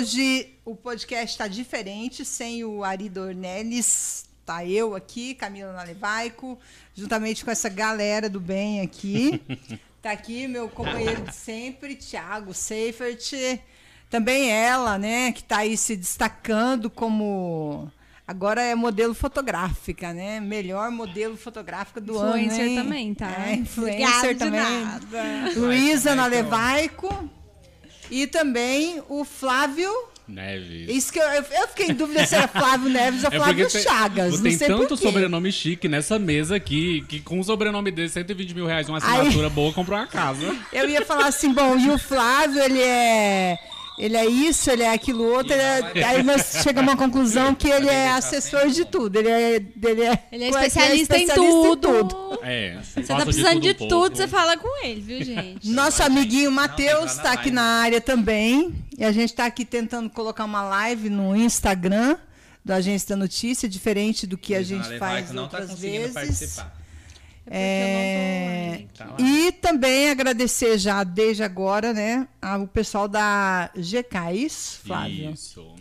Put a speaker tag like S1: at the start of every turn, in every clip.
S1: Hoje o podcast está diferente, sem o Ari Dornelles. Tá eu aqui, Camila Nalevaico, juntamente com essa galera do bem aqui. tá aqui meu companheiro de sempre, Thiago Seifert. Também ela, né, que está aí se destacando como Agora é modelo fotográfica, né? Melhor modelo fotográfica do ano.
S2: Influencer
S1: hein?
S2: também, tá?
S1: É, influencer
S2: Obrigado de
S1: também.
S2: nada.
S1: Luísa
S3: Vai,
S1: na
S3: vai, então.
S1: Levaico. E também o Flávio.
S3: Neves.
S1: Isso que eu, eu- eu fiquei em dúvida se era Flávio Neves ou Flávio
S3: É tem-
S1: Chagas.
S3: tem
S1: não sei
S3: tanto
S1: por quê.
S3: sobrenome chique nessa mesa aqui que com um sobrenome desse, 120 mil reais, uma assinatura boa, comprou uma casa.
S1: Eu ia falar assim, bom, e o Flávio, ele é. Ele é isso, ele é aquilo outro. ele é- Aí nós chegamos à conclusão que ele é assessor de tudo. Ele é. Ele é,
S2: Ele é especialista, em tudo.
S3: É.
S2: Você tá precisando
S4: um
S2: de tudo, você fala com ele, viu, gente?
S1: Nosso amiguinho Matheus
S4: tem que entrar
S1: está
S4: na
S1: aqui
S4: live.
S1: na área também. E a gente está aqui tentando colocar uma live no Instagram do Agência da Notícia, diferente do que a
S4: Luísa
S1: gente
S4: Nalevaico
S1: faz
S4: não tá
S1: outras
S4: conseguindo
S1: vezes.
S4: participar.
S2: É porque
S4: Tá lá.
S1: E também agradecer já desde agora, né, ao pessoal da GKIS, Flávio.
S3: Isso.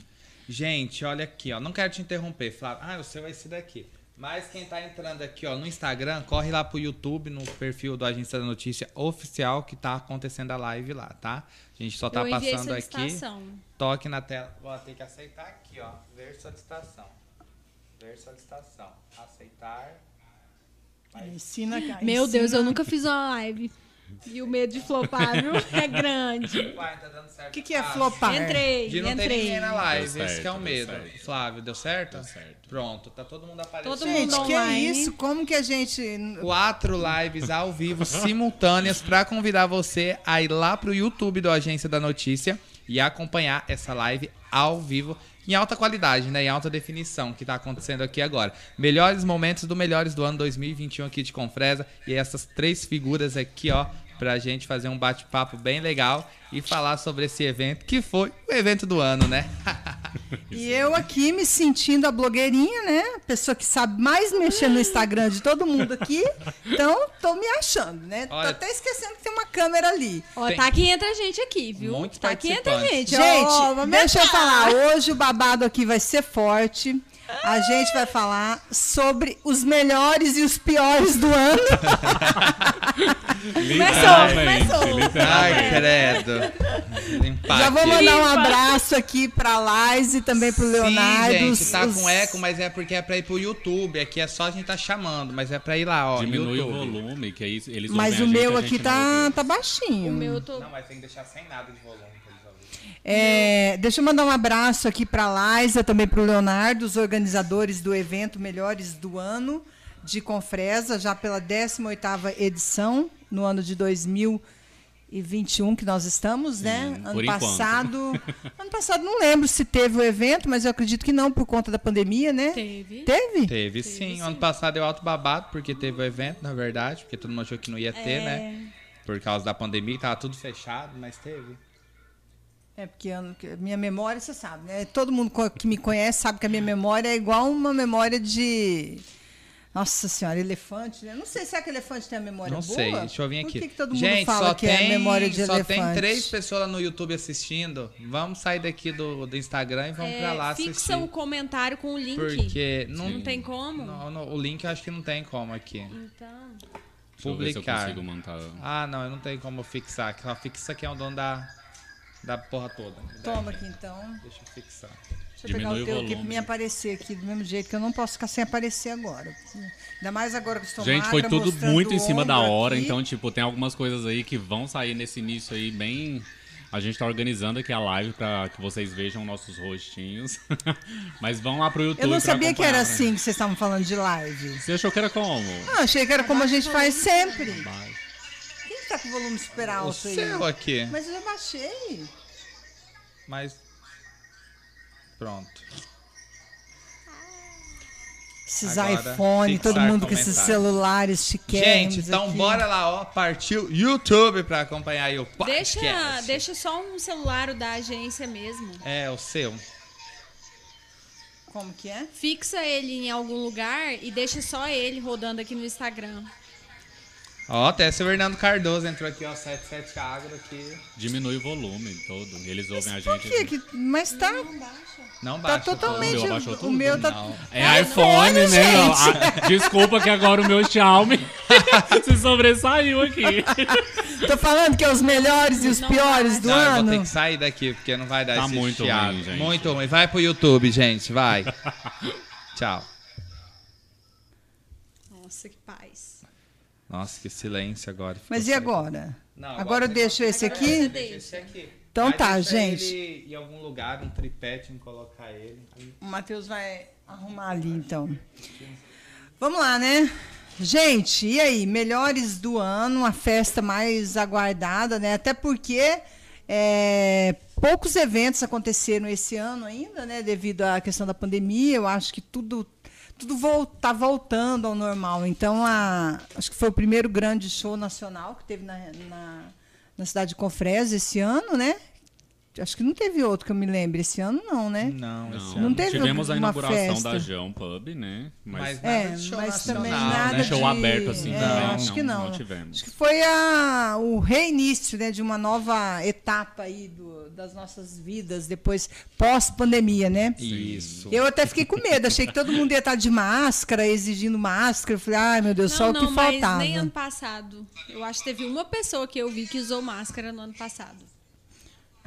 S4: Gente, olha aqui, ó. Não quero te interromper, Flávio. Ah, o seu é esse daqui. Mas quem tá entrando aqui, ó, no Instagram, corre lá pro YouTube, no perfil do Agência da Notícia Oficial, que tá acontecendo a live lá, tá? A gente
S2: eu
S4: só
S2: não tô
S4: tá
S2: online. Eu enviei
S4: passando aqui.
S2: solicitação.
S4: Toque na tela. Vou ter que aceitar aqui, ó. Ver solicitação. Ver solicitação. Aceitar.
S1: Ensina, cara,
S2: Meu
S1: ensina.
S2: Deus, eu nunca fiz uma live. E o medo de flopar, viu? É grande.
S4: Uai, tá dando certo.
S1: O que, que é
S4: Ah,
S1: flopar?
S2: Entrei,
S4: De não ter
S2: entrei.
S4: ninguém na live,
S3: Deu
S4: esse que é o
S3: certo, deu
S4: medo.
S3: certo.
S4: Flávio, deu certo?
S3: Deu certo.
S4: Pronto, tá todo mundo aparecendo.
S2: Todo mundo
S1: Gente, que é
S2: online.
S1: isso? Como que a gente.
S4: quatro lives ao vivo simultâneas pra convidar você a ir lá pro YouTube do Agência da Notícia e acompanhar essa live ao vivo em alta qualidade, né? Em alta definição que tá acontecendo aqui agora. Melhores momentos do Melhores do ano 2021 aqui de Confresa e essas três figuras aqui, ó, pra gente fazer um bate-papo bem legal e falar sobre esse evento que foi o evento do ano, né?
S1: E eu aqui me sentindo a blogueirinha, né? A pessoa que sabe mais mexer no Instagram de todo mundo aqui. Então, tô me achando, né? Tô
S4: Olha-
S1: até esquecendo que tem uma câmera ali.
S2: Ó,
S4: Tem-
S2: tá que entra gente aqui, viu?
S4: Muito
S2: tá que entra
S4: participante.
S2: gente.
S1: Gente,
S2: ó, vamos
S1: deixa eu
S2: entrar.
S1: falar. Hoje o babado aqui vai ser forte. A gente vai falar sobre os melhores e os piores do ano.
S2: começou.
S4: Ai, credo. Impacto.
S1: Já vou mandar um
S2: Ipa.
S1: abraço aqui pra Lais e também pro Leonardo.
S4: Sim,
S1: os-
S4: gente, tá
S1: os-
S4: com eco, mas é porque é pra ir pro YouTube. Aqui é só a gente tá chamando, mas é pra ir lá, ó.
S3: Diminui
S4: YouTube.
S3: o volume, que aí eles
S1: Mas o
S3: ouvem a gente,
S1: meu
S3: a gente
S1: aqui
S3: não
S1: tá,
S3: ouve.
S1: tá baixinho.
S2: O meu eu tô.
S4: Não, mas tem que deixar sem nada de volume pra eles ouvirem.
S1: É, deixa eu mandar um abraço aqui para a Laisa, também para o Leonardo, os organizadores do evento Melhores do Ano de Confresa, já pela 18ª edição, no ano de 2021 que nós estamos, né?
S3: Sim,
S1: ano
S3: por enquanto.
S1: passado. Ano passado não lembro se teve o evento, mas eu acredito que não, por conta da pandemia, né?
S2: Teve.
S1: Teve?
S4: Teve sim. Ano passado eu alto babado, porque teve o evento, na verdade, porque todo mundo achou que não ia ter, né? Por causa da pandemia, tava tudo fechado, mas teve.
S1: É, porque ano que- minha memória, você sabe, né? Todo mundo co- que me conhece sabe que a minha memória é igual uma memória de. Nossa senhora, elefante, né? Não sei, será que elefante tem a memória
S4: Não
S1: boa?
S4: sei, deixa eu vir aqui.
S1: Por que, que todo mundo
S4: gente,
S1: fala
S4: só
S1: que
S4: tem,
S1: é memória de
S4: só
S1: elefante?
S4: tem três pessoas lá no YouTube assistindo. Vamos sair daqui do, do Instagram e vamos
S2: É,
S4: pra lá assistir.
S2: fixa o comentário com o link.
S4: Porque Hum. não,
S2: Não tem como?
S4: não- não, o link eu acho que não tem como aqui.
S2: Então.
S3: Deixa eu ver se eu
S4: publicar.
S3: consigo montar.
S4: Ah, não, eu não tenho como fixar. Ela fixa que é o dono da, da porra toda.
S1: Toma aqui então.
S4: Deixa eu fixar.
S1: Deixa eu pegar
S3: Diminui
S1: o
S3: o
S1: teu aqui pra
S3: volume.
S1: me aparecer aqui, do mesmo jeito que eu não posso ficar sem aparecer agora. Ainda mais agora que eu estou
S3: Gente, foi
S1: magra,
S3: tudo
S1: mostrando
S3: muito
S1: o
S3: em cima da
S1: ombro
S3: hora,
S1: aqui.
S3: então, tipo, tem algumas coisas aí que vão sair nesse início aí bem. A gente tá organizando aqui a live pra que vocês vejam nossos rostinhos. Mas vão lá pro YouTube.
S1: Eu não
S3: pra
S1: sabia que era
S3: acompanhar, né?
S1: assim que vocês estavam falando de live.
S3: Você achou que era como?
S1: Ah, achei que era como a gente faz sempre.
S3: Vai.
S1: Quem que tá com o volume super alto
S4: O
S1: aí?
S4: seu aqui.
S1: Mas eu já baixei.
S4: Mas. Pronto.
S1: Esses
S4: Agora,
S1: iPhone,
S4: fixar
S1: todo mundo com esses
S4: comentário.
S1: celulares chiquérrimos
S4: Gente, então
S1: aqui.
S4: bora lá, ó. Partiu YouTube pra acompanhar aí o podcast.
S2: Deixa, deixa só um celular o da agência mesmo.
S4: É, o seu.
S1: Como que é?
S2: Fixa ele em algum lugar e deixa só ele rodando aqui no Instagram.
S4: Ó, até seu Hernando Cardoso entrou aqui, ó, 77 Agro aqui.
S3: Diminui o volume todo. Eles ouvem a
S1: Por
S3: gente.
S1: que? que mas tá,
S4: Não
S1: tá
S4: baixa. o volume.
S1: totalmente.
S3: meu, abaixou
S1: o
S3: tudo,
S1: meu tá.
S4: não.
S3: É iPhone, né? Não, ah, desculpa que agora o meu Xiaomi se sobressaiu aqui.
S1: Tô falando que é os melhores e os piores do
S4: Não, eu vou ter
S1: ano.
S4: que sair daqui, porque não vai dar
S3: Tá
S4: esse
S3: muito
S4: chiado.
S3: ruim, gente.
S4: Muito ruim. Vai pro YouTube, gente, vai. Tchau.
S2: Nossa, que paz.
S4: Nossa, que silêncio agora. Ficou
S1: Mas e
S4: sem-
S1: agora?
S4: Não,
S1: Agora eu deixo esse aqui?
S4: Esse aqui.
S1: Então tá,
S4: deixa
S1: gente.
S4: Ele em algum lugar, um tripete, em colocar ele.
S1: O Matheus vai arrumar ali, então. Vamos lá, né? Gente, e aí? Melhores do ano, a festa mais aguardada, né? Até porque é, poucos eventos aconteceram esse ano ainda, né? Devido à questão da pandemia, eu acho que tudo tudo vol tá voltando ao normal. Então, a, acho que foi o primeiro grande show nacional que teve na, na, na cidade de Confresa esse ano, né? Acho que não teve outro que eu me lembre esse ano, não, né?
S4: Não, esse
S3: Não,
S4: ano.
S1: Não teve
S3: tivemos a
S1: uma
S3: inauguração
S1: festa.
S3: da Jão Pub, né? Mas,
S4: Mas-
S1: É,
S4: Nada de show
S1: mas também
S4: nacional,
S1: nada
S3: né? Show
S1: de...
S3: aberto, assim,
S1: é,
S3: também,
S1: acho
S3: não,
S1: que não.
S3: não tivemos.
S1: Acho que foi a, o reinício né, de uma nova etapa aí do- das nossas vidas depois, pós-pandemia, né?
S4: Isso.
S1: Eu até fiquei com medo, achei que todo mundo ia estar de máscara, exigindo máscara. Eu falei, ai meu Deus, só
S2: não,
S1: o que
S2: não, mas
S1: faltava.
S2: nem ano passado. Eu acho que teve uma pessoa que eu vi que usou máscara no ano passado.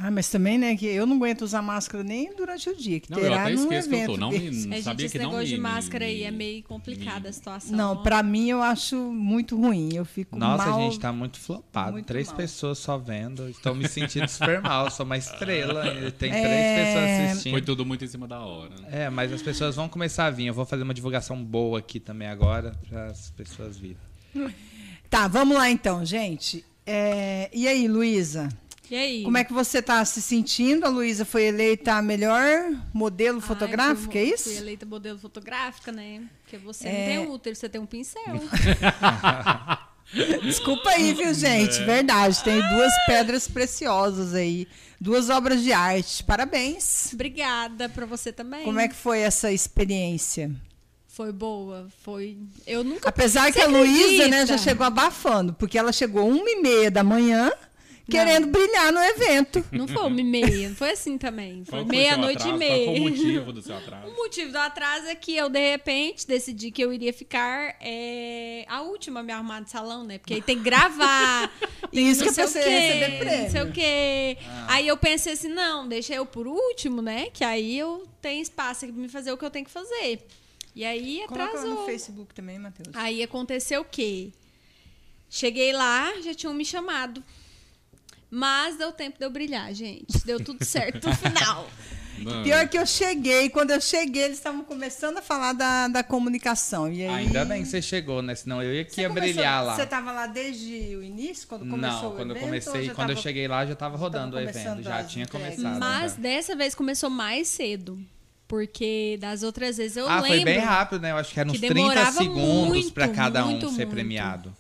S1: Ah, mas também, né, que eu não aguento usar máscara nem durante o dia, que
S3: não, eu
S1: terá
S3: até
S1: num
S3: esqueço que eu
S1: evento
S3: tô. Não, me-
S1: desse.
S3: não
S2: É, gente,
S3: sabia
S2: esse
S3: que não
S2: negócio de
S3: me-
S2: máscara
S3: me-
S2: aí é meio complicada a situação.
S1: Não,
S2: ó.
S1: pra mim eu acho muito ruim, eu fico
S4: Nossa,
S1: mal...
S4: gente, tá muito flopado.
S1: Muito
S4: três
S1: mal.
S4: pessoas só vendo. Estou me sentindo super mal. Sou uma estrela. e Tem
S1: É.
S4: três pessoas
S3: Foi
S4: assistindo.
S3: tudo muito em cima da hora.
S4: É, mas as pessoas vão começar a vir. Eu vou fazer uma divulgação boa aqui também agora para as pessoas virem.
S1: Tá, vamos lá então, gente. É, E aí, Luísa?
S2: E aí?
S1: Como é que você tá se sentindo? A Luísa foi eleita a melhor modelo
S2: Ai,
S1: fotográfica,
S2: fui-
S1: é
S2: Fui
S1: isso?
S2: eleita modelo fotográfica, né? Porque você
S1: É.
S2: não tem um útero, você tem um pincel.
S1: Desculpa aí, viu, gente? Verdade,
S2: Ah!
S1: tem duas pedras preciosas aí, duas obras de arte. Parabéns.
S2: Obrigada pra você também.
S1: Como é que foi essa experiência?
S2: Foi boa, foi... Eu nunca...
S1: Apesar que
S2: Você
S1: a Luísa, né,
S2: acredita?
S1: já chegou abafando, porque ela chegou uma e meia da manhã querendo brilhar no evento.
S2: Não foi uma e meia, não foi assim também. Foi
S3: Qual foi o seu
S2: meia-noite e
S3: atraso?
S2: meia.
S3: Qual foi o motivo do seu atraso?
S2: O motivo do atraso é que eu, de repente, decidi que eu iria ficar é, a última a me arrumar de salão, né? Porque aí tem que gravar. tem
S1: Isso
S2: não
S1: que é pra
S2: sei
S1: você
S2: o quê,
S1: receber prêmio.
S2: Não sei o quê. Aí eu pensei assim, não, deixa eu por último, né? Que aí eu tenho espaço aqui pra me fazer o que eu tenho que fazer. E aí atrasou.
S1: Facebook também, Matheus.
S2: Aí aconteceu o quê? Cheguei lá, já tinham me chamado. Mas deu tempo de eu brilhar, gente. Deu tudo certo no final.
S3: Não.
S1: Pior que eu cheguei, quando eu cheguei, eles estavam começando a falar da, da comunicação. E aí,
S4: Ainda bem que você chegou, né? Senão eu ia que
S1: Você
S4: ia
S1: começou-
S4: brilhar lá.
S1: Você estava lá desde o início, quando começou o
S4: Não, quando eu
S1: evento, ou
S4: comecei,
S1: já
S4: quando eu
S1: tava-
S4: cheguei lá, já tava rodando o
S1: começando
S4: evento. Já
S1: as
S4: tinha
S1: entregas.
S4: começado.
S2: Mas
S4: já.
S2: dessa vez começou mais cedo. Porque das outras vezes eu
S4: ah,
S2: lembro.
S4: foi bem rápido, né? Eu acho que eram
S2: que
S4: uns 30
S2: demorava
S4: segundos
S2: muito,
S4: pra cada um
S2: muito,
S4: ser
S2: muito.
S4: premiado.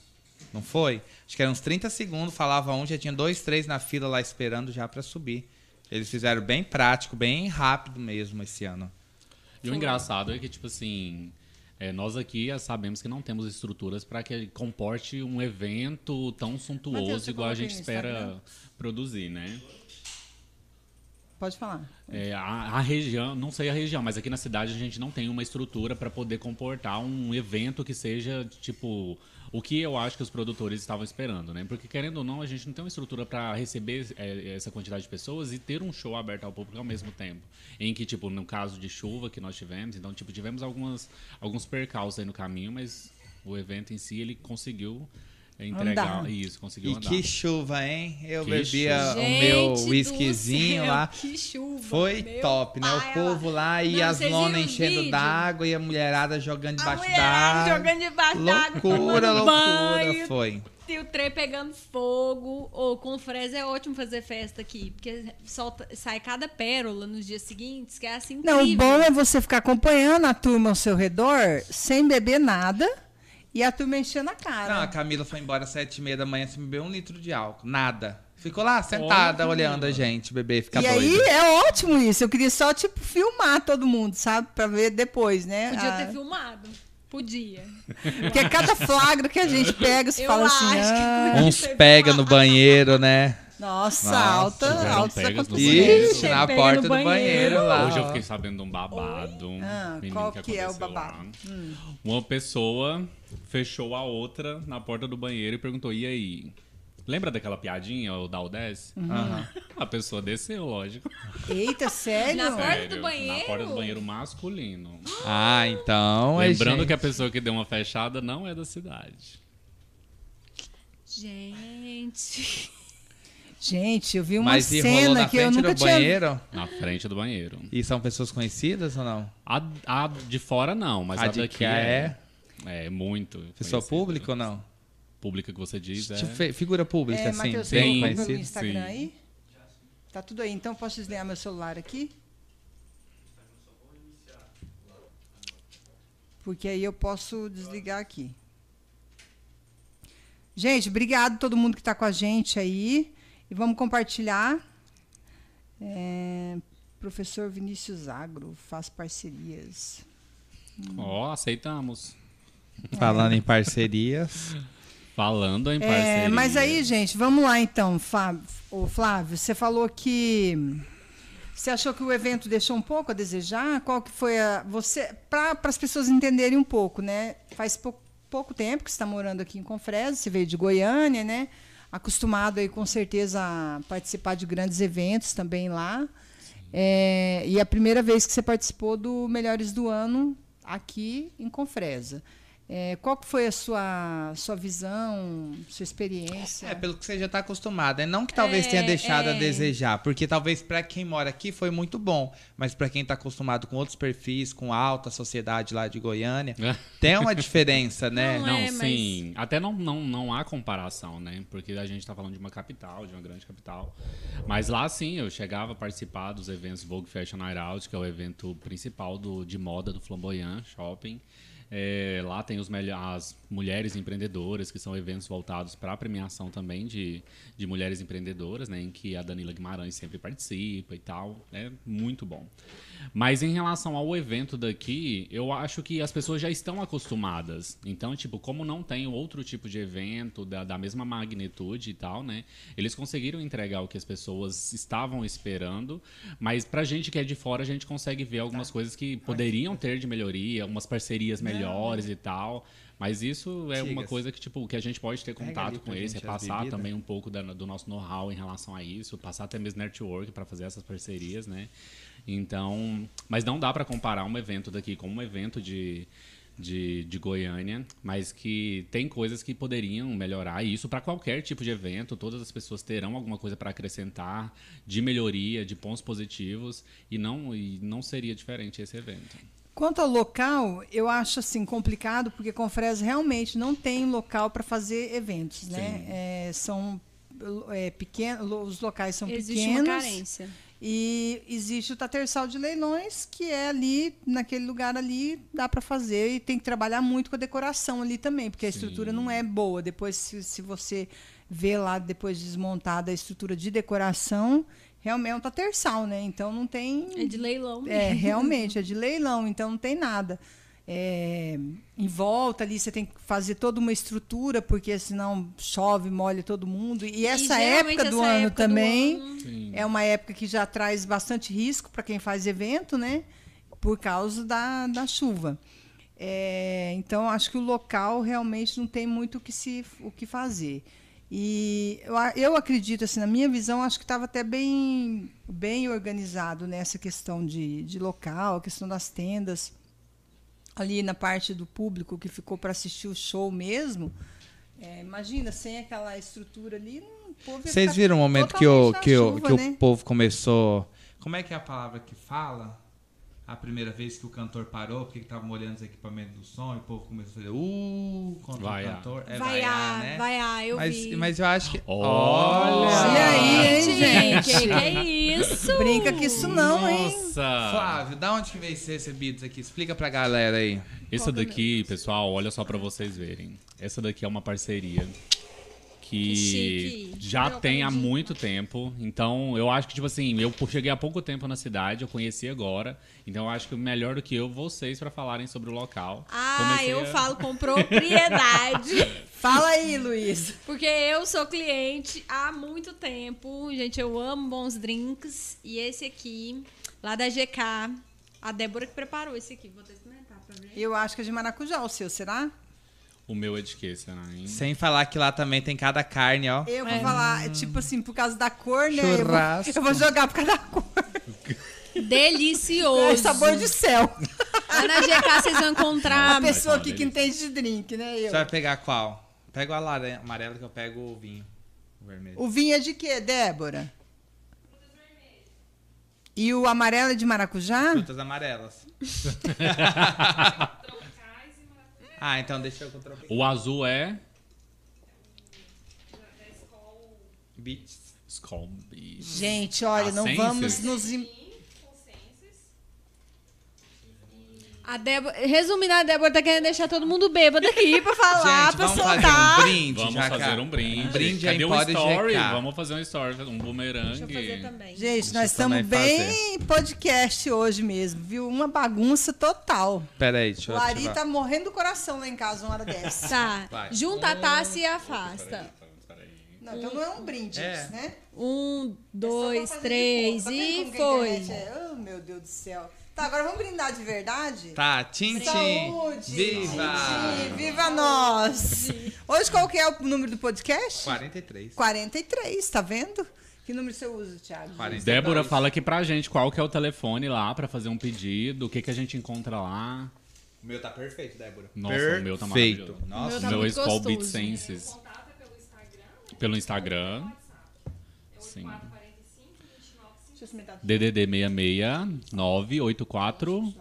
S4: Não foi? Acho que eram uns 30 segundos, falava um, já tinha dois, três na fila lá esperando já pra subir. Eles fizeram bem prático, bem rápido mesmo esse ano.
S3: E o engraçado é que, tipo assim, é, nós aqui já sabemos que não temos estruturas para que comporte um evento tão suntuoso
S1: Matheus, você
S3: igual a
S1: coloca aí
S3: gente
S1: no
S3: espera
S1: Instagram?
S3: produzir, né?
S1: Pode falar.
S3: É, a, a região, não sei a região, mas aqui na cidade a gente não tem uma estrutura para poder comportar um evento que seja tipo o que eu acho que os produtores estavam esperando, né? Porque querendo ou não, a gente não tem uma estrutura para receber é, essa quantidade de pessoas e ter um show aberto ao público ao mesmo tempo. Em que tipo no caso de chuva que nós tivemos, então tipo tivemos algumas alguns percalços aí no caminho, mas o evento em si ele conseguiu é, entregar
S1: Andar.
S3: isso, conseguiu
S4: E
S3: andar.
S4: que chuva, hein? Eu
S3: Que
S4: bebia
S3: chuva.
S4: o
S2: Gente
S4: meu
S2: do
S4: whiskyzinho
S2: céu,
S4: lá.
S2: Que chuva.
S4: Foi
S2: meu
S4: top, né?
S2: pai,
S4: O povo lá e
S2: Não,
S4: as
S2: vocês
S4: lonas
S2: viram os
S4: enchendo
S2: vídeos?
S4: d'água e a mulherada jogando
S2: A
S4: debaixo
S2: mulherada
S4: d'água.
S2: jogando debaixo d'água.
S4: Loucura,
S2: tomando
S4: loucura
S2: banho,
S4: foi.
S2: E o trem pegando fogo. Ou com fresa é ótimo fazer festa aqui. Porque solta, sai cada pérola nos dias seguintes, que é assim incrível.
S1: Não, o bom é você ficar acompanhando a turma ao seu redor, sem beber nada, e a turma enchendo a cara.
S4: Não, a Camila foi embora às sete e meia da manhã sem beber um litro de álcool. Nada. Ficou lá sentada
S3: Olha,
S4: olhando a gente, bebê, fica
S1: e
S4: tá doido.
S1: aí é ótimo isso. Eu queria só, tipo, filmar todo mundo, sabe? Pra ver depois, né?
S2: Podia
S1: Ah,
S2: ter filmado. Podia.
S1: Porque é cada flagro que a gente pega, você
S2: Eu
S1: fala assim.
S2: acho que
S1: "Ah,
S2: podia
S4: Uns
S2: ser
S4: pega
S2: lá."
S4: no banheiro, né?
S1: Nossa,
S4: Nossa,
S1: alta,
S3: tiveram
S1: alta
S3: pegas no
S1: aconteceu.
S3: banheiro.
S4: Ixi, na
S2: pega no
S4: porta do banheiro,
S2: banheiro.
S4: lá.
S3: Hoje eu fiquei sabendo de um babado.
S1: Ah,
S3: menino,
S1: qual que é o
S3: aconteceu
S1: babado? Hum.
S3: lá. Uma pessoa fechou a outra na porta do banheiro e perguntou: e aí? Lembra daquela piadinha, o da Aldez?
S4: Aham.
S3: A pessoa desceu, lógico.
S1: Eita, sério?
S2: Na porta do
S3: Na
S2: banheiro?
S3: porta do banheiro masculino.
S4: Ah, então. é
S3: Lembrando
S4: gente.
S3: que a pessoa que deu uma fechada não é da cidade.
S2: Gente.
S1: Gente, eu vi uma
S4: Mas e rolou
S1: cena
S4: na
S1: que eu
S4: frente
S1: nunca
S4: do
S1: tinha.
S4: banheiro?
S3: Na frente do banheiro.
S4: E são pessoas conhecidas ou não?
S3: A, a de fora não, mas
S4: A
S3: a,
S4: de
S3: daqui
S4: cá
S3: é. É, muito.
S4: Pessoa
S3: conhecida.
S4: pública ou não?
S3: Pública que você diz, é.
S4: Tipo, fe- Figura pública,
S1: É,
S4: assim.
S1: Matheus,
S4: bem
S1: tem
S3: conhecido,
S1: pelo
S4: conhecida.
S1: Instagram
S3: sim.
S1: aí? Tá tudo aí, então posso desligar meu celular aqui? Porque aí eu posso desligar aqui. Gente, obrigado a todo mundo que está com a gente aí. E vamos compartilhar. É, professor Vinícius Agro faz parcerias.
S3: Ó, aceitamos.
S4: Falando em parcerias.
S3: Falando em parceria.
S1: É, mas aí, gente, vamos lá então, Fá- ô, Flávio. Você falou que você achou que o evento deixou um pouco a desejar. Qual que foi a você para as pessoas entenderem um pouco, né? Faz pou- pouco tempo que você está morando aqui em Confresa, você veio de Goiânia, né? Acostumado aí com certeza a participar de grandes eventos também lá. É, e a primeira vez que você participou do Melhores do Ano aqui em Confresa. É, qual que foi a sua, sua visão, sua experiência?
S4: É, pelo que você já tá acostumado. É não que talvez
S2: É,
S4: tenha deixado a
S2: é.
S4: desejar, porque talvez pra quem mora aqui foi muito bom, mas pra quem tá acostumado com outros perfis, com a alta sociedade lá de Goiânia, tem uma diferença, né?
S2: Não,
S3: É. Não,
S2: é, mas-
S3: sim. Até não, não, não há comparação, né? Porque a gente tá falando de uma capital, de uma grande capital. Mas lá, sim, eu chegava a participar dos eventos Vogue Fashion Night Out, que é o evento principal do, de moda do Flamboyant Shopping. É, lá tem os melho- as mulheres empreendedoras, que são eventos voltados para a premiação também de, de mulheres empreendedoras, né? Em que a Danila Guimarães sempre participa e tal. É muito bom. Mas em relação ao evento daqui, eu acho que as pessoas já estão acostumadas. Então, tipo, como não tem outro tipo de evento da, da mesma magnitude e tal, né? Eles conseguiram entregar o que as pessoas estavam esperando. Mas pra gente que é de fora, a gente consegue ver algumas coisas que poderiam ter de melhoria, umas parcerias melhores e tal. Mas isso é uma
S4: Diga-se.
S3: coisa que, tipo, que a gente pode ter
S4: Pega ali
S3: contato
S4: pra
S3: com eles, é
S4: gente as
S3: passar
S4: bebidas.
S3: também também um pouco da- do nosso know-how em relação a isso, passar até mesmo network para fazer essas parcerias, né? Então, mas não dá para comparar um evento daqui com um evento de, de, de Goiânia, mas que tem coisas que poderiam melhorar, e isso para qualquer tipo de evento, todas as pessoas terão alguma coisa para acrescentar de melhoria, de pontos positivos, e não, e não seria diferente esse evento.
S1: Quanto ao local, eu acho assim complicado porque Confresa realmente não tem local para fazer eventos, né? É, são é, pequenos, os locais são
S2: Existe
S1: pequenos.
S2: uma carência.
S1: E existe o Tatersal de Leilões, que é ali, naquele lugar ali, dá para fazer e tem que trabalhar muito com a decoração ali também, porque a estrutura não é boa. Depois, se, se você vê lá, depois desmontada a estrutura de decoração, realmente é um Tatersal, né? Então não tem.
S2: É de leilão.
S1: É, realmente, é de leilão, então não tem nada. É, em volta ali você tem que fazer toda uma estrutura, porque senão chove, molha todo mundo. E essa
S2: geralmente
S1: época do
S2: essa
S1: ano
S2: época do
S1: também
S2: ano- hum.
S1: é uma época que já traz bastante risco para quem faz evento, né? Por causa da, da chuva. É, então, acho que o local realmente não tem muito o que, se, o que fazer. E eu, a- eu acredito, assim, na minha visão, acho que estava até bem, bem organizado nessa questão de, de local, a questão das tendas. Ali na parte do público que ficou para assistir o show mesmo. É, imagina, sem aquela estrutura ali, o povo ia
S4: Vocês
S2: tá
S1: ficar
S4: viram o momento que, o,
S1: totalmente na
S4: que, o,
S1: chuva,
S4: que
S1: né?
S4: o povo começou. Como é que é a palavra que fala? A primeira vez que o cantor parou, porque tava molhando os equipamentos do som, e o povo começou a fazer. Uh, contra
S3: Vaiar.
S4: o cantor. É
S2: vai
S4: vaiar,
S2: a,
S4: né?
S2: vai a, eu
S4: mas,
S2: vi.
S4: mas eu acho que.
S3: Olha!
S1: Olha aí, hein,
S2: Gente,
S1: gente?
S2: que é isso?
S1: Brinca que isso não, hein?
S4: Ah.
S3: Nossa!
S4: Flávio, da onde que veio esses recebidos aqui? Explica pra galera aí.
S3: é Essa daqui, pessoal, olha só pra vocês verem. Essa daqui é uma parceria
S2: Que
S3: que,
S2: chique.
S3: já
S2: Eu
S3: tem há
S2: aprendi.
S3: muito tempo. Então, eu acho que, tipo assim, eu cheguei há pouco tempo na cidade, eu conheci agora. Então, eu acho que melhor do que eu, vocês, pra falarem sobre o local.
S2: Ah,
S3: Comecei
S2: eu
S3: a-
S2: falo com propriedade.
S1: Fala aí, Luiz.
S2: Porque eu sou cliente há muito tempo. Gente, eu amo bons drinks. E esse aqui, lá da GK. A Débora que preparou esse aqui. Vou experimentar pra ver.
S1: Eu acho que é de maracujá o seu, será?
S3: O meu é de quê, será, hein?
S4: Sem falar que lá também tem cada carne, ó.
S1: Eu vou falar, tipo assim, por causa da cor, né? Eu vou,
S4: Churrasco.
S1: eu vou jogar por causa da cor.
S2: Delicioso.
S1: É sabor de céu.
S2: Lá na GK vocês vão encontrar.
S1: A pessoa
S3: tá uma
S1: aqui que entende
S3: delícia.
S1: de drink, né? Eu.
S4: Você vai pegar qual? Pega o alara- amarelo que eu pego o vinho. O vermelho.
S1: O vinho é de quê, Débora? E o amarelo é de maracujá?
S4: Frutas amarelas. ah, então deixa eu com o tropical.
S3: O azul é.
S4: Beats.
S3: Skol Beach.
S1: Gente, olha, não
S3: Ascensos?
S1: vamos nos. im-
S2: A Débora. Resumindo, a Débora tá querendo deixar todo mundo bêbado aqui pra falar,
S4: Gente,
S2: pra
S4: vamos
S2: soltar.
S1: tá?
S4: fazer um brinde,
S3: Vamos
S4: Jacá.
S3: fazer um brinde.
S4: brinde
S3: Cadê
S4: aí,
S3: um
S4: pode
S3: story?
S4: GK.
S3: Vamos fazer um story, um boomerang.
S2: Deixa eu fazer também.
S1: Gente,
S4: Deixa
S1: nós
S4: eu também
S1: estamos bem podcast hoje mesmo, viu? Uma bagunça total.
S4: Pera aí, deixa
S1: O
S4: eu
S1: Ari
S4: ativar.
S1: tá morrendo do coração lá em casa uma hora dessa.
S2: Tá.
S4: Vai.
S2: Junta a taça e afasta.
S1: Não, então não é um brinde,
S4: É.
S1: isso, né? É
S2: Um,
S1: só pra
S2: dois,
S1: fazer de
S2: três
S1: conta. Tá vendo
S2: e
S1: como que a
S2: foi.
S1: internet É? Oh, meu Deus do céu. Tá, agora vamos brindar de verdade?
S4: Tá, tchim,
S1: Saúde!
S4: tchim. Viva!
S1: Titi, viva nós! Hoje qual que é o número do podcast?
S4: 43.
S1: 43, tá vendo? Que número você usa, Thiago?
S4: 42.
S3: Débora, fala aqui pra gente qual que é o telefone lá pra fazer um pedido, o que, que a gente encontra lá.
S4: O meu tá perfeito, Débora.
S3: Nossa, o meu tá maravilhoso.
S4: Nossa,
S2: O meu tá
S3: meu
S2: muito
S3: Skol
S2: gostoso.
S3: Beat Senses.
S5: é
S3: Pelo Instagram.
S5: é
S3: Sim.
S1: Deixa eu experimentar.
S3: DDD 66 984
S4: Dá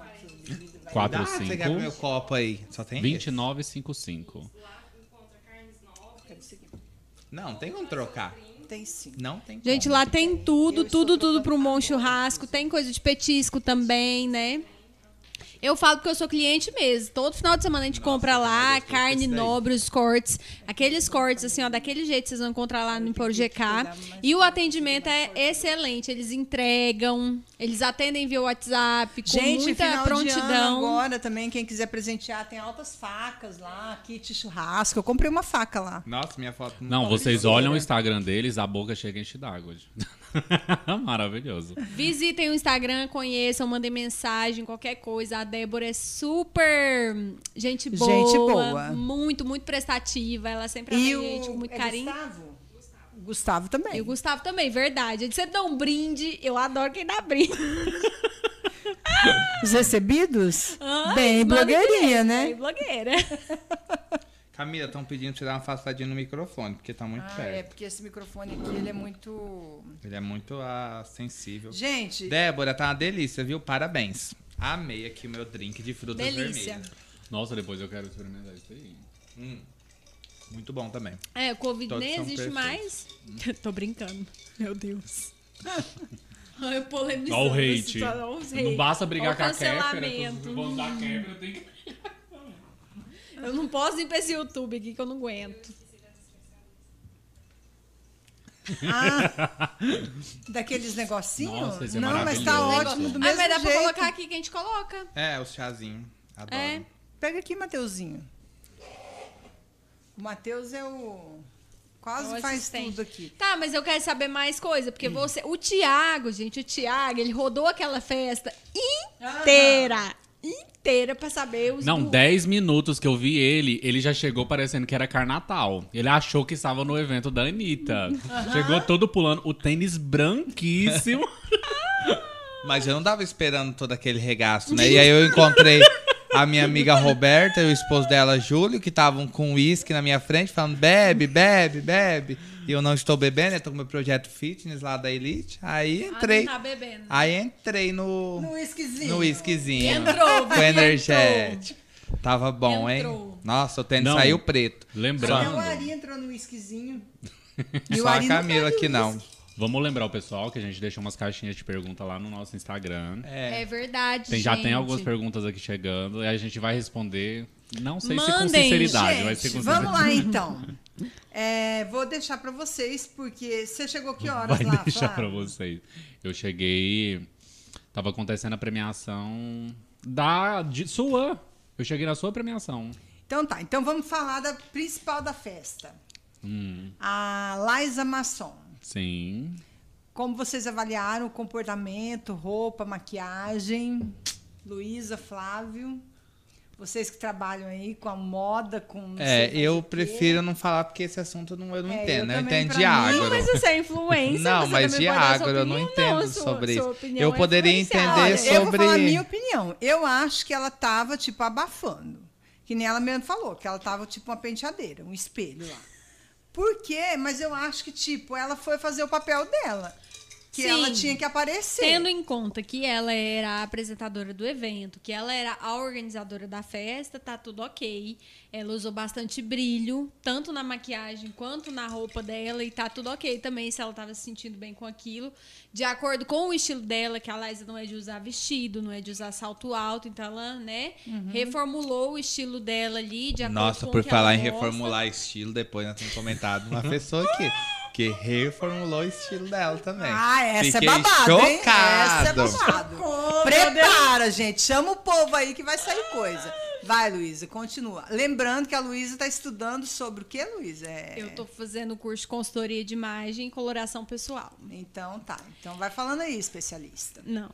S4: pra pegar meu
S3: 45
S4: copo aí. Só tem esse?
S3: 2955.
S4: Não, tem como trocar.
S1: Tem sim.
S4: Não tem como.
S2: Gente, lá tem tudo, tudo, tudo pro bom churrasco. Tem coisa de petisco também, né? Eu falo porque eu sou cliente mesmo. Todo final de semana a gente compra lá carne nobre, os cortes. Aqueles cortes, assim, ó, daquele jeito vocês vão encontrar lá no Emporo GK. E o atendimento é excelente. Eles entregam, eles atendem via WhatsApp, com
S1: Gente,
S2: muita
S1: final de
S2: prontidão.
S1: ano agora também, quem quiser presentear, tem altas facas lá, kit churrasco. Eu comprei uma faca lá.
S4: Nossa, minha foto
S3: Não,
S4: tá
S3: vocês
S4: bonita.
S3: olham o Instagram deles, a boca chega a encher d'água. Maravilhoso.
S2: Visitem o Instagram, conheçam, mandem mensagem, qualquer coisa. A Débora é super gente boa.
S1: Gente boa.
S2: Muito, muito prestativa. Ela sempre
S1: E
S2: atende
S1: o
S2: a gente com muito
S1: é
S2: carinho.
S1: Gustavo? Gustavo também.
S2: E o Gustavo também, verdade. Ele sempre dá um brinde. Eu adoro quem dá brinde.
S1: Os recebidos?
S2: Ai,
S1: Bem
S2: manda
S1: blogueirinha,
S2: direto,
S1: né?
S3: É.
S2: Bem blogueira.
S4: Camila, estão pedindo pra você dar uma afastadinha no microfone, porque tá muito
S1: Ah, é
S4: perto.
S1: porque esse microfone aqui, ele é muito...
S4: Ele é muito ah, sensível.
S1: Gente,
S4: Débora, tá uma delícia, viu? Parabéns. Amei aqui o meu drink de frutas
S2: Delícia.
S4: vermelhas.
S3: Nossa, depois eu quero experimentar isso aí.
S4: Muito bom também.
S2: É, o Covid
S4: Todos
S2: nem
S4: são
S2: existe
S4: perfeitos.
S2: mais. Tô brincando. Meu Deus. Ai, eu polemizando.
S3: Olha o
S2: essa
S3: hate.
S2: situação, olha os
S3: Não
S2: hate.
S3: basta brigar
S2: Olha o
S3: com a Kéfera.
S2: cancelamento.
S3: tô- Vão dar Kéfera, tem que...
S2: Eu não posso ir pra esse YouTube aqui que eu não aguento.
S1: daqueles negocinhos?
S3: Nossa, esse é
S1: Não, mas tá
S3: maravilhoso.
S1: ótimo, do
S2: Ai,
S1: mesmo
S2: mas dá pra
S1: jeito.
S2: colocar aqui que a gente coloca.
S4: É, o chazinho. Adoro.
S2: É.
S1: Pega aqui, Mateuzinho. O Mateus é o... Quase
S2: É o
S1: faz
S2: assistente.
S1: tudo aqui.
S2: Tá, mas eu quero saber mais coisa, porque você. O Tiago, gente, o Tiago, ele rodou aquela festa inteira. Inteira pra saber os.
S3: Não,
S2: do-
S3: 10 minutos que eu vi ele, ele já chegou parecendo que era Carnatal. Ele achou que estava no evento da Anitta. Chegou todo pulando, o tênis branquíssimo.
S4: Mas eu não tava esperando todo aquele regaço, né? E aí eu encontrei a minha amiga Roberta e o esposo dela, Júlio, que estavam com uísque na minha frente, falando: bebe, bebe, bebe. E eu não estou bebendo, eu tô com meu projeto fitness lá da Elite. Aí
S2: Ah, não
S4: entrei.
S2: tá bebendo.
S4: Aí entrei no.
S1: No whiskyzinho.
S4: No whiskyzinho.
S2: Entrou,
S4: Com
S2: viu?
S4: energético. Tava bom, hein?
S2: Entrou.
S4: Nossa, o tênis
S3: Não.
S4: saiu preto.
S1: Até o
S3: Lembrando.
S1: Ari entrou no whiskyzinho.
S4: Só a Camila que não.
S3: Vamos lembrar o pessoal que a gente deixou umas caixinhas de pergunta lá no nosso Instagram.
S2: É, verdade,
S3: Tem- já tem
S2: gente.
S3: algumas perguntas aqui chegando e a gente vai responder. Não sei se com
S2: Mandem,
S3: sinceridade, Tá, vai ser
S1: Gente,
S3: com
S1: vamos
S3: sinceridade.
S1: lá então. É, vou deixar pra vocês, porque você chegou que horas
S3: Vai
S1: lá,
S3: deixar pra
S1: Flávio?
S3: vocês. Eu cheguei. Tava acontecendo a premiação da de sua. Eu cheguei na sua premiação.
S1: Então tá, então vamos falar da principal da festa.
S3: Hum.
S1: A Laisa Masson.
S3: Sim.
S1: Como vocês avaliaram o comportamento, roupa, maquiagem? Luísa, Flávio. Vocês que trabalham aí com a moda, com. não sei
S4: É,
S1: mais o
S4: eu
S1: quê.
S4: prefiro não falar porque esse assunto não, eu não
S1: É, eu
S4: entendo. né? Eu,
S1: também,
S4: entendo
S1: pra
S4: de
S1: mim-
S4: agro.
S2: Não, mas você é influencer,
S4: Não,
S2: você
S4: mas
S2: também
S4: de
S2: pode dar sua
S4: agro, eu não
S2: opinião,
S4: entendo
S2: sua-
S4: sobre
S2: sua
S4: isso.
S2: opinião
S4: Eu
S2: é
S4: poderia
S2: influenciada.
S1: Olha,
S4: entender
S2: Eu-
S1: eu vou falar a
S4: sobre-
S1: minha opinião. Eu acho que ela tava, tipo, abafando. Que nem ela mesmo falou, que ela tava, tipo, uma penteadeira, um espelho lá. Por quê? Mas eu acho que, tipo, ela foi fazer o papel dela. Que
S2: Sim.
S1: ela tinha que aparecer.
S2: Tendo em conta que ela era a apresentadora do evento, que ela era a organizadora da festa, tá tudo ok. Ela usou bastante brilho, tanto na maquiagem quanto na roupa dela, e tá tudo ok também se ela tava se sentindo bem com aquilo. De acordo com o estilo dela, que a Laísa não é de usar vestido, não é de usar salto alto, então ela, né, reformulou o estilo dela ali, de acordo
S4: Nossa,
S2: com o
S4: por
S2: um que
S4: falar em
S2: ela gosta.
S4: reformular estilo, depois nós temos comentado uma pessoa aqui que reformulou o estilo dela também.
S1: Ah, essa
S4: Fiquei
S1: é babado, hein? Essa é
S4: chocado.
S1: babado. Prepara, gente. Chama o povo aí que vai sair coisa. Vai, Luísa, continua. Lembrando que a Luísa tá estudando sobre o que, Luísa? É...
S2: Eu tô fazendo curso de consultoria de imagem e coloração pessoal.
S1: Então tá. Então vai falando aí, especialista.
S2: Não.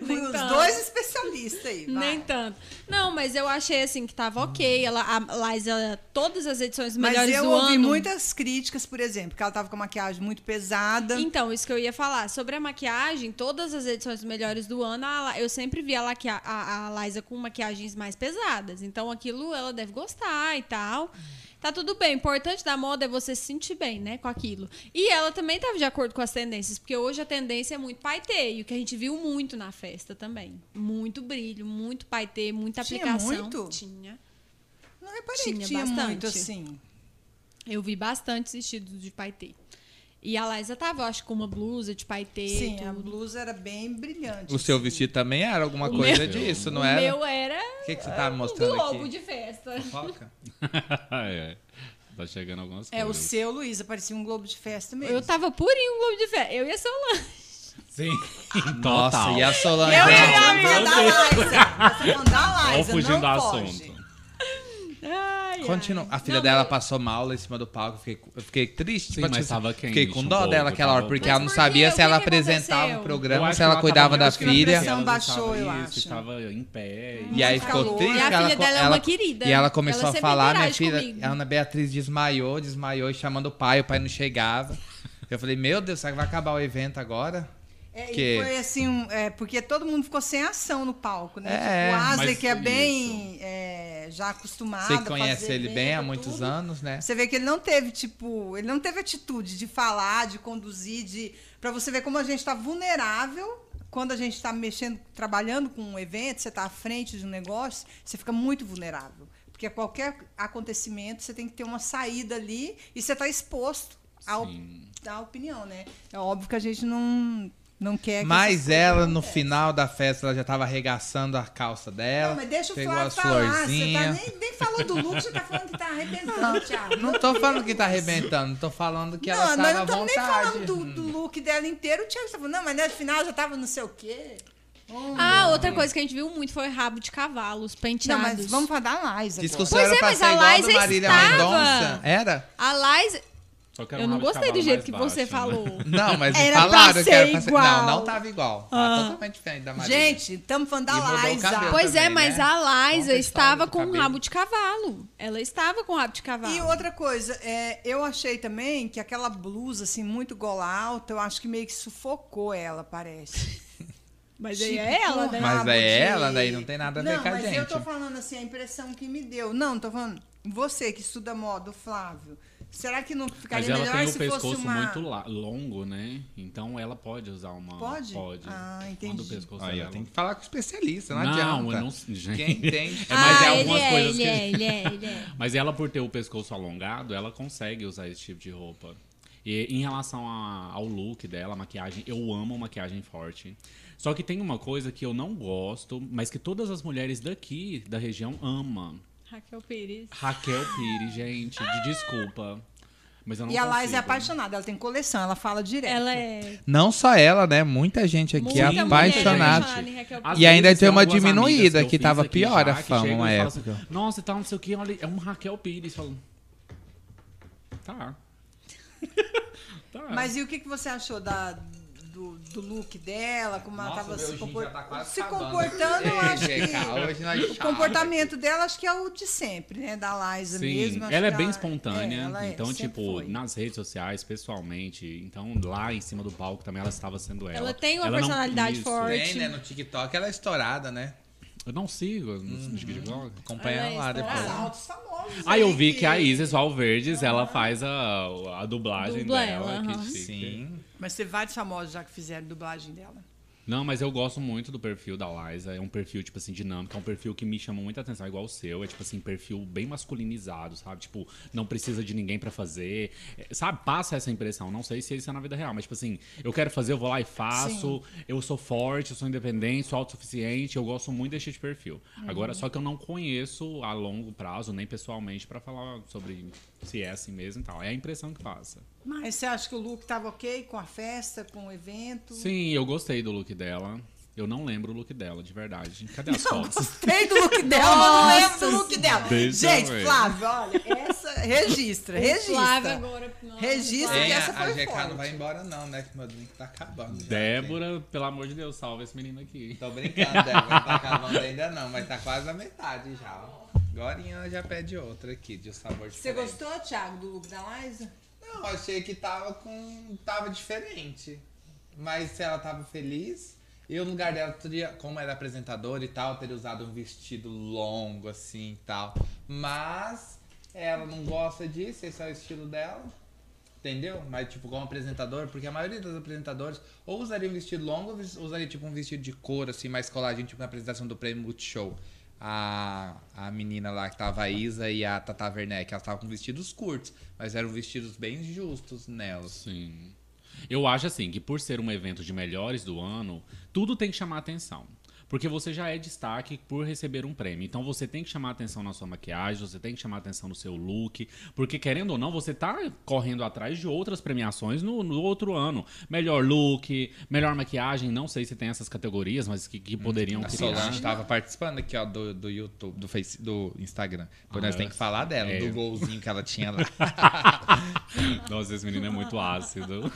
S2: Nem
S1: Os
S2: tanto.
S1: dois especialistas aí, vai.
S2: Nem tanto. Não, mas eu achei assim que tava ok. Ela, a Liza, todas as edições
S1: Mas
S2: melhores
S1: eu
S2: do
S1: ouvi
S2: ano.
S1: muitas críticas, por exemplo, que ela tava com a maquiagem muito pesada.
S2: Então, isso que eu ia falar. Sobre a maquiagem, todas as edições melhores do ano, a La- eu sempre vi a, laquia- a, a Liza com maquiagens mais pesadas. Então, aquilo ela deve gostar e tal. Tá tudo bem. O importante da moda é você se sentir bem, né, com aquilo. E ela também tava de acordo com as tendências, porque hoje a tendência é muito paiteio, que a gente viu muito na festa também. Muito brilho, muito paetê, muita
S1: Tinha
S2: aplicação.
S1: muito?
S2: Tinha.
S1: Não reparei que
S2: Tinha
S1: tinha
S2: bastante.
S1: muito assim.
S2: Eu vi bastante vestidos de paetê. E a Liza tava, eu acho, com uma blusa de paetê.
S1: Sim, a
S2: tudo.
S1: blusa era bem brilhante.
S4: O seu
S1: assim.
S4: vestido também era alguma
S2: O
S4: coisa
S3: meu-
S4: disso, não
S2: o
S4: era?
S2: meu era
S4: O que, que você tá me
S2: um
S4: mostrando
S2: globo
S4: aqui?
S2: de festa.
S4: Foca.
S3: é. Tá chegando algumas
S1: É, o
S3: coisas.
S1: seu, Luísa, parecia um globo de festa mesmo.
S2: Eu tava purinho um globo de festa. Eu ia ser o Lan.
S3: Sim.
S4: Nossa,
S3: Total.
S4: e a Solange?
S1: Eu
S4: hein?
S1: tirei a minha tá da Liza. Você não dá
S3: Ou
S1: Liza,
S3: fugindo
S1: não
S3: do
S1: foge.
S3: assunto.
S2: Ai, ai.
S4: Continua. A filha
S2: Não,
S4: dela
S2: mas-
S4: passou mal lá em cima do palco. Eu fiquei, eu fiquei triste.
S3: Sim,
S4: tipo,
S3: mas
S4: assim,
S3: tava quente
S4: Fiquei com
S3: um
S4: dó
S3: pouco,
S4: dela aquela hora,
S3: tava-
S4: porque
S2: Mas
S4: ela não
S2: por
S4: sabia
S2: quê?
S4: se
S2: O que
S4: ela
S2: que
S4: apresentava o
S2: aconteceu?
S3: Eu
S4: programa,
S3: acho
S4: se
S3: que
S4: ela
S3: tava-
S4: cuidava da
S3: acho que ela
S4: filha.
S1: pressão
S3: não
S1: baixou,
S3: estava-
S1: eu
S3: isso,
S1: acho.
S3: Estava em pé.
S4: E aí ficou
S1: calor.
S4: triste.
S1: E a
S4: ela,
S2: filha dela é
S4: ela-
S2: uma querida.
S4: E ela
S2: Ela
S4: começou a
S2: sempre
S4: falar, minha
S2: interage
S4: filha,
S2: comigo.
S4: a Ana Beatriz desmaiou, desmaiou, e chamando o pai, o pai não chegava. Eu falei, meu Deus, será que vai acabar o evento agora?
S1: É,
S4: Que-
S1: e foi assim, um- é, porque todo mundo ficou sem ação no palco, né?
S4: É,
S1: Tipo, o Asley,
S3: mas
S1: que é
S3: isso.
S1: bem é, já acostumado.
S4: Você
S1: a
S4: que conhece
S1: fazer
S4: ele bem há
S1: evento,
S4: muitos
S1: tudo.
S4: anos, né?
S1: Você vê que ele não teve, tipo, ele não teve atitude de falar, de conduzir, de. Pra você ver como a gente tá vulnerável quando a gente tá mexendo, trabalhando com um evento, você tá à frente de um negócio, você fica muito vulnerável. Porque a qualquer acontecimento você tem que ter uma saída ali e você tá exposto à, op- à opinião, né? É óbvio que a gente não, não quer que
S4: Mas
S1: essas
S4: ela,
S1: coisas
S4: no
S1: aconteçam.
S4: final da festa, ela já tava arregaçando a calça dela.
S1: Não, mas deixa o
S4: é, pegou
S1: Flávio
S4: as
S1: falar. Você tá
S4: florzinhas.
S1: nem, nem falou do look, você tá falando que tá arrebentando, Thiago.
S4: Não tô falando que tá arrebentando, tô falando que
S1: não,
S4: ela tava
S1: nós não
S4: à
S1: estamos
S4: vontade.
S1: nem falando do, do look dela inteiro. O Thiago tá falando, não, mas no final já tava não sei o quê.
S2: Ah, outra coisa que a gente viu muito foi rabo de cavalo, os penteados.
S1: falar da Liza.
S4: Discussão
S2: Pois
S4: era
S2: é,
S4: pra
S2: mas
S4: ser
S2: a
S4: igual a do
S2: Liza
S4: Marília
S2: estava.
S4: Mendonça. Era?
S2: A Liza...
S3: Só que era
S2: Eu
S3: um
S2: não
S3: rabo de
S2: gostei do
S3: cavalo
S2: jeito
S3: mais
S2: que
S3: baixo,
S2: você
S3: né?
S2: falou.
S4: Não, mas
S1: Era pra
S4: falaram que era
S1: ser
S4: pra ser.
S1: igual.
S4: Não, não tava igual. Tava totalmente diferente da Marília.
S1: Gente, estamos falando da
S4: E mudou o
S1: Liza.
S4: cabelo.
S2: Pois é,
S4: também,
S2: mas
S4: né?
S2: a
S4: Conta
S2: Liza
S4: a história
S2: estava
S4: do
S2: com um
S4: cabelo.
S2: rabo de cavalo. Ela estava com um rabo de cavalo.
S1: E outra coisa, é, eu achei também que aquela blusa, assim, muito gola alta, eu acho que meio que sufocou ela, parece.
S2: Mas aí
S1: Tipo,
S2: é ela,
S1: com
S2: né?
S4: Mas
S1: rabo
S4: é
S1: de-
S4: ela, daí não tem nada a ver
S1: Não,
S4: com a
S1: mas eu
S4: gente.
S1: tô falando assim, a impressão que me deu. Não, tô falando, você que estuda moda, o Flávio, será que não
S3: Mas
S1: ficaria
S3: ela
S1: melhor
S3: tem o
S1: se fosse
S3: pescoço
S1: uma...
S3: muito la- longo, né? Então ela pode usar uma.
S1: Pode?
S3: Pode.
S1: Ah, entendi.
S3: Quando o pescoço
S4: Aí
S3: dela-
S4: eu tenho que falar com o especialista, não,
S3: Não,
S4: adianta.
S3: eu não sei, gente.
S4: Quem entende.
S3: É, mas
S2: ah,
S3: é algumas
S2: ele,
S3: coisas
S2: é,
S3: que-
S2: ele é, ele é, ele é.
S3: Mas ela, por ter o pescoço alongado, ela consegue usar esse tipo de roupa. E, em relação a- ao look dela, a maquiagem, eu amo maquiagem forte. Só que tem uma coisa que eu não gosto, mas que todas as mulheres daqui da região amam.
S2: Raquel Pires.
S3: Raquel Pires, gente, de desculpa. Mas eu não
S1: E a Laís é
S3: consigo.
S1: apaixonada, ela tem coleção, ela fala direto.
S2: Ela é
S4: Não só ela, né? Muita gente aqui
S2: muita
S4: é
S2: mulher
S4: apaixonada.
S2: apaixonada em Raquel
S3: Às
S2: Pires.
S4: E ainda
S3: vezes
S4: tem uma
S3: é algumas amigas
S4: diminuída,
S3: eu
S4: que
S3: fiz
S4: tava
S3: aqui
S4: pior a
S3: que
S4: fama
S3: chegam e
S4: uma
S3: falam
S4: época.
S3: Assim, Nossa, e tal, não sei o que, olha, é um Raquel Pires falando. Tá. tá.
S1: Mas e o que, que você achou da, do, do look dela? Como ela
S4: Nossa,
S1: tava
S4: meu
S1: se,
S4: gin
S1: compor-
S4: já tá quase
S1: se
S4: acabando.
S1: comportando, eu
S3: É,
S4: Ei,
S1: acho
S4: Jeca,
S1: que.
S4: hoje nós
S1: é, O comportamento dela, acho que é o de sempre, né? Da Liza
S3: Sim,
S1: mesmo. acho
S3: ela é
S1: que
S3: bem espontânea,
S1: é, ela é,
S3: então,
S1: sempre
S3: tipo,
S1: foi.
S3: nas redes sociais, pessoalmente, então lá em cima do palco também ela estava sendo ela.
S2: Ela tem uma
S3: não-
S2: personalidade
S3: isso. é.
S2: forte.
S4: Tem, né? No TikTok ela é estourada, né?
S3: Eu não sigo. no- no
S1: Uhum.
S3: TikTok.
S4: Acompanha
S2: Ela é
S4: lá
S2: estourada.
S4: depois.
S1: Ah, Altos famosos,
S3: Aí Ah, eu
S1: hein,
S3: vi que a Isis Valverdes, ela faz a, a dublagem
S2: Dubla
S3: dela.
S2: ela,
S3: que
S2: aham.
S3: chique.
S4: Sim.
S1: Mas teve vários famosos já que fizeram dublagem dela.
S3: Não, mas eu gosto muito do perfil da Liza. É um perfil, tipo assim, dinâmico. É um perfil que me chamou muita atenção, igual o seu. É, tipo assim, perfil bem masculinizado, sabe? Tipo, não precisa de ninguém pra fazer. É, Sabe? Passa essa impressão. Não sei se isso é na vida real, mas, tipo assim, eu quero fazer, eu vou lá e faço. Eu sou forte, eu sou independente, sou autossuficiente. Eu gosto muito desse tipo de perfil. Agora, só que eu não conheço a longo prazo, nem pessoalmente, pra falar sobre se é assim mesmo e tal. É a impressão que passa.
S1: Mas você acha que o look tava ok com a festa, com o evento?
S3: Sim, eu gostei do look dela. Eu não lembro o look dela, de verdade. Cadê as fotos?
S1: Gostei do look dela, mas não lembro do look dela.
S3: Deixa eu
S1: Gente,
S3: ver.
S1: Flávio, olha, essa registra, registra.
S2: Flávio agora. Nossa,
S1: Registra
S2: Flávio.
S1: que
S4: Tem,
S1: essa
S4: a, a
S1: foi
S4: GK
S1: forte.
S4: não vai embora, não, né? Que meu drink tá acabando. já, gente.
S3: Débora, pelo amor de Deus, salva esse menino aqui.
S4: Tô brincando, Débora. Não tá acabando ainda, não, mas tá quase na metade já. ó. Agorinha ela já pede outra aqui, de um sabor
S1: Você
S4: diferente.
S1: gostou, Thiago, do look da Liza?
S4: Não, achei que tava com. tava diferente. Mas se ela tava feliz, eu no lugar dela teria, como era apresentadora e tal, teria usado um vestido longo assim e tal. Mas ela não gosta disso, esse é o estilo dela. Entendeu? Mas tipo, como apresentador, porque a maioria dos apresentadores ou usaria um vestido longo, ou vis- usaria tipo um vestido de couro, assim, mais coladinho, tipo na apresentação do prêmio Multishow. A, a menina lá que tava a Isa e a Tata Werneck, elas estavam com vestidos curtos, mas eram vestidos bem justos nelas.
S3: Sim. Eu acho assim que por ser um evento de melhores do ano, tudo tem que chamar atenção. Porque você já é destaque por receber um prêmio. Então você tem que chamar atenção na sua maquiagem, você tem que chamar atenção no seu look. Porque, querendo ou não, você tá correndo atrás de outras premiações no, no outro ano. Melhor look, melhor maquiagem, não sei se tem essas categorias, mas que, que poderiam
S4: A
S3: criar.
S4: Solange tava participando aqui, ó, do, do YouTube, do Face, do Instagram. Então
S3: Ah,
S4: nós
S3: é.
S4: tem que falar dela,
S3: É.
S4: do golzinho que ela tinha lá.
S3: Nossa, esse menino é muito ácido.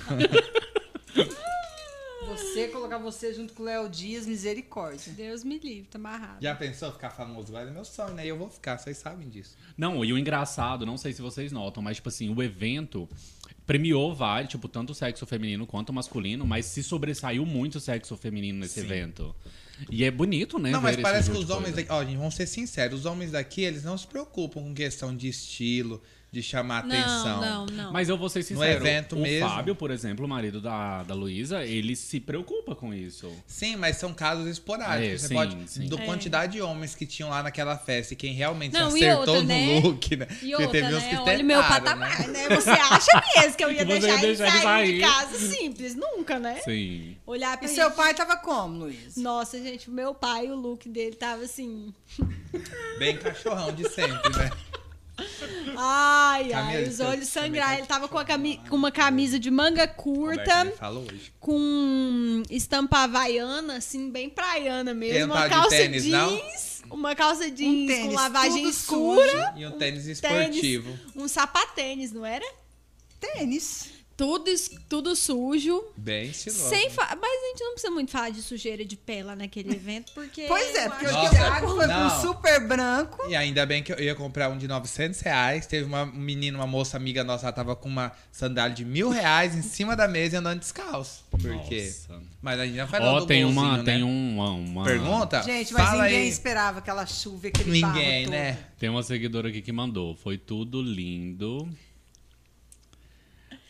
S1: Você colocar você junto com o Léo Dias, misericórdia.
S2: Deus me livre, tá amarrado.
S4: Já pensou ficar famoso? Vai é meu sonho, né? E eu vou ficar, vocês sabem disso.
S3: Não, e o engraçado, não sei se vocês notam, mas, tipo assim, o evento premiou vários, tipo, tanto o sexo feminino quanto o masculino, mas se sobressaiu muito o sexo feminino nesse evento. E é bonito, né?
S4: Não, mas
S3: ver esse
S4: parece
S3: tipo de
S4: que os homens
S3: coisa.
S4: daqui. Ó, gente, vamos ser sinceros. Os homens daqui, eles não se preocupam com questão de estilo, de chamar atenção.
S2: Não, não, não.
S3: Mas eu vou ser sincero,
S4: evento
S3: o
S4: mesmo.
S3: Fábio, por exemplo, o marido da, da Luísa, ele se preocupa com isso.
S4: Sim, mas são casos esporádicos.
S3: É,
S4: Você
S3: sim,
S4: pode.
S3: sim.
S4: Do
S2: É.
S4: quantidade de homens que tinham lá naquela festa e quem realmente
S2: Não,
S4: se
S2: e
S4: acertou
S2: outra,
S4: no
S2: né?
S4: look, né?
S2: E outra,
S4: uns
S2: né? Olha o meu
S4: tentaram,
S2: patamar,
S4: né?
S2: né? Você acha mesmo que eu ia
S3: Que você
S2: deixar,
S3: ia deixar
S2: ele
S3: ele
S2: sair de
S3: sair.
S2: casa simples? Nunca,
S4: É?
S2: né?
S3: Sim.
S2: Olhar pra
S1: E
S2: isso.
S1: seu pai tava como, Luiz?
S2: Nossa, gente, o meu pai, o look dele tava assim...
S4: Bem cachorrão de sempre, né?
S2: Ai, ai,
S4: Camila,
S2: os
S4: você-
S2: olhos
S4: também
S2: sangrar.
S4: tá
S2: Ele tava com, a cami- com uma camisa de manga
S4: Roberto
S2: curta,
S4: me é falou hoje.
S2: com estampa havaiana, assim, bem praiana
S4: Ele
S2: mesmo.
S4: não
S2: Uma
S4: tava de
S2: calça
S4: tênis,
S2: jeans, uma calça jeans com
S1: Um tênis,
S2: lavagem
S1: tudo
S2: escura,
S4: E um tênis
S2: tênis,
S4: esportivo.
S2: um sapatênis, não era?
S1: Tênis.
S2: Tudo, es- tudo sujo.
S4: Bem estiloso.
S2: Sem fa- Mas a gente não precisa muito falar de sujeira de pé lá naquele evento, porque.
S1: Pois é,
S2: eu
S1: porque
S2: acho-
S1: o
S4: Nossa,
S1: Thiago foi com um
S4: não.
S1: super branco.
S4: E ainda bem que eu ia comprar um de 900 reais. Teve uma menina, uma moça amiga nossa, ela tava com uma sandália de mil reais em cima da mesa e andando descalso. Por quê?
S3: Nossa.
S4: Mas a gente já falou
S3: Ó,
S4: do
S3: tem uma,
S4: golzinho, né?
S3: tem uma, uma-
S4: Pergunta?
S1: Gente, mas
S4: Fala
S1: ninguém
S4: aí.
S1: esperava aquela chuva, e aquele barro
S4: Ninguém,
S1: todo.
S4: né?
S3: Tem uma seguidora aqui que mandou. Foi tudo lindo.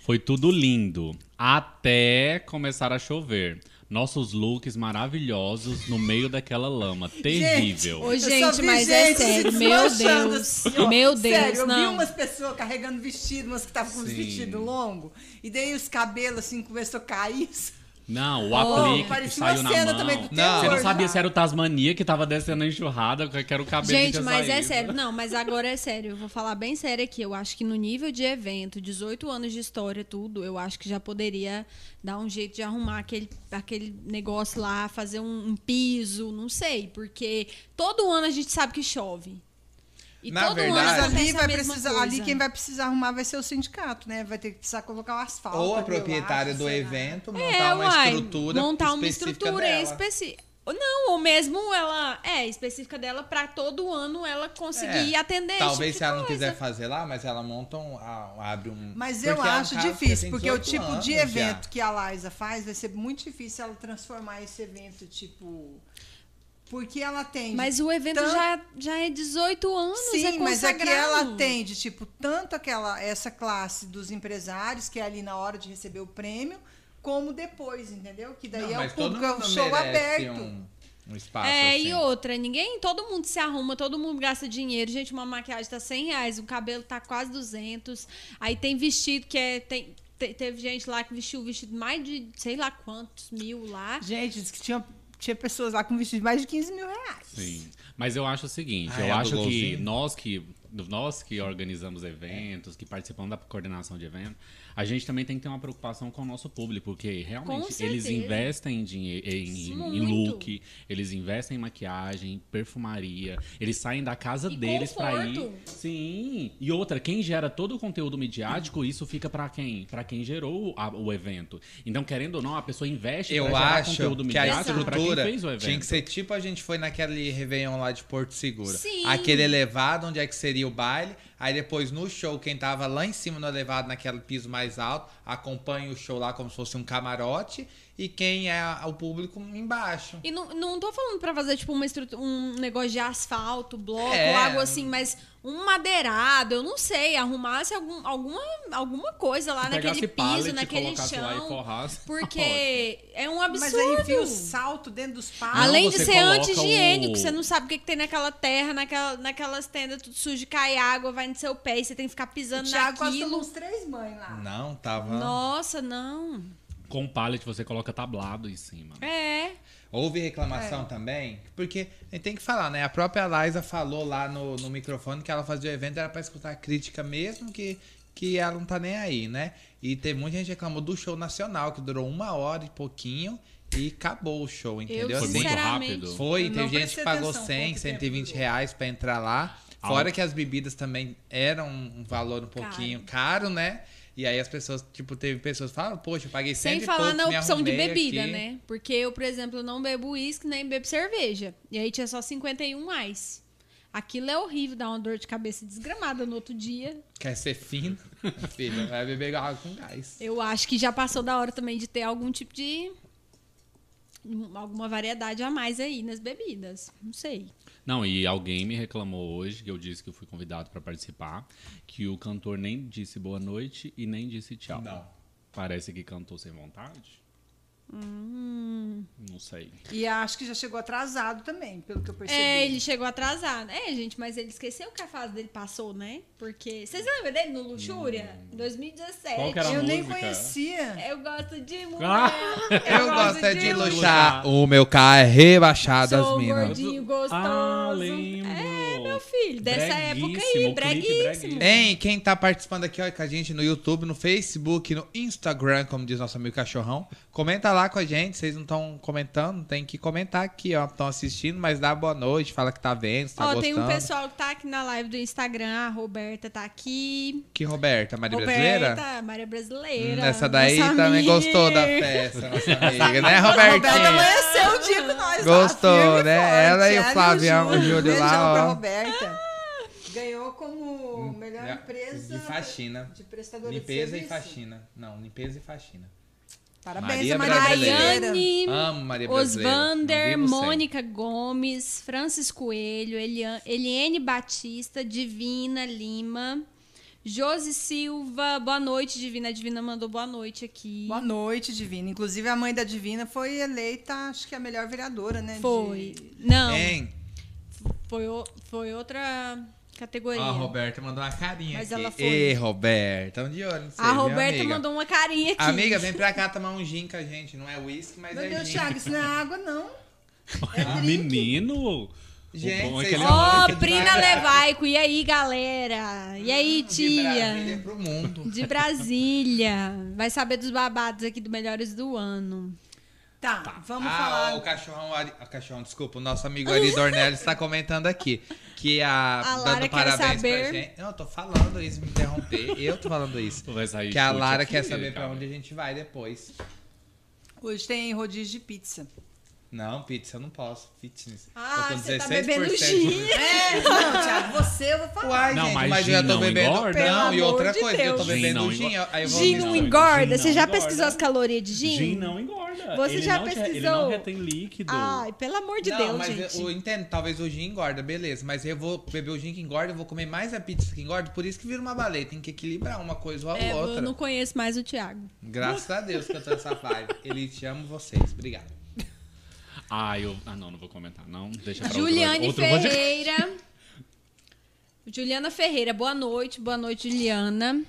S3: Foi tudo lindo. Até começar a chover. nossos looks maravilhosos no meio daquela lama. Terrível.
S2: Ô,
S1: Eu só
S2: gente,
S1: vi
S2: mas é
S1: gente se
S2: sério. Meu
S1: desmanchando
S2: Deus.
S1: assim, ó.
S2: Meu Deus,
S1: Sério, eu vi
S2: não.
S1: umas pessoas carregando vestido, umas que estavam com os
S3: Sim.
S1: vestidos longos. E daí os cabelos, assim, começou a cair.
S3: Não, o
S1: Oh,
S3: aplique que
S1: parecia
S3: saiu
S1: uma
S3: na
S1: cena
S3: mão.
S1: também do
S4: Não.
S3: Você não
S1: terror,
S3: sabia
S1: já.
S3: se era o Tasmania que tava descendo a enxurrada, que era o cabelo que
S2: Gente,
S3: tinha
S2: mas é
S3: saído.
S2: sério.
S4: né?
S2: Não, mas agora é sério. Eu vou falar bem sério aqui. Eu acho que no nível de evento, 18 anos de história, tudo, eu acho que já poderia dar um jeito de arrumar aquele, aquele negócio lá, fazer um, um piso, não sei. Porque todo ano a gente sabe que chove. E
S4: Na
S2: todo
S3: um
S4: verdade-
S2: ano
S1: Mas
S2: acontece
S1: ali,
S2: a
S1: vai
S2: mesma
S1: precisar,
S2: coisa.
S1: ali quem vai precisar arrumar vai ser o sindicato, né? Vai ter que precisar colocar o asfalto.
S4: Ou a
S1: eu
S4: proprietária
S1: acho,
S4: do
S1: sei lá.
S4: evento montar
S2: É,
S4: uma
S2: uai,
S4: estrutura
S2: montar uma
S4: específica
S2: estrutura
S4: dela.
S2: específica. Não, ou mesmo ela é específica dela pra todo ano ela conseguir
S4: É,
S2: atender. esse
S4: Talvez
S2: tipo
S4: se ela
S2: de
S4: não
S2: coisa.
S4: quiser fazer lá, mas ela monta um. a- abre um.
S1: Mas
S4: Porque
S1: eu
S4: é um
S1: acho
S4: caso que
S1: difícil,
S4: tem
S1: porque o
S4: 18
S1: tipo de
S4: anos
S1: evento
S4: já.
S1: que a Liza faz vai ser muito difícil ela transformar esse evento, tipo. Porque ela tem.
S2: Mas o evento
S1: Tanto-
S2: já, já é 18 anos, é
S1: Então Sim,
S2: consagrado.
S1: mas aqui ela atende, tipo, tanto aquela essa classe dos empresários, que é ali na hora de receber o prêmio, como depois, entendeu? Que daí
S4: Não,
S1: é
S4: mas
S1: o
S4: todo
S1: público, é um
S4: mundo
S1: show
S4: merece
S1: aberto.
S4: Um, um espaço.
S2: É,
S4: assim.
S2: e outra, ninguém, todo mundo se arruma, todo mundo gasta dinheiro. Gente, uma maquiagem tá 100 reais, o cabelo tá quase 200. Aí tem vestido que é... Tem, te- teve gente lá que vestiu vestido mais de sei lá quantos mil lá.
S1: Gente, diz que tinha, tinha pessoas lá com vestido de mais de 15 mil reais.
S3: Sim. Mas eu acho o seguinte,
S4: Ah, é
S3: eu
S4: a do
S3: acho que
S4: golzinho?
S3: nós que nós que organizamos eventos, que participamos da coordenação de eventos, a gente também tem que ter uma preocupação com o nosso público, porque
S2: Com
S3: realmente
S2: certeza.
S3: eles investem em, dinhe- em, em
S2: Muito.
S3: look, eles investem em maquiagem, perfumaria, eles saem da casa
S2: E
S3: deles pra ir.
S2: conforto.
S3: Sim. E outra, quem gera todo o conteúdo midiático, isso fica pra quem? Para quem gerou a- o evento. Então, querendo ou não, a pessoa investe pra
S4: Eu
S3: gerar
S4: acho
S3: conteúdo
S4: que a
S3: midiático pra quem
S4: estrutura
S3: fez o evento.
S4: tinha que ser tipo a gente foi naquele Réveillon lá de Porto Seguro.
S2: Sim.
S4: Aquele elevado, onde é que seria o baile. Aí depois no show, quem tava lá em cima no elevado, naquele piso mais alto, acompanha o show lá como se fosse um camarote. E quem é a- o público embaixo.
S2: E não, não tô falando pra fazer, tipo, uma estrutura, um negócio de asfalto, bloco,
S4: É.
S2: algo assim, mas um madeirado, eu não sei, arrumasse algum, alguma, alguma coisa lá naquele
S3: Pegasse pallet,
S2: piso, naquele
S3: colocasse lá e
S2: chão.
S3: forrasse, ótimo.
S2: Porque é um
S1: Mas
S2: absurdo.
S1: aí viu o salto dentro dos palcos.
S2: Além de
S3: você
S2: ser
S3: coloca
S2: anti-higiênico,
S3: o-
S2: você não sabe o que, que tem naquela terra, naquela, naquelas tendas tudo sujo, cai água, vai no seu pé e você tem que ficar
S1: O
S2: pisando
S1: Thiago passou
S2: naquilo.
S1: uns três mães lá.
S4: Não, tava.
S2: Ah. Nossa, não.
S3: Com pallet você coloca tablado em cima.
S2: É.
S4: Houve reclamação também? Porque a gente tem que falar, né? A própria Liza falou lá no, no microfone que ela fazia o evento, era pra escutar a crítica mesmo, que, que ela não tá nem aí, né? E teve muita gente que reclamou do show nacional, que durou uma hora e pouquinho e acabou o show, entendeu? Assim,
S2: Eu,
S3: Foi muito
S2: sinceramente.
S3: rápido.
S4: Foi,
S1: Eu não
S4: teve gente
S1: prestei
S4: que pagou
S1: atenção,
S4: 100,
S1: quanto tempo
S4: 120
S1: durou?
S4: reais pra entrar lá.
S3: Ah,
S4: Fora
S3: o-
S4: que as bebidas também eram um valor um pouquinho caro, né? E aí as pessoas, tipo, teve pessoas que falaram, poxa, eu paguei 100
S2: Sem
S4: e
S2: falar
S4: poucos,
S2: na
S4: me
S2: opção de
S4: arrumei
S2: bebida,
S4: aqui.
S2: né? Porque eu, por exemplo, não bebo uísque nem bebo cerveja. E aí tinha só 51 ice. Aquilo é horrível, dá uma dor de cabeça desgramada no outro dia.
S4: Quer ser fino? Filha, vai beber água com gás.
S2: Eu acho que já passou da hora também de ter algum tipo de. alguma variedade a mais aí nas bebidas. Não sei.
S3: Não, e alguém me reclamou hoje, que eu disse que eu fui convidado pra participar, que o cantor nem disse boa noite e nem disse tchau.
S4: Não.
S3: Parece que cantou sem vontade?
S2: Hum.
S3: Não sei.
S1: E acho que já chegou atrasado também, pelo que eu percebi.
S2: É, ele chegou atrasado. É, gente, mas ele esqueceu que a fase dele passou, né? Porque. Vocês lembram dele no Luxúria? 2017.
S3: Qual que era a
S1: Eu nem
S3: música.
S1: conhecia.
S2: Eu gosto de mulher.
S3: Ah!
S4: Eu, gosto é de
S3: luxar.
S4: luxar. O meu carro é rebaixado
S2: Sou
S4: as minas.
S2: gordinho, gostoso.
S3: Ah, lembro.
S2: É, meu filho, dessa época aí,
S3: Breguíssimo, clipe
S2: breguíssimo.
S3: breguíssimo.
S4: Hein, quem tá participando aqui ó, com a gente no YouTube, no Facebook, no Instagram, como diz nosso amigo cachorrão, comenta lá com a gente. Vocês não estão comentando, tem que comentar aqui, ó. Estão assistindo, mas dá boa noite, fala que tá vendo, se tá
S2: Ó,
S4: gostando.
S2: tem um pessoal que tá aqui na live do Instagram, a Roberta tá aqui.
S4: Que Roberta, Maria Brasileira?
S2: Roberta, Maria
S4: Hum,
S2: Brasileira.
S4: essa daí
S2: nossa
S4: também
S2: amiga.
S4: gostou da festa, nossa amiga, né,
S1: A Roberta
S4: Robertinha?
S1: amanheceu o dia com nós.
S4: Gostou,
S1: lá, firme
S4: né?
S1: forte.
S4: Ela e o
S1: Ela
S4: Flavião, o Júlio
S1: Beijão
S4: lá,
S1: pra
S4: ó.
S1: Roberta. Ganhou como melhor
S4: É,
S1: empresa
S4: De faxina.
S1: de prestadora
S4: Limpeza
S1: de serviço.
S4: e faxina. Não, limpeza e faxina.
S1: Parabéns,
S4: Maria
S1: a Maria
S4: Brasileira.
S1: Brasileira.
S2: Rayane,
S4: Amo Maria Brasileira.
S2: Osvander,
S4: Não vivo sem.
S2: Mônica Gomes, Francis Coelho, Elian- Eliane Batista, Divina Lima, Josi Silva, boa noite, Divina. A Divina mandou boa noite aqui.
S1: Boa noite, Divina. Inclusive, a mãe da Divina foi eleita, acho que a melhor vereadora, né? de-
S2: Foi. Não,
S4: Hein?
S2: foi, o- foi outra categoria.
S4: Ó, a Roberta mandou uma carinha
S2: Mas
S4: aqui.
S2: ela foi.
S4: Ei, Roberta, um de olho em você,
S2: a
S4: viu,
S2: Roberta
S4: amiga?
S2: mandou um uma carinha aqui.
S4: Amiga, vem pra cá tomar um gin com a gente. Não é uísque, mas
S1: Meu
S4: é
S1: Deus,
S4: gin.
S1: Thiago, isso não é água, não.
S3: Ah, Menino!
S4: Gente,
S3: o bom é
S4: vocês
S3: que ele é
S4: são-
S2: Ó,
S4: Olha que
S2: Prina
S4: maravilha.
S2: Levaico. E aí, galera? E aí,
S4: De
S2: tia?
S4: Brasília pro mundo.
S2: De Brasília. Vai saber dos babados aqui do Melhores do Ano.
S1: Tá, vamos
S4: ah,
S1: falar.
S4: o cachorrão, Ari- o cachorrão, desculpa, o nosso amigo Ari Dornelles está comentando aqui que a,
S2: A Lara
S4: dando
S2: quer
S4: parabéns
S2: saber.
S4: pra gente. Não, eu tô falando isso, me interromper. Eu tô falando É isso.
S3: Vai sair
S4: Que a
S3: chute
S4: Lara
S3: aqui,
S4: quer saber pra
S3: cara.
S4: onde a gente vai depois.
S1: Hoje tem rodízio de pizza.
S4: Não, pizza, eu não posso. Fitness.
S2: Ah,
S4: Tô com
S2: você tá
S4: 16%.
S2: bebendo gin.
S1: É, não, Thiago, você eu vou falar.
S4: Uai,
S3: Não,
S4: gente,
S3: mas
S4: mas,
S3: gin
S4: eu já tô
S3: não
S4: bebendo.
S3: engorda?
S2: Pelo
S4: Não, e outra
S2: amor de
S4: coisa, eu tô
S2: Deus.
S3: Gin
S4: bebendo
S3: não é
S4: gin,
S3: engorda.
S4: aí É, eu vou
S2: Gin
S3: não
S2: não
S4: vomitar.
S2: engorda?
S3: Gin
S2: Você
S3: não
S2: já
S3: engorda.
S2: pesquisou as calorias de gin?
S3: Gin não engorda.
S2: Você
S3: ele
S2: já
S3: não re- Ele
S2: pesquisou? Ah,
S3: não retém líquido.
S2: Ai, pelo amor é de
S4: não,
S2: Deus,
S4: mas
S2: gente.
S4: eu entendo, talvez o gin engorda, beleza. Mas eu vou beber o gin que engorda, eu vou comer mais a pizza que engorda, por isso que vira uma baleia. Tem que equilibrar uma coisa ou a
S2: É,
S4: outra.
S2: eu não conheço mais o Thiago.
S4: Graças a Deus que eu tô nessa vibe. Ele te amo vocês. Obrigado.
S3: Ah, eu... ah, não, não vou comentar, não. Deixa pra outro-
S2: Juliane
S3: outro podcast.
S2: Ferreira. Juliana Ferreira, boa noite. Boa noite, Juliana.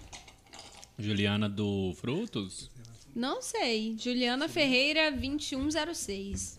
S3: Juliana do Frutos?
S2: Não sei. Juliana Ferreira, 2106.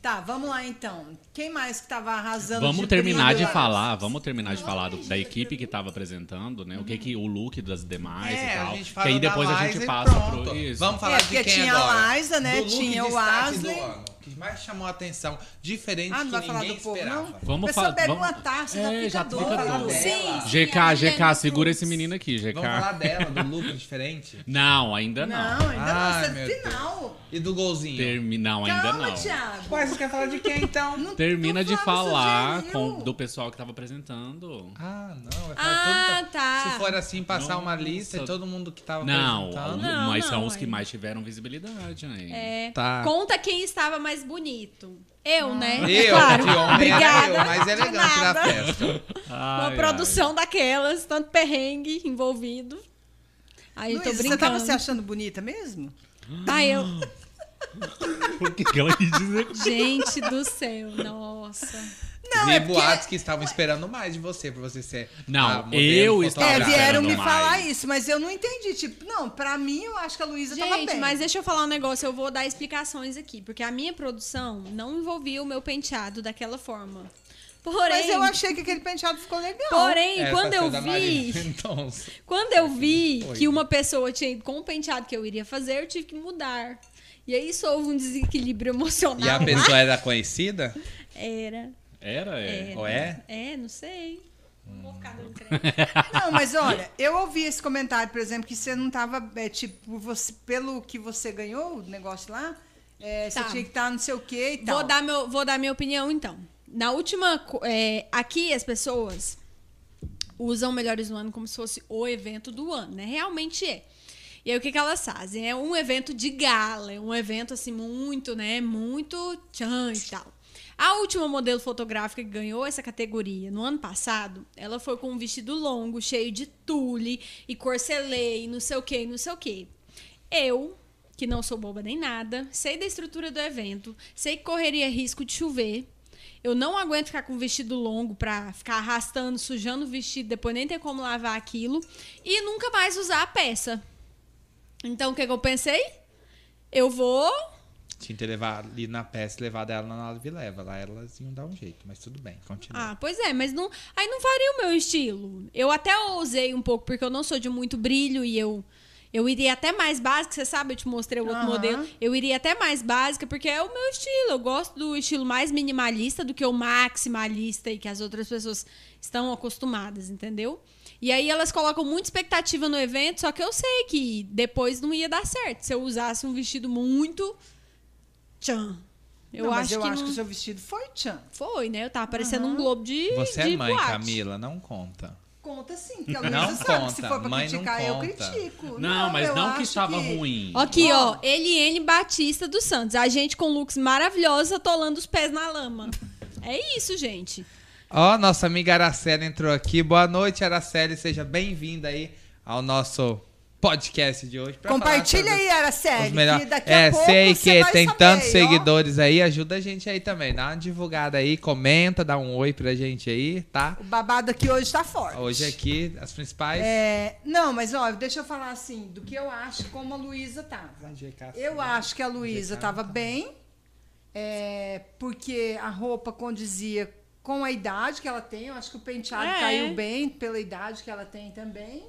S1: Tá, vamos lá então. Quem mais que tava arrasando?
S3: Vamos
S1: de
S3: terminar de
S1: brincadeira?
S3: falar, vamos terminar de falar do- da equipe que tava apresentando, né? O que que o look das demais
S4: É,
S3: e Ah, tal. que aí depois a gente passa pro isso.
S4: Vamos falar
S1: É,
S4: de
S1: porque
S4: quem
S1: tinha
S4: agora?
S1: a Liza, né?
S4: Do look
S1: Tinha o
S4: destaque do
S1: Wesley.
S4: ano, que mais chamou a atenção, diferente
S1: Ah,
S4: que
S1: não vai falar
S4: ninguém
S1: do povo,
S4: esperava.
S1: não?
S3: Vamos
S1: A pessoa
S3: falar-
S1: bebe
S3: vamos-
S1: uma taça,
S3: É,
S1: já
S3: já
S1: fica
S3: fica
S1: doida.
S4: doida. Sim.
S3: GK, GK, segura esse menino aqui, GK.
S4: Vamos falar dela, do look diferente
S3: Não, ainda não.
S1: Não, ainda
S4: Ai,
S1: não,
S4: meu
S1: isso é final.
S4: e do golzinho.
S3: Termi- não, ainda
S1: Calma,
S3: não.
S1: Thiago.
S4: Ué, você quer falar de quem então?
S1: Não-
S3: Termina
S1: não
S3: de
S1: fala
S3: falar
S1: sujeira
S3: com,
S1: nenhuma.
S3: do pessoal que tava apresentando.
S4: Ah, não. Vai
S2: Ah,
S4: falar tudo,
S2: tá.
S4: Se for assim, passar uma
S3: Nossa.
S4: lista e todo mundo que tava
S3: Não,
S4: apresentando.
S2: Não,
S3: mas são
S2: não,
S3: os que
S2: ainda.
S3: mais tiveram visibilidade, hein?
S2: É,
S4: Tá.
S2: Conta quem estava mais bonito.
S1: Ah.
S2: Eu, né?
S4: Eu,
S2: claro.
S4: de homem, era
S2: Obrigada.
S4: eu, é mais elegante da
S2: nada.
S4: festa.
S2: Uma
S3: Ai,
S2: produção daquelas, tanto perrengue envolvido. Aí eu tô
S1: Luísa,
S2: brincando.
S1: você tava se achando bonita mesmo?
S2: Ah, eu.
S3: ai. Por que que ela quis dizer?
S2: Gente do céu, nossa.
S4: Vi boatos que estavam esperando mais de você, pra você ser.
S3: Não,
S4: a modelo,
S3: eu
S4: fotógrafa.
S3: Tá
S1: é,
S3: esperando
S1: vieram me
S3: mais.
S1: falar isso, mas eu não entendi. Tipo, não, pra mim eu acho que a Luísa tava
S2: Gente,
S1: bem.
S2: mas deixa eu falar um negócio, eu vou dar explicações aqui, porque a minha produção não envolvia o meu penteado daquela forma. Porém,
S1: Mas eu achei que aquele penteado ficou legal.
S2: porém
S4: Era pra
S2: quando
S4: ser
S2: eu
S4: é da Então,
S2: vi,
S4: Marília Mendonça.
S2: Quando eu vi
S4: Oi.
S2: que uma pessoa tinha ido com o penteado que eu iria fazer, eu tive que mudar. E aí isso houve um desequilíbrio emocional.
S4: E a pessoa era conhecida?
S2: Era.
S3: Era, é.
S4: Ou é?
S2: É, não sei. Não vou ficar dando crédito.
S1: Não, mas olha, eu ouvi esse comentário, por exemplo, que você não tava, é, tipo, você, pelo que você ganhou o negócio lá, é, você
S2: Tá.
S1: tinha que estar não sei o quê e tal.
S2: Vou dar, meu, vou dar minha opinião, então. Na última. co- é, aqui as pessoas usam o Melhores do Ano como se fosse o evento do ano, né? Realmente é. E aí o que, que elas fazem? É um evento de gala, é um evento assim, muito, né? Muito tchan e tal. A última modelo fotográfica que ganhou essa categoria no ano passado, ela foi com um vestido longo, cheio de tule e corcelê e não sei o que, não sei o que. Eu, que não sou boba nem nada, sei da estrutura do evento, sei que correria risco de chover. Eu não aguento ficar com um vestido longo pra ficar arrastando, sujando o vestido, depois nem ter como lavar aquilo. E nunca mais usar a peça. Então, o que, que eu pensei? Eu vou.
S4: Tinha que levar ali na peça e levar dela na nave leva. Lá elas iam dar um jeito, mas tudo bem, continua.
S2: Ah, pois é, mas não. Aí não faria o meu estilo. Eu até ousei um pouco, porque eu não sou de muito brilho e eu. Eu iria até mais básica, você sabe, eu te mostrei o outro
S1: Aham.
S2: modelo. Eu iria até mais básica, porque é o meu estilo. Eu gosto do estilo mais minimalista do que o maximalista e que as outras pessoas estão acostumadas, entendeu? E aí elas colocam muita expectativa no evento, só que eu sei que depois não ia dar certo. Se eu usasse um vestido muito. Tchan. Eu
S1: Não, mas
S2: acho
S1: eu
S2: que.
S1: acho
S2: não...
S1: que o seu vestido foi tchan.
S2: Foi, né? Eu tava parecendo um globo de.
S4: Você
S2: de
S4: é mãe,
S2: boate.
S4: Camila, não conta.
S1: Conta sim, porque a Luísa sabe
S4: Não
S1: que se
S4: conta,
S1: for pra
S4: mãe não
S1: criticar, eu
S4: conta.
S1: critico.
S3: Não, mas
S1: eu
S3: não
S1: acho
S3: que estava ruim.
S2: Aqui, ó, Eliene Batista dos Santos. A gente com looks maravilhosos atolando os pés na lama. É isso, gente.
S4: Ó, nossa amiga Araceli entrou aqui. Boa noite, Araceli. Seja bem-vinda aí ao nosso podcast de hoje. pra falar
S1: Compartilha
S4: sobre
S1: aí,
S4: os
S1: Araceli,
S4: melhores-
S1: que daqui
S4: é,
S1: a pouco
S4: sei
S1: você
S4: que
S1: vai
S4: tem
S1: saber,
S4: tantos
S1: ó.
S4: seguidores aí. Ajuda a gente aí também. Dá uma divulgada aí, comenta, dá um oi pra gente aí, tá?
S1: O babado aqui hoje tá forte.
S4: Hoje aqui, as principais.
S1: É, não, mas ó, deixa eu falar assim, do que eu acho como a Luísa tava. Eu
S4: Assim,
S1: acho que a Luísa tava bem, é, porque a roupa condizia com a idade que ela tem. Eu acho que o penteado
S2: É.
S1: caiu bem pela idade que ela tem também.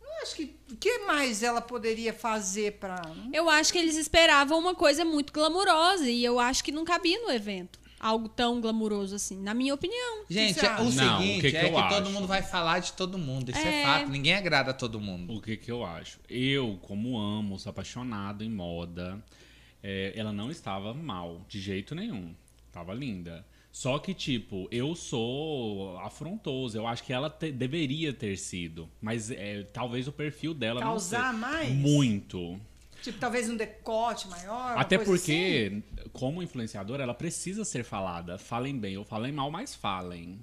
S1: Não acho que. O que mais ela poderia fazer pra.
S2: Eu acho que eles esperavam uma coisa muito glamurosa e eu acho que não cabia no evento. Algo tão glamuroso assim, na minha opinião.
S4: Gente,
S1: que você
S4: o
S1: acha?
S3: Não, o
S4: seguinte
S3: que que
S4: é que
S3: eu acho?
S4: todo mundo vai falar de todo mundo. Isso
S2: É.
S4: é, fato. Ninguém agrada a todo mundo.
S3: O que que eu acho? Eu, como amo, sou apaixonado em moda, é, ela não estava mal, de jeito nenhum. Tava linda. Só que, tipo, eu sou afrontoso. Eu acho que ela te- deveria ter sido. Mas é, talvez o perfil dela não
S1: Causar
S3: seja-
S1: mais?
S3: Muito.
S1: Tipo, talvez um decote maior? uma
S3: Até
S1: coisa assim?
S3: porque, como influenciadora, ela precisa ser falada. Falem bem ou falem mal, mas falem.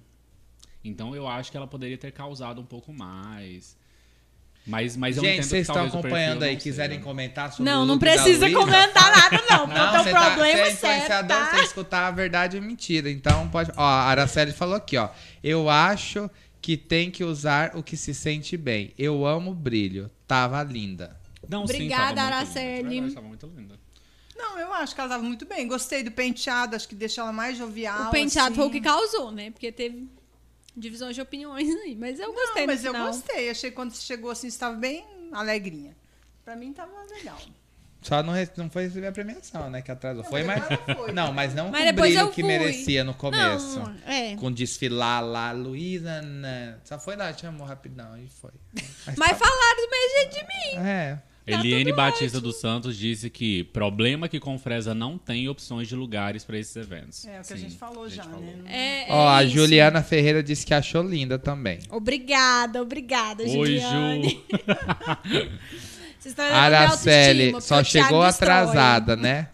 S3: Então eu acho que ela poderia ter causado um pouco mais. Mas, mas eu
S4: Gente,
S3: entendo
S4: vocês
S3: que
S4: estão
S3: talvez o
S4: acompanhando
S3: perfil
S4: aí,
S3: não
S4: quiserem
S3: seja.
S4: comentar sobre o
S2: Não, não
S4: look da
S2: precisa
S4: Luísa?
S2: comentar nada, não.
S4: Não,
S2: Não, o
S4: você
S2: problema
S4: tá, você é
S2: é sério.
S4: influenciador, você escutar a verdade e mentira. Então pode. Ó, a Araceli falou aqui, ó. Eu acho que tem que usar o que se sente bem. Eu amo brilho. Tava linda.
S3: Não, sim,
S2: Obrigada,
S3: tava muito
S2: Araceli.
S1: é
S3: linda, de verdade, tava muito linda.
S1: Não, eu acho que ela tava muito bem. Gostei do penteado, acho que deixou ela mais jovial.
S2: O penteado
S1: assim.
S2: foi o que causou, né? Porque teve divisões de opiniões aí. Mas eu
S1: Não,
S2: gostei no
S1: mas eu
S2: final.
S1: gostei. Achei que quando você chegou assim, você estava bem alegrinha. Pra mim tava legal.
S4: Só não, re- não foi receber a premiação, né? Que atrasou.
S1: Não,
S4: Foi,
S1: mas
S4: mas.
S1: ela foi.
S4: Não, mas não
S2: Mas
S4: com o
S2: depois
S4: brilho
S2: eu
S4: que
S2: fui.
S4: merecia no começo.
S2: Não, é.
S4: Com desfilar lá, Luísa. né? Só foi lá, te amou rapidão e foi.
S2: Mas falaram do mesmo jeito de mim.
S4: É.
S2: Tá
S3: Eliane
S2: tudo
S3: Batista dos Santos disse que problema que Confresa não tem opções de lugares pra esses eventos.
S1: É o que a
S3: Sim,
S1: gente falou já, né?
S2: É,
S4: Ó,
S2: é
S4: a
S2: isso.
S4: Juliana Ferreira disse que achou linda também.
S2: Obrigada, obrigada,
S3: Oi,
S2: Juliane.
S3: Ju.
S2: Vocês estão levando minha
S4: Araceli
S2: é autoestima,
S4: só
S2: porque o Thiago
S4: chegou
S2: destrói.
S4: atrasada, né?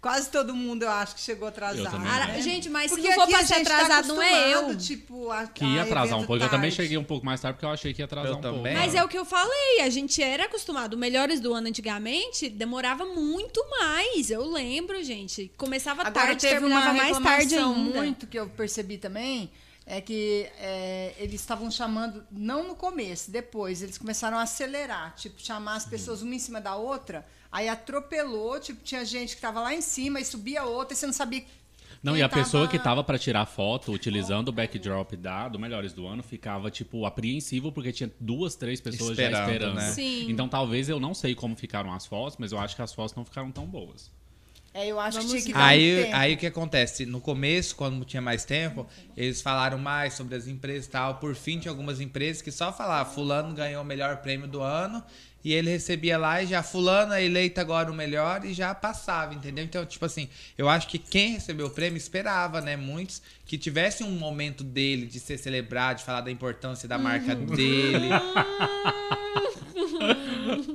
S1: Quase todo mundo eu acho que chegou atrasado.
S3: Eu também.
S2: Ara-
S1: né?
S2: Gente, mas
S1: Porque
S2: se não for
S1: aqui a
S2: pra ser
S1: gente tá
S2: atrasado, não é
S1: acostumado,
S2: eu.
S1: Tipo, a,
S3: Que ia
S1: a
S3: atrasar um
S1: evento
S3: pouco. Eu também
S1: tarde.
S3: cheguei um pouco mais tarde porque eu achei que ia atrasar
S4: Eu
S3: um
S4: também.
S3: pouco.
S2: Mas
S1: tipo.
S2: é o que eu falei, a gente era acostumado. Melhores do ano antigamente demorava muito mais. Eu lembro, gente. Começava
S1: Agora
S2: tarde,
S1: teve uma
S2: terminava mais tarde
S1: reclamação
S2: ainda.
S1: muito que eu percebi também é que é, eles estavam chamando não no começo, depois eles começaram a acelerar, tipo chamar
S3: Uhum.
S1: as pessoas uma em cima da outra, aí atropelou, tipo tinha gente que tava lá em cima e subia outra, e você não sabia.
S3: Não,
S1: quem
S3: e a pessoa
S1: tava-
S3: que tava pra tirar foto, utilizando o backdrop da, do Melhores do Ano, ficava, tipo, apreensivo, porque tinha duas, três pessoas já
S4: Esperando,
S3: esperando.
S4: né?
S2: Sim.
S3: Então, talvez, eu não sei como ficaram as fotos, mas eu acho que as fotos não ficaram tão boas.
S1: É, eu acho
S2: Vamos
S1: que tinha que dar um
S4: Aí,
S1: tempo.
S4: aí o que acontece? No começo, quando tinha mais tempo, eles falaram mais sobre as empresas e tal. Por fim, tinha algumas empresas que só falavam, "Ah, fulano ganhou o melhor prêmio do ano. E ele recebia lá e já fulano é eleito agora o melhor e já passava, entendeu? Então, tipo assim, eu acho que quem recebeu o prêmio esperava, né? Muitos que tivessem um momento dele de ser celebrado, de falar da importância da marca
S2: Uhum.
S4: dele.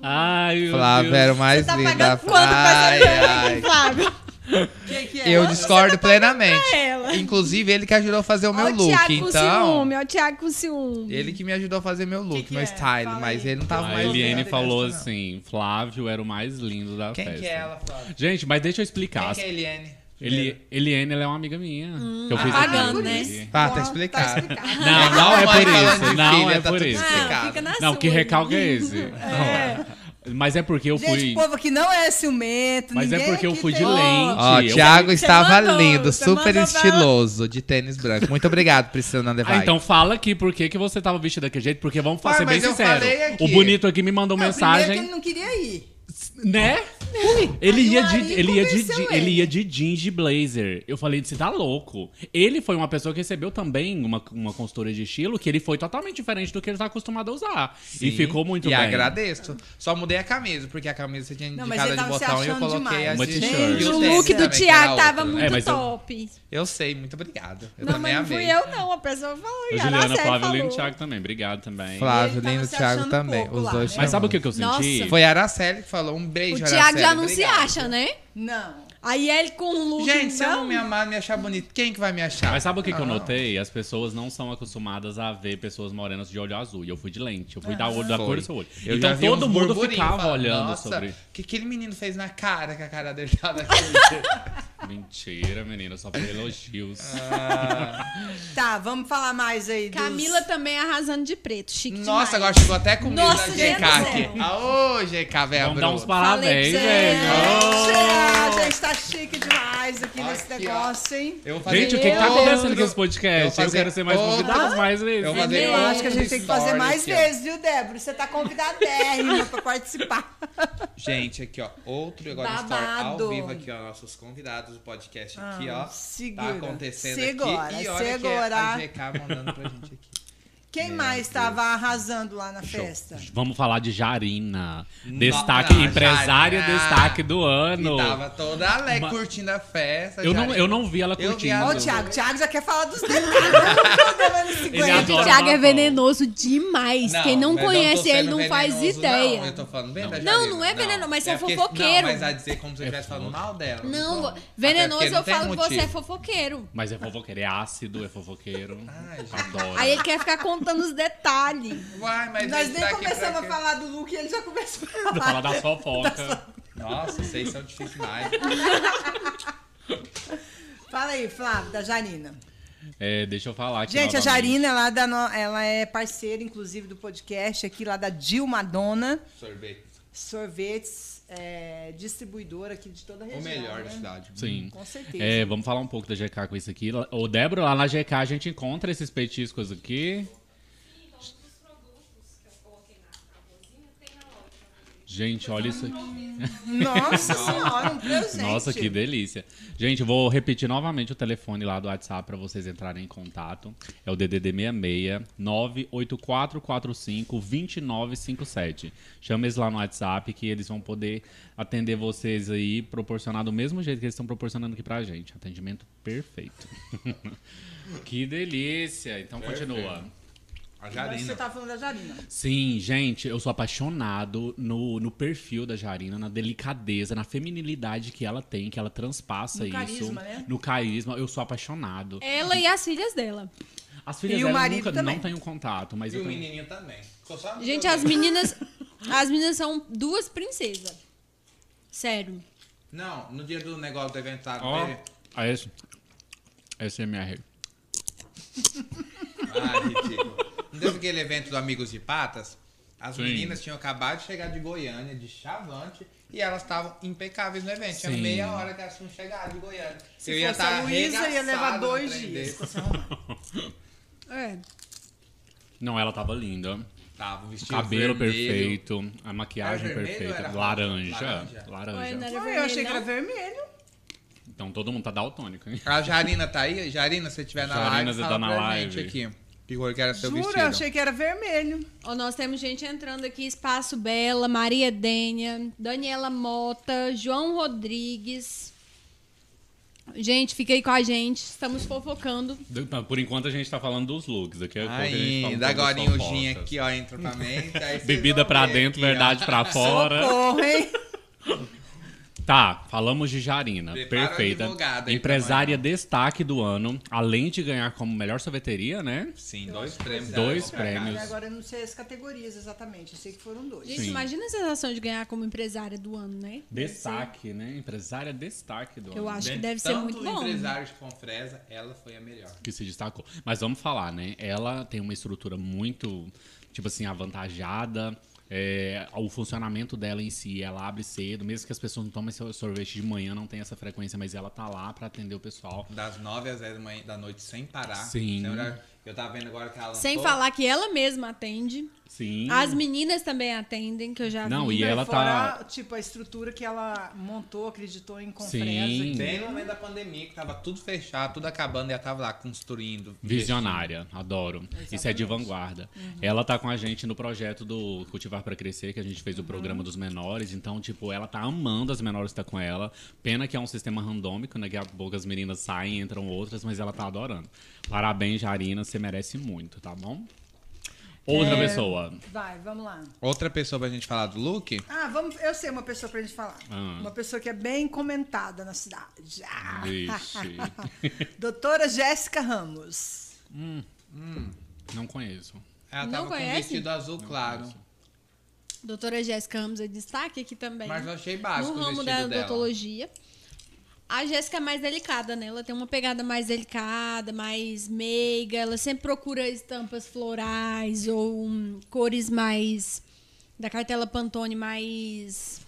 S3: Ai, meu
S4: Flávio era o mais
S2: Tá
S4: lindo.
S2: pagando quanto pra
S4: Ai,
S2: essa
S4: ai,
S2: mulher, Flávio? tá
S1: Que que é?
S4: Eu discordo plenamente.
S2: pra ela.
S4: Inclusive, ele que ajudou a fazer é o meu
S2: Olha o
S4: look.
S2: Thiago com
S4: então,
S2: ciúme, olha o Thiago com ciúme.
S4: ele que me ajudou a fazer meu look,
S1: que
S4: meu
S1: é?
S4: style.
S1: Fala
S4: mas
S1: aí.
S4: ele não tava
S3: A
S4: mais.
S3: Eliane
S4: usando
S3: falou
S4: isso, não.
S3: assim: Flávio era o mais lindo da
S4: Quem
S3: festa. Tá.
S4: que é ela, Flávio?
S3: Gente, mas deixa eu
S4: Quem
S3: explicar.
S4: que é a Eliane?
S3: Eli, Eliane ela é uma amiga minha. que eu
S4: ah,
S3: fiz
S4: tá
S3: aqui.
S2: pagando, né?
S4: Ah,
S1: Bom,
S4: tá explicado.
S3: Não, não é por isso. Não
S4: tá
S3: é por isso.
S2: explicado. Ah, fica na
S3: Não, que
S2: sua.
S3: recalque é esse? Mas é porque eu
S1: Gente,
S3: fui.
S1: o povo aqui não é ciumento,
S3: Mas é
S1: ninguém
S3: porque eu
S1: aqui
S3: fui de
S1: tem-
S3: lente.
S4: Ó,
S3: Eu-
S4: Thiago
S2: Você
S4: estava
S2: mandou,
S4: lindo,
S2: você
S4: super
S2: mandou pra ela.
S4: estiloso, de tênis branco. Muito obrigado, Priscila
S3: Ah,
S4: Devai.
S3: então fala aqui por que, que você tava vestido daquele jeito, porque vamos
S4: Ué,
S3: ser bem
S4: mas eu
S3: sincero.
S4: falei aqui.
S3: O bonito aqui me mandou
S1: Não, primeiro que
S3: mensagem,
S1: ele não queria ir.
S3: né? Ele
S1: Aí
S3: ia,
S1: o
S3: de,
S1: Ari
S3: ele, ia de,
S1: convenceu
S3: de- ele ia de jeans de blazer. Eu falei, você tá louco. Ele foi uma pessoa que recebeu também uma, uma consultoria de estilo que ele foi totalmente diferente do que ele tá acostumado a usar. E
S4: Sim,
S3: ficou muito
S4: e
S3: bem.
S4: agradeço. Só mudei a camisa, porque a camisa você tinha
S1: Não,
S4: indicada
S1: mas ele
S4: de
S1: tava se
S4: botão e eu
S1: achando
S4: coloquei
S1: demais.
S4: a
S3: Uma
S4: de-
S3: t-shirt.
S4: e
S2: o
S4: tênis
S2: look do
S4: também, que era
S2: Thiago
S4: outra,
S2: tava
S4: né?
S3: É,
S2: muito
S3: mas eu-
S2: top.
S4: Eu sei, muito obrigado. Eu
S2: Não,
S4: também
S2: mas não fui
S4: amei.
S2: eu, não. A pessoa falou.
S3: A
S2: a
S3: Juliana,
S2: Araceli
S3: Flávio, Lino
S2: falou.
S3: e Thiago também. Obrigado também.
S4: Flávio,
S1: E ele tava
S4: lindo,
S1: se
S4: Thiago
S1: achando
S4: também.
S1: pouco
S4: Os
S1: lá,
S4: dois
S1: né?
S3: Mas sabe o
S4: chamam.
S3: que que eu senti?
S2: Nossa.
S4: Foi a Araceli que falou. Um
S2: O
S4: beijo,
S2: Thiago já
S4: Araceli,
S2: não se
S4: obrigado.
S2: acha, né?
S1: Não.
S2: Aí ele com o look.
S4: Gente, se eu não
S2: não, então.
S4: me amar, me achar bonito, quem que vai me achar?
S3: Mas sabe o que, que eu
S4: Ah, não.
S3: notei? As pessoas não são acostumadas a ver pessoas morenas de olho azul. E eu fui de lente. Eu fui da, olho, da
S4: Ah, Foi.
S3: cor do seu olho.
S4: Eu já
S3: então
S4: vi
S3: todo
S4: uns
S3: mundo
S4: burburinhos
S3: ficava
S4: falando,
S3: olhando
S4: Nossa,
S3: sobre.
S4: O que aquele menino fez na cara que a cara dele tava aqui?
S3: Mentira, menina, só foi elogios.
S4: Ah.
S1: Tá, vamos falar mais aí dos...
S2: Camila também é arrasando de preto. Chique
S4: Nossa,
S2: demais.
S4: agora chegou até comida
S2: Nossa,
S4: GK
S2: gente do
S4: aqui.
S2: céu.
S4: Aô, GK, velho.
S3: Vamos dar Então uns
S2: Falei
S3: parabéns, né?
S2: pra você.
S3: velho.
S1: Gente, a gente tá chique demais aqui nesse
S4: Aqui, ó.
S1: negócio, hein?
S4: Eu vou fazer
S3: Gente, o que, que tá
S4: outro-
S3: acontecendo com esse
S4: Eu
S3: podcast?
S4: vou
S3: Eu,
S4: fazer
S3: quero ser mais
S4: outro-
S3: convidado mais vezes.
S4: Eu vou fazer
S1: Eu acho que a gente tem que fazer
S4: story
S1: mais
S4: aqui, ó.
S1: vezes, viu, Débora? Você tá convidadérrima pra participar.
S4: Gente, aqui, ó. Outro agora story
S1: Babado. Ah,
S4: ao vivo aqui, ó. Nossos convidados do podcast aqui, ó.
S1: segura,
S4: Tá acontecendo
S1: segura,
S4: aqui. E olha
S1: segura.
S4: que a GK mandando pra gente aqui.
S1: Quem mais tava arrasando lá na festa?
S3: Vamos falar de Jarina.
S4: No-
S3: Destaque,
S4: não,
S3: empresária
S4: Jarina.
S3: destaque do
S4: E
S3: ano.
S4: tava toda alegre
S3: Ma-
S4: curtindo a festa.
S3: Eu não,
S4: Jari.
S3: eu não vi ela
S4: Eu vi
S3: curtindo.
S1: Ó,
S4: ela-
S1: o Thiago. O Thiago já quer falar dos detalhes. Não tô dando esse
S3: Ele
S2: Gente,
S1: aguento.
S2: o
S3: adora
S2: Thiago é
S3: Marvel.
S2: venenoso demais. Quem não
S4: mas tô
S2: conhece
S4: sendo
S2: ele não faz
S4: venenoso,
S2: ideia.
S4: Não, eu tô falando bem da
S2: Não,
S4: Jarina,
S2: não é veneno, mas você é
S4: porque-
S2: fofoqueiro.
S4: Não, mas a dizer como se eu estivesse falando mal dela.
S2: Não,
S4: Até
S2: venenoso
S4: porque não
S2: eu
S4: tem
S2: falo que você é
S4: motivo.
S2: fofoqueiro.
S3: Mas é fofoqueiro, é ácido, é fofoqueiro.
S4: Ai, gente.
S3: Adoro.
S2: Aí ele quer ficar contando os detalhes.
S4: Uai, mas
S1: Nós
S4: ele
S1: nem
S4: tá aqui pra
S1: começamos a
S4: quê?
S1: falar do Luke e ele já começou a falar.
S3: Fala da fofoca.
S4: Nossa, vocês são difíceis demais.
S1: Fala aí, Flávio, da Jarina.
S3: É, deixa eu falar aqui.
S1: Gente, a
S3: novamente.
S1: Jarina, ela, é da no- ela é parceira, inclusive, do podcast aqui lá da Dilma Dona
S4: Sorvete.
S1: Sorvetes, é, distribuidora aqui de toda a
S4: O
S1: região.
S4: melhor
S1: né?
S4: da cidade.
S3: Sim.
S1: Com certeza.
S3: É, vamos falar um pouco da GK com isso aqui. Ô, Débora, lá na GK a gente encontra esses petiscos aqui.
S5: Então,
S3: Gente, olha isso aqui.
S1: Nossa senhora, um presente.
S3: Nossa, que delícia. Gente, vou repetir novamente o telefone lá do WhatsApp para vocês entrarem em contato. É o DDD 66 98445 2957. Chama eles lá no WhatsApp que eles vão poder atender vocês aí, proporcionar do mesmo jeito que eles estão proporcionando aqui pra gente. Atendimento perfeito. que delícia. Então continua.
S4: A
S1: Agora Você
S4: Jarina.
S1: tá falando da Jarina.
S3: Sim, gente, eu sou apaixonado no, no perfil da Jarina, na delicadeza, na feminilidade que ela tem, que ela transpassa
S1: No
S3: isso.
S1: carisma, né? É.
S3: No carisma, eu sou apaixonado.
S2: Ela e as filhas dela.
S3: As filhas
S1: E o
S3: dela eu
S1: marido
S3: nunca
S1: também.
S3: não tenho contato, mas
S4: E
S3: eu
S4: o
S3: tenho...
S4: menininho também. Ficou só no
S2: Gente,
S4: sorvete.
S2: as meninas. As meninas são duas princesas. Sério.
S4: Não, no dia do negócio do evento tá.
S3: Ó,
S4: teve-
S3: ah, esse, esse é minha rede.
S4: Ah, ridículo. Não teve aquele evento do Amigos de Patas? As
S3: Sim.
S4: meninas tinham acabado de chegar de Goiânia, de Chavante, e elas estavam impecáveis no evento. Tinha
S3: Sim.
S4: meia hora que elas tinham chegado de Goiânia. tá
S1: Se fosse a Luísa, ia levar dois dias um. pra se arrumar.
S2: É.
S3: Não, ela tava linda.
S4: Tava um vestido
S3: Cabelo
S4: vermelho.
S3: perfeito, a maquiagem
S4: Era vermelho ou
S3: perfeita,
S4: era
S3: laranja, laranja.
S4: laranja?
S2: Ué, não
S1: Ah,
S2: era
S1: eu
S2: vermelho,
S1: achei que
S2: não?
S1: era vermelho.
S3: Então todo mundo tá daltônico, hein?
S4: A Jarina tá aí? Jarina, se você tiver na
S3: Jarina,
S4: live,
S3: você
S4: fala
S3: tá na
S4: pra
S3: live.
S4: gente aqui. Que cor que era seu
S1: Jura, eu
S3: então.
S4: vestido?
S1: achei que era vermelho.
S2: Ó, nós temos gente entrando aqui: Espaço Bela, Maria Dênia, Daniela Mota, João Rodrigues. Gente, fica aí com a gente. Estamos fofocando.
S3: Por enquanto a gente tá falando dos looks. Daqui a pouco a gente fala um
S4: Ainda
S3: pouco das
S4: agora o gin
S3: fofocas.
S4: aqui, ó, entra pra mente. aí vocês
S3: Bebida
S4: vão
S3: pra
S4: ver
S3: dentro,
S4: aqui, ó.
S3: verdade pra fora.
S1: Socorro, hein?
S3: Tá, falamos de Jarina.
S4: Prepara o
S3: perfeita.
S4: advogado aí
S3: Empresária destaque do ano, além de ganhar como melhor sorveteria, né?
S4: Sim, dois prêmios.
S3: Dois
S4: ela ganhou pra
S3: prêmios.
S1: Mas agora eu não sei as categorias exatamente. Eu sei que foram dois.
S2: Gente,
S3: Sim.
S2: imagina a sensação de ganhar como empresária do ano, né?
S3: Destaque, né? Empresária destaque do
S2: Eu
S3: ano.
S2: acho que
S4: Dentre
S2: deve ser
S4: tanto
S2: muito bom.
S4: empresários com Fresa, ela foi a melhor.
S3: Que se destacou. Mas vamos falar, né? Ela tem uma estrutura muito, tipo assim, avantajada. É, o funcionamento dela em si, ela abre cedo, mesmo que as pessoas não tomem seu sorvete de manhã, não tem essa frequência, mas ela tá lá pra atender o pessoal.
S4: Das 9 às 10 da, manhã- da noite, sem parar.
S3: Sim.
S4: Sem horário. Eu tava vendo agora que ela lançou.
S2: Sem falar que ela mesma atende.
S3: Sim.
S2: As meninas também atendem, que eu já
S3: Não,
S2: vi.
S3: e ela
S1: Fora,
S3: tá.
S1: tipo, a estrutura que ela montou, acreditou em Confresa.
S3: Sim.
S4: Bem no momento da pandemia, que tava tudo fechado, tudo acabando, e ela tava lá construindo.
S3: Visionária, adoro. Isso é de vanguarda. Ela tá com a gente no projeto do Cultivar pra Crescer, que a gente fez o programa dos menores. Então, tipo, ela tá amando as menores que tá com ela. Pena que é um sistema randômico, né? Que a pouco as meninas saem, entram outras, mas ela tá adorando. Parabéns, Jarina, você merece muito, tá bom? Outra pessoa.
S1: Vai, vamos lá.
S4: Outra pessoa pra gente falar do look?
S1: Ah, vamos, eu sei uma pessoa pra gente falar.
S3: Ah.
S1: Uma pessoa que é bem comentada na cidade. Ah.
S3: Vixe.
S1: Doutora Jéssica Ramos.
S3: Não conheço.
S4: Ela
S2: Não
S4: tava com um
S2: conhece?
S4: vestido azul claro.
S2: Doutora Jéssica Ramos é destaque aqui também.
S4: Mas eu
S2: né?
S4: achei básico
S2: No
S4: o
S2: ramo
S4: vestido
S2: da
S4: dela.
S2: odontologia. A Jéssica é mais delicada, né? Ela tem uma pegada mais delicada, mais meiga. Ela sempre procura estampas florais ou hum, cores mais. da cartela Pantone mais.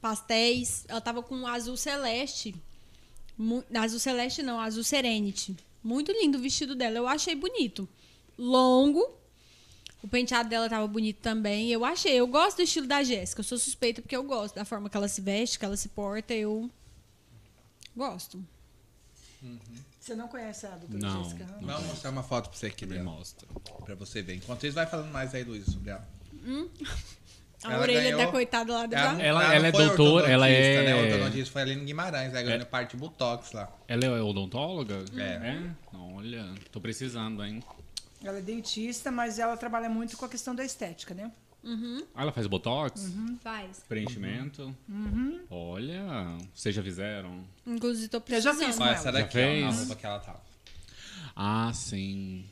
S2: pastéis. Ela tava com um azul celeste. Mu- Azul Celeste não, Azul Serenity. Muito lindo o vestido dela, eu achei bonito. Longo. O penteado dela tava bonito também. Eu achei, eu gosto do estilo da Jéssica. Eu sou suspeita porque eu gosto da forma que ela se veste, que ela se porta, eu gosto.
S1: Você não conhece a doutora
S3: Não.
S1: Jéssica Ramos?
S4: Vamos mostrar uma foto pra você aqui,
S3: Me
S4: dela,
S3: mostra.
S4: pra você ver. Enquanto isso, vai falando mais aí, Luiz, sobre ela.
S2: A
S4: Ela
S2: orelha
S4: ganhou-
S2: da coitada lá do
S4: não-
S3: Ela-
S4: não
S3: ela é
S4: foi
S3: doutora, ela
S4: ortodontista,
S3: é-
S4: Né? Ortodontista foi ali no Guimarães, ela ganhou parte de Botox lá.
S3: Ela é odontóloga?
S4: É.
S3: Olha, tô precisando, hein?
S1: Ela é dentista, mas ela trabalha muito com a questão da estética, né?
S3: Ah, ela faz botox?
S2: Faz.
S3: Preenchimento?
S2: Uhum.
S3: Olha, vocês já fizeram?
S2: Inclusive, tô
S1: Eu já
S2: precisando.
S1: fiz,
S4: Olha
S1: Ela.
S4: essa
S3: Já
S4: daqui, ó, na
S3: fez?
S4: roupa que ela tá. tava.
S3: Ah, sim.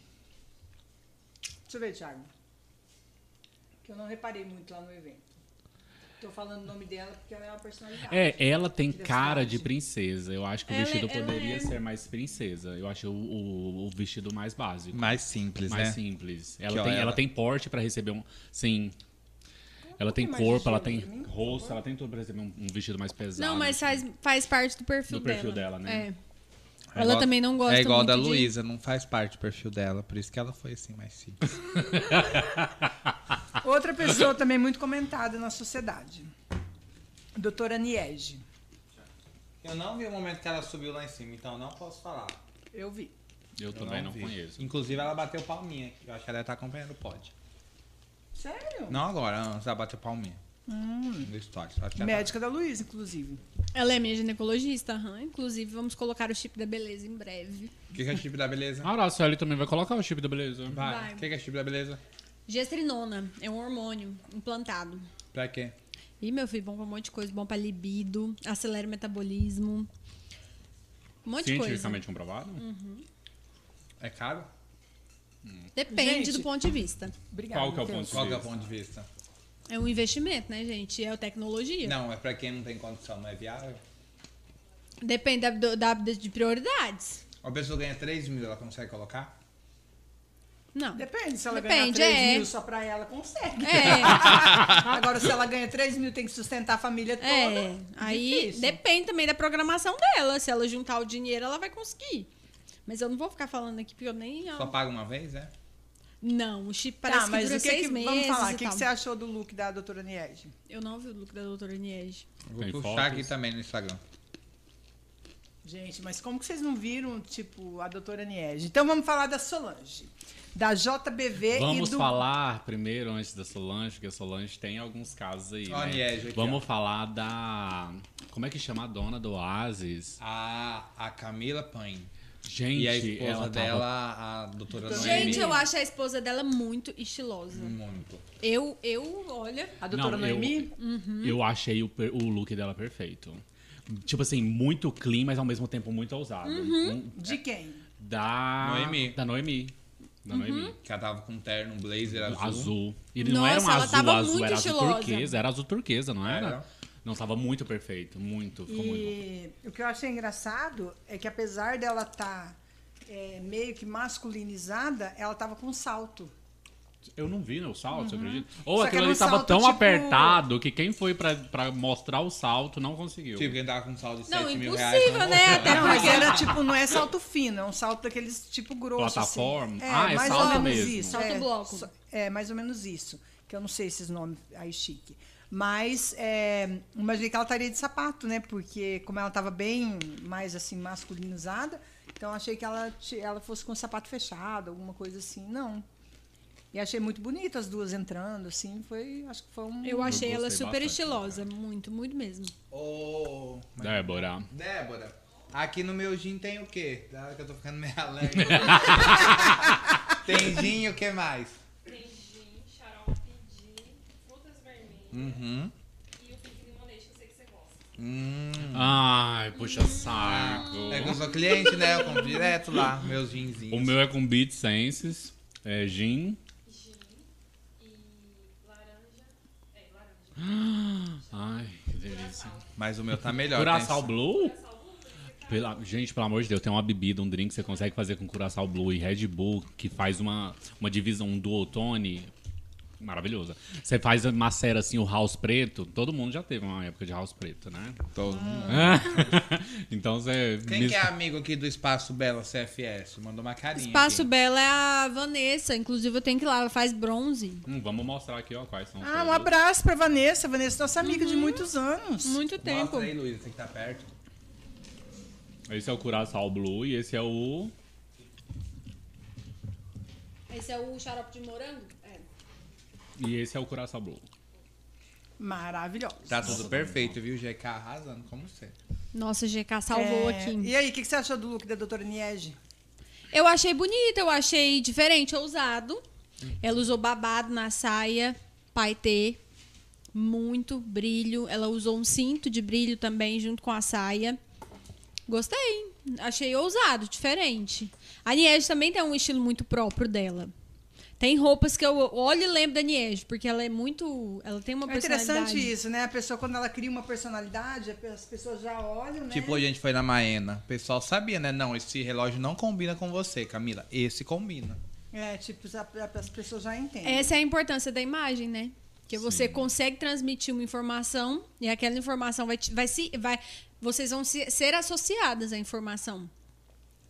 S1: Deixa eu ver, Thiago. Que eu não reparei muito lá no evento. Tô falando o nome dela porque ela é uma personalidade.
S3: É, ela tem
S1: Que
S3: cara de
S1: descarte.
S3: princesa. Eu acho que o
S2: Ela-
S3: vestido
S2: ela
S3: poderia
S2: é-
S3: ser mais princesa. Eu acho o, o- o vestido mais básico.
S4: Mais simples,
S3: mais
S4: né?
S3: simples. Ela
S4: Que, ó,
S3: tem, ela...
S4: ela-
S3: tem porte pra receber um. Sim. Ela tem
S1: pouquinho
S2: é
S1: mais de
S3: corpo, ela
S1: gelo
S3: tem
S1: pra mim, por
S3: rosto,
S1: favor.
S3: ela tem tudo pra receber um, um vestido mais pesado.
S2: Não, mas faz, faz parte do perfil
S3: Do
S2: dela.
S3: perfil dela, né?
S2: É.
S4: É
S2: Ela
S4: igual-
S2: também não gosta
S4: É igual
S2: muito
S4: da
S2: de-
S4: Luísa, não faz parte do perfil dela, por isso que ela foi assim, mais simples.
S1: Outra pessoa também muito comentada na sociedade. Doutora Niege.
S4: Eu não vi o momento que ela subiu lá em cima, então não posso falar.
S1: Eu vi.
S3: Eu também não, conheço.
S4: Inclusive, ela bateu palminha aqui. Eu acho que ela tá acompanhando o pod.
S1: Sério?
S4: Não agora, antes ela bateu palminha.
S2: Hum.
S4: No stories. Acho que ela tá-
S1: Médica da Luísa, inclusive.
S2: Ela é minha ginecologista, aham. inclusive vamos colocar o chip da beleza em breve.
S4: O que, que é chip da beleza?
S3: A Araceli também vai colocar o chip da beleza.
S4: Vai.
S2: Vai.
S4: O que, que é chip da beleza?
S2: Gestrinona é um hormônio implantado.
S4: Pra quê?
S2: Ih, meu filho, bom pra um monte de coisa. Bom pra libido, acelera o metabolismo. Um monte de coisa.
S3: Cientificamente comprovado?
S4: É caro?
S2: Depende
S1: Gente.
S2: do ponto de vista.
S1: Obrigada.
S3: Qual que é o
S1: Matheus.
S3: ponto?
S4: Qual que é o
S3: Isso.
S4: ponto de vista?
S2: É um investimento, né, gente? É tecnologia.
S4: Não, é pra quem não tem condição, não é viável?
S2: Depende da, do- da- de prioridades.
S4: Uma pessoa ganha 3 mil, ela consegue colocar?
S2: Não.
S1: Depende, se ela
S2: Depende,
S1: ganhar 3
S2: é.
S1: mil só pra ela, consegue.
S2: É,
S1: Agora, se ela ganha 3 mil, tem que sustentar a família toda.
S2: é. Aí
S1: Difícil.
S2: depende também da programação dela. Se ela juntar o dinheiro, ela vai conseguir. Mas eu não vou ficar falando aqui porque eu nem.
S4: Só paga uma vez, né?
S2: Não, o chip parece
S1: Tá, mas
S2: que dura
S1: o que,
S2: seis
S1: que
S2: meses.
S1: vamos falar?
S2: e
S1: O que, que
S2: tal.
S1: você achou do look da doutora Niege?
S2: Eu não vi o look da doutora Niege.
S4: Vou
S3: Tem
S4: puxar
S3: fotos?
S4: aqui também no Instagram.
S1: Gente, mas como que vocês não viram, tipo, a doutora Niege? Então vamos falar da Solange, da JBV
S3: Vamos
S1: e do...
S3: falar primeiro, antes da Solange, porque a Solange tem alguns casos aí.
S4: Ó,
S3: né?
S4: Niege aqui,
S3: Vamos
S4: ó.
S3: falar da. Como é que chama a dona do Oasis?
S4: A, a Camila Pain.
S3: Gente,
S4: E a esposa
S3: ela tava-
S4: dela, a doutora Noemi.
S2: Gente, eu acho a esposa dela muito estilosa.
S4: Muito.
S2: Eu, eu, olha.
S1: A doutora
S3: Não, eu- Uhum.
S1: Noemi?
S3: Eu achei o, per- o look dela perfeito. Tipo assim, muito clean, mas ao mesmo tempo muito ousado. Um-
S1: De quem?
S3: da
S4: Noemi.
S3: Da Noemi. Da
S1: Uhum.
S3: Noemi.
S4: Que ela tava com um terno, um blazer azul.
S3: Azul. E não
S2: Nossa,
S3: era um
S2: ela
S3: azul,
S2: tava
S3: azul,
S2: muito
S3: era azul
S2: estilosa.
S3: turquesa. Era azul turquesa, não era?
S4: Era.
S3: Não, tava muito perfeito. Muito. Ficou muito bom.
S1: E o que eu achei engraçado é que apesar dela estar meio que masculinizada, ela tava com salto.
S3: Eu não vi né, o salto, você acredita? Ou
S1: Só que
S3: aquilo
S1: era um
S3: ali tava
S1: salto,
S3: tão
S1: tipo-
S3: apertado que quem foi pra, pra mostrar o salto não conseguiu.
S4: Tipo, quem tava com um saldo de
S2: Não,
S4: 7 mil
S2: impossível,
S4: reais. não
S2: né?
S4: mostrou.
S2: Até
S1: Não, mas
S2: porque.
S1: era tipo, não é salto fino, é um salto daqueles tipo grosso.
S3: Plataforma?
S1: Assim.
S3: Ah, é
S1: mais
S3: salto
S1: ou menos
S3: mesmo.
S1: isso.
S2: Salto
S1: é,
S2: bloco.
S1: so- É, mais ou menos isso. Que eu não sei esses nomes aí chique. Mas é, imaginei que ela estaria de sapato, né? Porque como ela tava bem mais assim, masculinizada, então achei que ela, ti- ela fosse com o sapato fechado, alguma coisa assim. Não. E achei muito bonito as duas entrando, assim, foi. Acho que foi um.
S2: Eu achei
S3: Eu
S2: ela
S3: gostei
S2: super
S3: bastante,
S2: estilosa. Muito, muito mesmo.
S4: Ô,
S3: Débora.
S4: Débora, aqui no meu gin tem o quê? Da hora que eu tô ficando meio alegre. tem gin e o que mais?
S5: Tem
S4: Uhum. Hum.
S3: Ai, puxa saco.
S4: É que eu sou cliente, né? Eu compro direto lá, meus
S3: O
S4: vinzinhos.
S3: meu é com Beat Senses, é gin.
S5: é,
S3: Ai, que delícia.
S4: Mas o meu tá melhor.
S3: Curaçao
S4: tem-
S3: Blue? Pela- gente, pelo amor de Deus, tem uma bebida, um drink que você consegue fazer com Curaçao Blue e Red Bull, que faz uma, uma divisão, um duotone maravilhosa. Você faz, macera assim o house preto, todo mundo já teve uma época de house preto, né?
S4: Todo mundo.
S3: então você...
S4: Quem
S3: mis-
S4: que é amigo aqui do Espaço Bela CFS? Mandou uma carinha.
S2: Espaço
S4: aqui.
S2: Bela é a Vanessa. Inclusive, eu tenho que ir lá, ela faz bronze.
S3: Hum, vamos mostrar aqui, ó, quais são os
S1: Ah, um
S3: produtos.
S1: abraço pra Vanessa. Vanessa, é nossa amiga de muitos anos.
S2: Uhum. Muito tempo.
S4: Mostra aí, Luísa, tem que estar perto.
S3: Esse é o Curaçao Blue e esse é o...
S2: Esse é o xarope de morango? É.
S3: E esse é o Curaçao Blue.
S1: Maravilhosa.
S4: Tá tudo perfeito, viu? GK arrasando, como sempre.
S2: Nossa, GK salvou
S1: É,
S2: aqui.
S1: E aí, o que, que você achou do look da doutora Niege?
S2: Eu achei bonito, eu achei diferente, ousado. Ela usou babado na saia, paetê, muito brilho. Ela usou um cinto de brilho também junto com a saia. Gostei, achei ousado, diferente. A Niege também tem um estilo muito próprio dela. Tem roupas que eu olho e lembro da Niege, porque ela é muito, ela tem uma
S1: É interessante
S2: personalidade.
S1: isso, né? A pessoa, quando ela cria uma personalidade, as pessoas já olham, né?
S4: Tipo, a gente foi na Maena. O pessoal sabia, né? Não, esse relógio não combina com você, Camila. Esse combina.
S1: É, tipo, já- as pessoas já entendem.
S2: Essa é a importância da imagem, né? Que você consegue transmitir uma informação e aquela informação vai, te- vai se. Vai, vocês vão se- ser associadas à informação.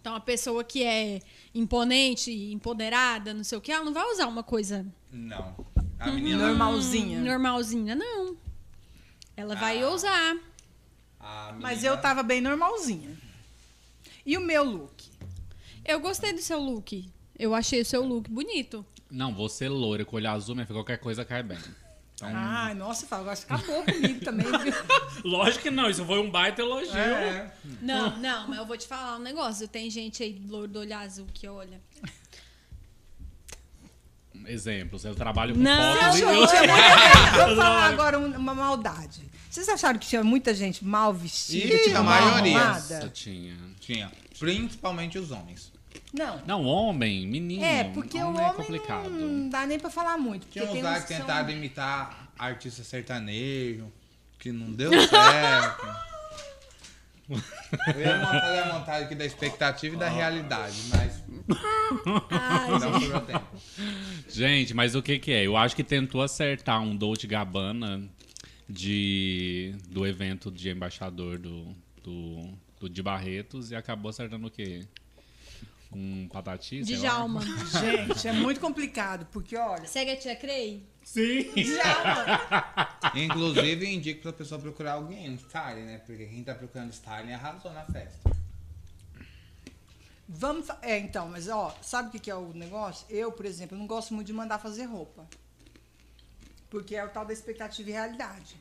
S2: Então, a pessoa que é imponente, empoderada, não sei o que, ela não vai usar uma coisa
S4: Não. A menina.
S1: Normalzinha.
S2: normalzinha, não. Ela vai
S4: Ah.
S2: ousar.
S4: a menina-
S1: Mas eu tava bem normalzinha. E o meu look?
S2: Eu gostei do seu look. Eu achei o seu look bonito.
S3: Não, você é loira com olho azul, minha filha, qualquer coisa cai bem.
S1: Ai, nossa, fala, agora você acabou comigo também, viu?
S3: Lógico que não, isso foi um baita elogio.
S4: É.
S2: Não, não, mas eu vou te falar um negócio. Tem gente aí loiro do olho azul que olha.
S3: Exemplos, eu trabalho com
S2: Não.
S3: fotos
S1: Gente,
S3: e
S1: é
S3: eu...
S1: muita gente. Vou falar agora um- uma maldade. Vocês acharam que tinha muita gente mal vestida?
S4: Ih,
S1: tipo,
S4: a
S1: mal
S4: maioria.
S1: arrumada?
S3: Nossa, tinha.
S4: Tinha. Principalmente os homens.
S1: Não.
S3: Não, homem, menino.
S1: É, porque o homem
S3: é complicado.
S1: não dá nem pra falar muito. Porque
S4: Tinha uns
S1: tem
S4: lá
S1: uns
S4: que
S1: são-
S4: tentaram imitar artista sertanejo, que não deu certo. Eu ia montar a montagem aqui da expectativa e da realidade, mas
S2: Ai,
S4: não foi meu tempo.
S3: Gente, mas o que que é? Eu acho que tentou acertar um Dolce Gabbana de, do evento de embaixador do, do, do de Barretos e acabou acertando o quê? Um patati, sei lá.
S2: Djalma.
S1: Gente, é muito complicado, porque olha.
S2: Segue a tia Crei?
S3: Sim.
S4: Inclusive, eu indico pra pessoa procurar alguém, um styling, né? Porque quem tá procurando styling arrasou na festa. É
S1: Vamos. fa- É, então, mas ó, sabe o que, que é o negócio? Eu, por exemplo, eu não gosto muito de mandar fazer roupa. Porque é o tal da expectativa e realidade.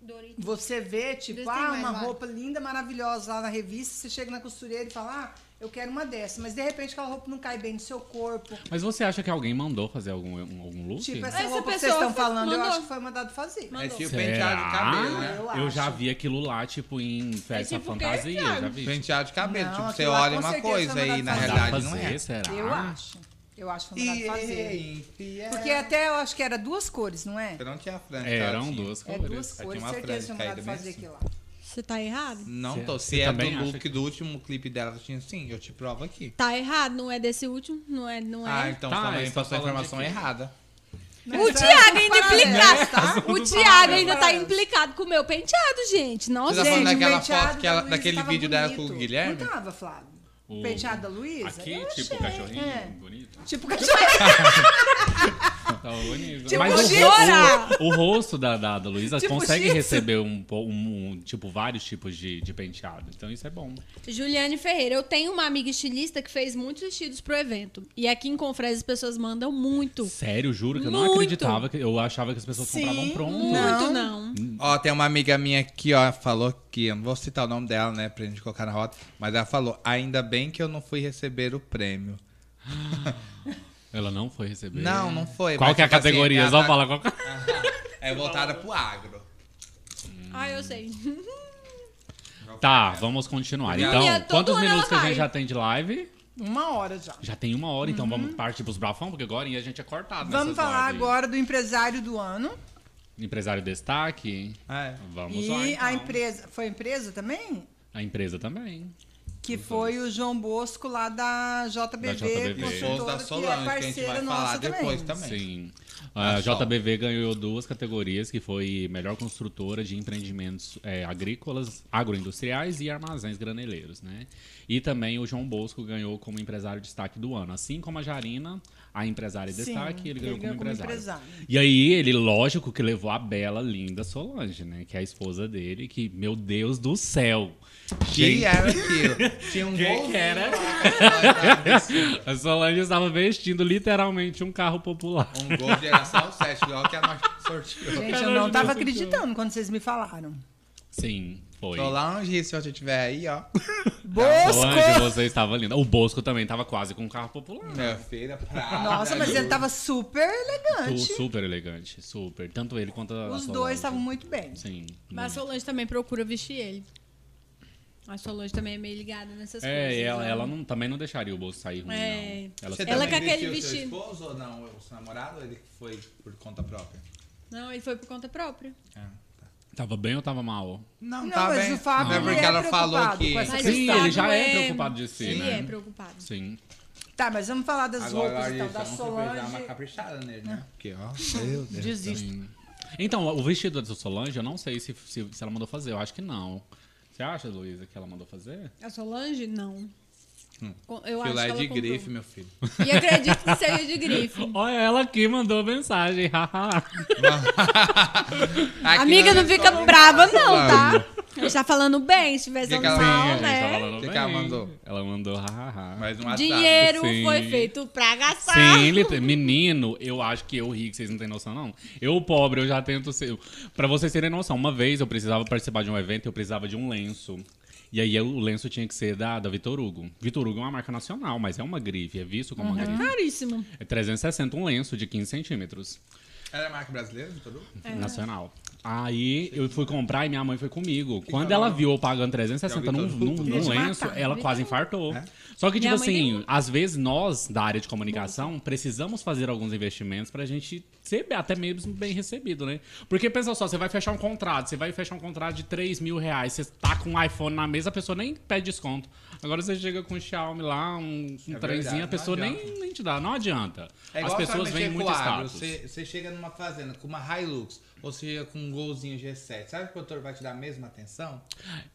S2: Doritos.
S1: Você vê, tipo,
S2: Eles têm
S1: ah,
S2: mais
S1: uma
S2: lá.
S1: roupa linda, maravilhosa lá na revista, você chega na costureira e fala, ah, eu quero uma dessa. Mas de repente aquela roupa não cai bem no seu corpo.
S3: Mas você acha que alguém mandou fazer algum, algum look?
S1: Tipo, essa,
S2: Essa
S1: roupa que vocês
S2: pessoa
S1: estão
S2: foi-
S1: falando, eu
S2: mandou.
S1: acho que foi mandado fazer.
S4: É
S2: Mandou.
S4: tipo
S3: Será?
S4: penteado de cabelo, né?
S1: Eu
S3: Eu, já
S1: acho. É um
S3: vi aquilo lá, tipo, em festa
S2: tipo,
S3: fantasia,
S2: penteado.
S3: já vi.
S4: Penteado de cabelo.
S1: Não,
S4: tipo, você
S1: aquilo lá
S4: olha
S1: com
S4: uma
S1: certeza
S4: coisa
S1: foi
S4: e na
S1: mandado
S3: Mas dá
S4: realidade
S3: pra
S4: não
S3: fazer,
S4: é.
S3: Será?
S1: Eu acho. Eu acho que foi mandado fazer.
S4: E-
S1: Porque até eu acho que era duas cores, não é?
S4: Eu não tinha a franja.
S3: É,
S4: ela
S3: eram
S4: tinha.
S3: duas
S1: É
S3: cores.
S1: duas
S4: Aí
S1: cores,
S4: tinha uma
S1: certeza que
S4: frase
S1: foi mandado
S4: caída bem
S1: fazer
S4: assim.
S1: aquilo lá.
S2: Você tá errado?
S4: Não
S3: Você-
S4: tô.
S3: você
S4: Se é do
S3: também acha
S4: look
S3: que-
S4: do último clipe dela, tinha sim, eu te provo aqui.
S2: Tá errado, não é desse último, não é, não
S4: Ah,
S2: é.
S4: então
S3: Tá,
S4: também
S3: eles tão
S4: passou a
S3: falando
S4: informação
S3: de quê?
S4: errada.
S2: o
S3: é
S1: é
S2: Thiago
S1: tá
S2: ainda implicado. tá? O Thiago
S1: paralelas.
S2: ainda tá implicado com o meu penteado, gente.
S4: Você
S2: Nossa,
S4: tá falando
S1: Gente, o
S4: daquela
S1: penteado
S4: foto que ela-
S1: da Luísa
S4: daquele
S1: tava
S4: vídeo dela com o
S1: bonito.
S4: Guilherme?
S1: Não tava, Flávio. O
S3: O-
S1: penteado da Luísa?
S3: Aqui,
S1: eu
S3: tipo,
S1: achei.
S3: cachorrinho
S1: É.
S3: bonito.
S1: Tipo cachorrinho.
S3: Tá bonito.
S1: Tipo,
S3: Mas o,
S2: Chora!
S3: ro- o, o rosto da, da, da Luísa
S1: Tipo
S3: consegue
S1: Shih Tzu.
S3: receber um, po- um- um- tipo, vários tipos de, de penteado. Então isso é bom.
S2: Juliane Ferreira, eu tenho uma amiga estilista que fez muitos vestidos pro evento. E aqui em Confresa as pessoas mandam muito.
S3: Sério, juro que eu não
S2: Muito.
S3: acreditava. que- eu achava que as pessoas
S1: Sim,
S3: compravam pronto.
S2: Muito não.
S4: Ó, tem uma amiga minha aqui, ó, falou que, eu não vou citar o nome dela, né, pra gente colocar na rota, mas ela falou, ainda bem que eu não fui receber o prêmio.
S3: Ela não foi receber.
S4: Não, não foi.
S3: Qual
S4: mas,
S3: que é a
S4: tipo assim,
S3: categoria?
S4: ela
S3: Só
S4: tá-
S3: fala qual que-
S4: Ela É voltada pro agro.
S2: Ah, eu sei.
S3: Tá, vamos continuar.
S4: Minha,
S3: Então,
S1: é
S2: todo
S3: quantos
S2: ano
S3: minutos que
S2: ela
S3: a gente
S2: vai.
S3: já tem de live?
S1: Uma hora já.
S3: Já tem uma hora, então vamos partir pros brafão, porque agora a gente é cortado.
S1: Uhum. Vamos
S3: nessas
S1: falar
S3: lives.
S1: agora do empresário do ano.
S3: Empresário destaque.
S4: É.
S3: Vamos
S1: e
S3: lá. então.
S1: a empresa. Foi a empresa também?
S3: A empresa também.
S1: Que foi o João Bosco lá da JBV,
S3: Da JBV.
S4: E o
S1: consultora,
S4: shows da
S1: que é
S4: Solange, que a gente
S1: parceira
S4: vai falar
S1: nossa
S4: depois
S1: também.
S4: também.
S3: Sim.
S4: Ah,
S3: A
S4: só.
S3: JBV ganhou duas categorias, que foi melhor construtora de empreendimentos eh, agrícolas, agroindustriais e armazéns graneleiros, né? E também o João Bosco ganhou como empresário destaque do ano. Assim como a Jarina, a empresária
S4: tá
S1: Sim,
S3: destaque, ele
S1: ele
S3: ganhou,
S1: ganhou
S3: como,
S1: como
S3: empresário.
S1: empresário.
S3: E aí, ele, lógico, que levou a bela, linda Solange, né? Que é a esposa dele, que, meu Deus do céu!
S4: Que era aquilo? Tinha um
S3: Quem
S4: golzinho
S3: que era?
S4: lá, cara.
S3: A Solange estava vestindo literalmente um carro popular.
S4: Um gol de geração 7, igual que a nós sorteou.
S1: Gente, eu não tava acreditando quando vocês me falaram.
S3: Tá Sim, foi.
S4: Solange, se você tiver aí, ó.
S3: Solange,
S1: Bosco!
S3: você estava linda. O Bosco também tava quase com um carro popular.
S4: Minha feira, pra.
S1: Nossa, mas ele tá tava super
S3: tá Su-
S1: elegante.
S3: Super elegante, super. Tanto ele quanto a
S1: Os
S3: Solange.
S1: dois estavam muito bem.
S3: Sim.
S2: Mas a Solange também procura vestir ele. A Solange também é meio ligada nessas coisas.
S3: É, e ela,
S2: né?
S3: ela não, também não deixaria o Bosco sair ruim,
S2: É.
S3: não. Ela,
S4: Você
S2: Ela
S4: também
S2: com aquele
S4: vestiu seu
S2: vestido.
S4: esposo ou não? O seu namorado? Ele que foi por conta própria?
S2: Não, ele foi por conta própria.
S4: Ah, tá.
S3: Tava bem ou tava mal?
S1: Não, mas o Fábio
S4: Não é
S1: é
S4: porque ela falou
S1: preocupado
S4: que.
S1: com essa-
S2: Mas
S3: Sim,
S2: o Fábio
S3: ele já é preocupado de si,
S2: Ele
S3: né?
S2: é preocupado.
S3: Sim.
S1: Tá, mas vamos falar das roupas
S4: Agora,
S1: e tal,
S4: então,
S1: da
S4: dar uma
S1: Solange.
S4: caprichada nele, né? Porque, ó, meu Deus.
S1: Desisto.
S3: Sim. Então, o vestido da Solange, eu não sei se, se, se ela mandou fazer. Eu acho que não. Você acha, Luísa, que ela mandou fazer?
S2: A Solange, não. Com- Eu acho
S4: Aquilo
S2: que
S4: é
S2: ela
S4: de
S2: comprou.
S4: grife, meu filho.
S2: E acredito que seja de grife.
S3: Olha, ela aqui mandou mensagem.
S2: Amiga,
S4: é
S2: não fica brava, não, tá? A gente tá falando bem, se tivesse
S4: Que que
S2: dando
S4: ela-
S2: mal,
S4: Sim,
S2: né?
S4: O que que ela mandou?
S3: Ela mandou hahaha.
S4: Mas um Dinheiro.
S2: Dinheiro
S3: Sim.
S2: foi feito pra gastar.
S3: Sim, liter- menino, eu acho que eu ri, que vocês não têm noção, não. Eu, pobre, eu já tento ser. Pra vocês terem noção, uma vez eu precisava participar de um evento, eu precisava de um lenço. E aí eu- o lenço tinha que ser da, da Vitor Hugo. Vitor Hugo é uma marca nacional, mas é uma grife, é visto como uma grife.
S2: Caríssimo.
S3: É 360, um lenço de 15 centímetros.
S4: Era é marca brasileira, não todo?
S3: É. Nacional. Aí eu fui comprar e minha mãe foi comigo. Quando ela viu eu pagando 360
S4: tá
S3: num, num, num lenço, ela quase infartou. Só que, tipo
S2: Minha mãe um-
S3: assim, às vezes nós, da área de comunicação, precisamos fazer alguns investimentos pra gente ser até mesmo bem recebido, né? Porque pensa só, você vai fechar um contrato, você vai fechar um contrato de 3 mil reais, você tá com um iPhone na mesa, a pessoa nem pede desconto. Agora você chega com um Xiaomi lá, um, um
S4: É verdade,
S3: trenzinho, a
S4: não
S3: pessoa nem,
S4: adianta.
S3: nem te dá, não adianta.
S4: É
S3: As
S4: igual você
S3: pessoas
S4: vai mexer
S3: veem
S4: com
S3: muito
S4: o agro,
S3: status.
S4: Você, você chega numa fazenda com uma Hilux, ou seja, com um golzinho G7. Sabe que o produtor vai te dar a mesma atenção?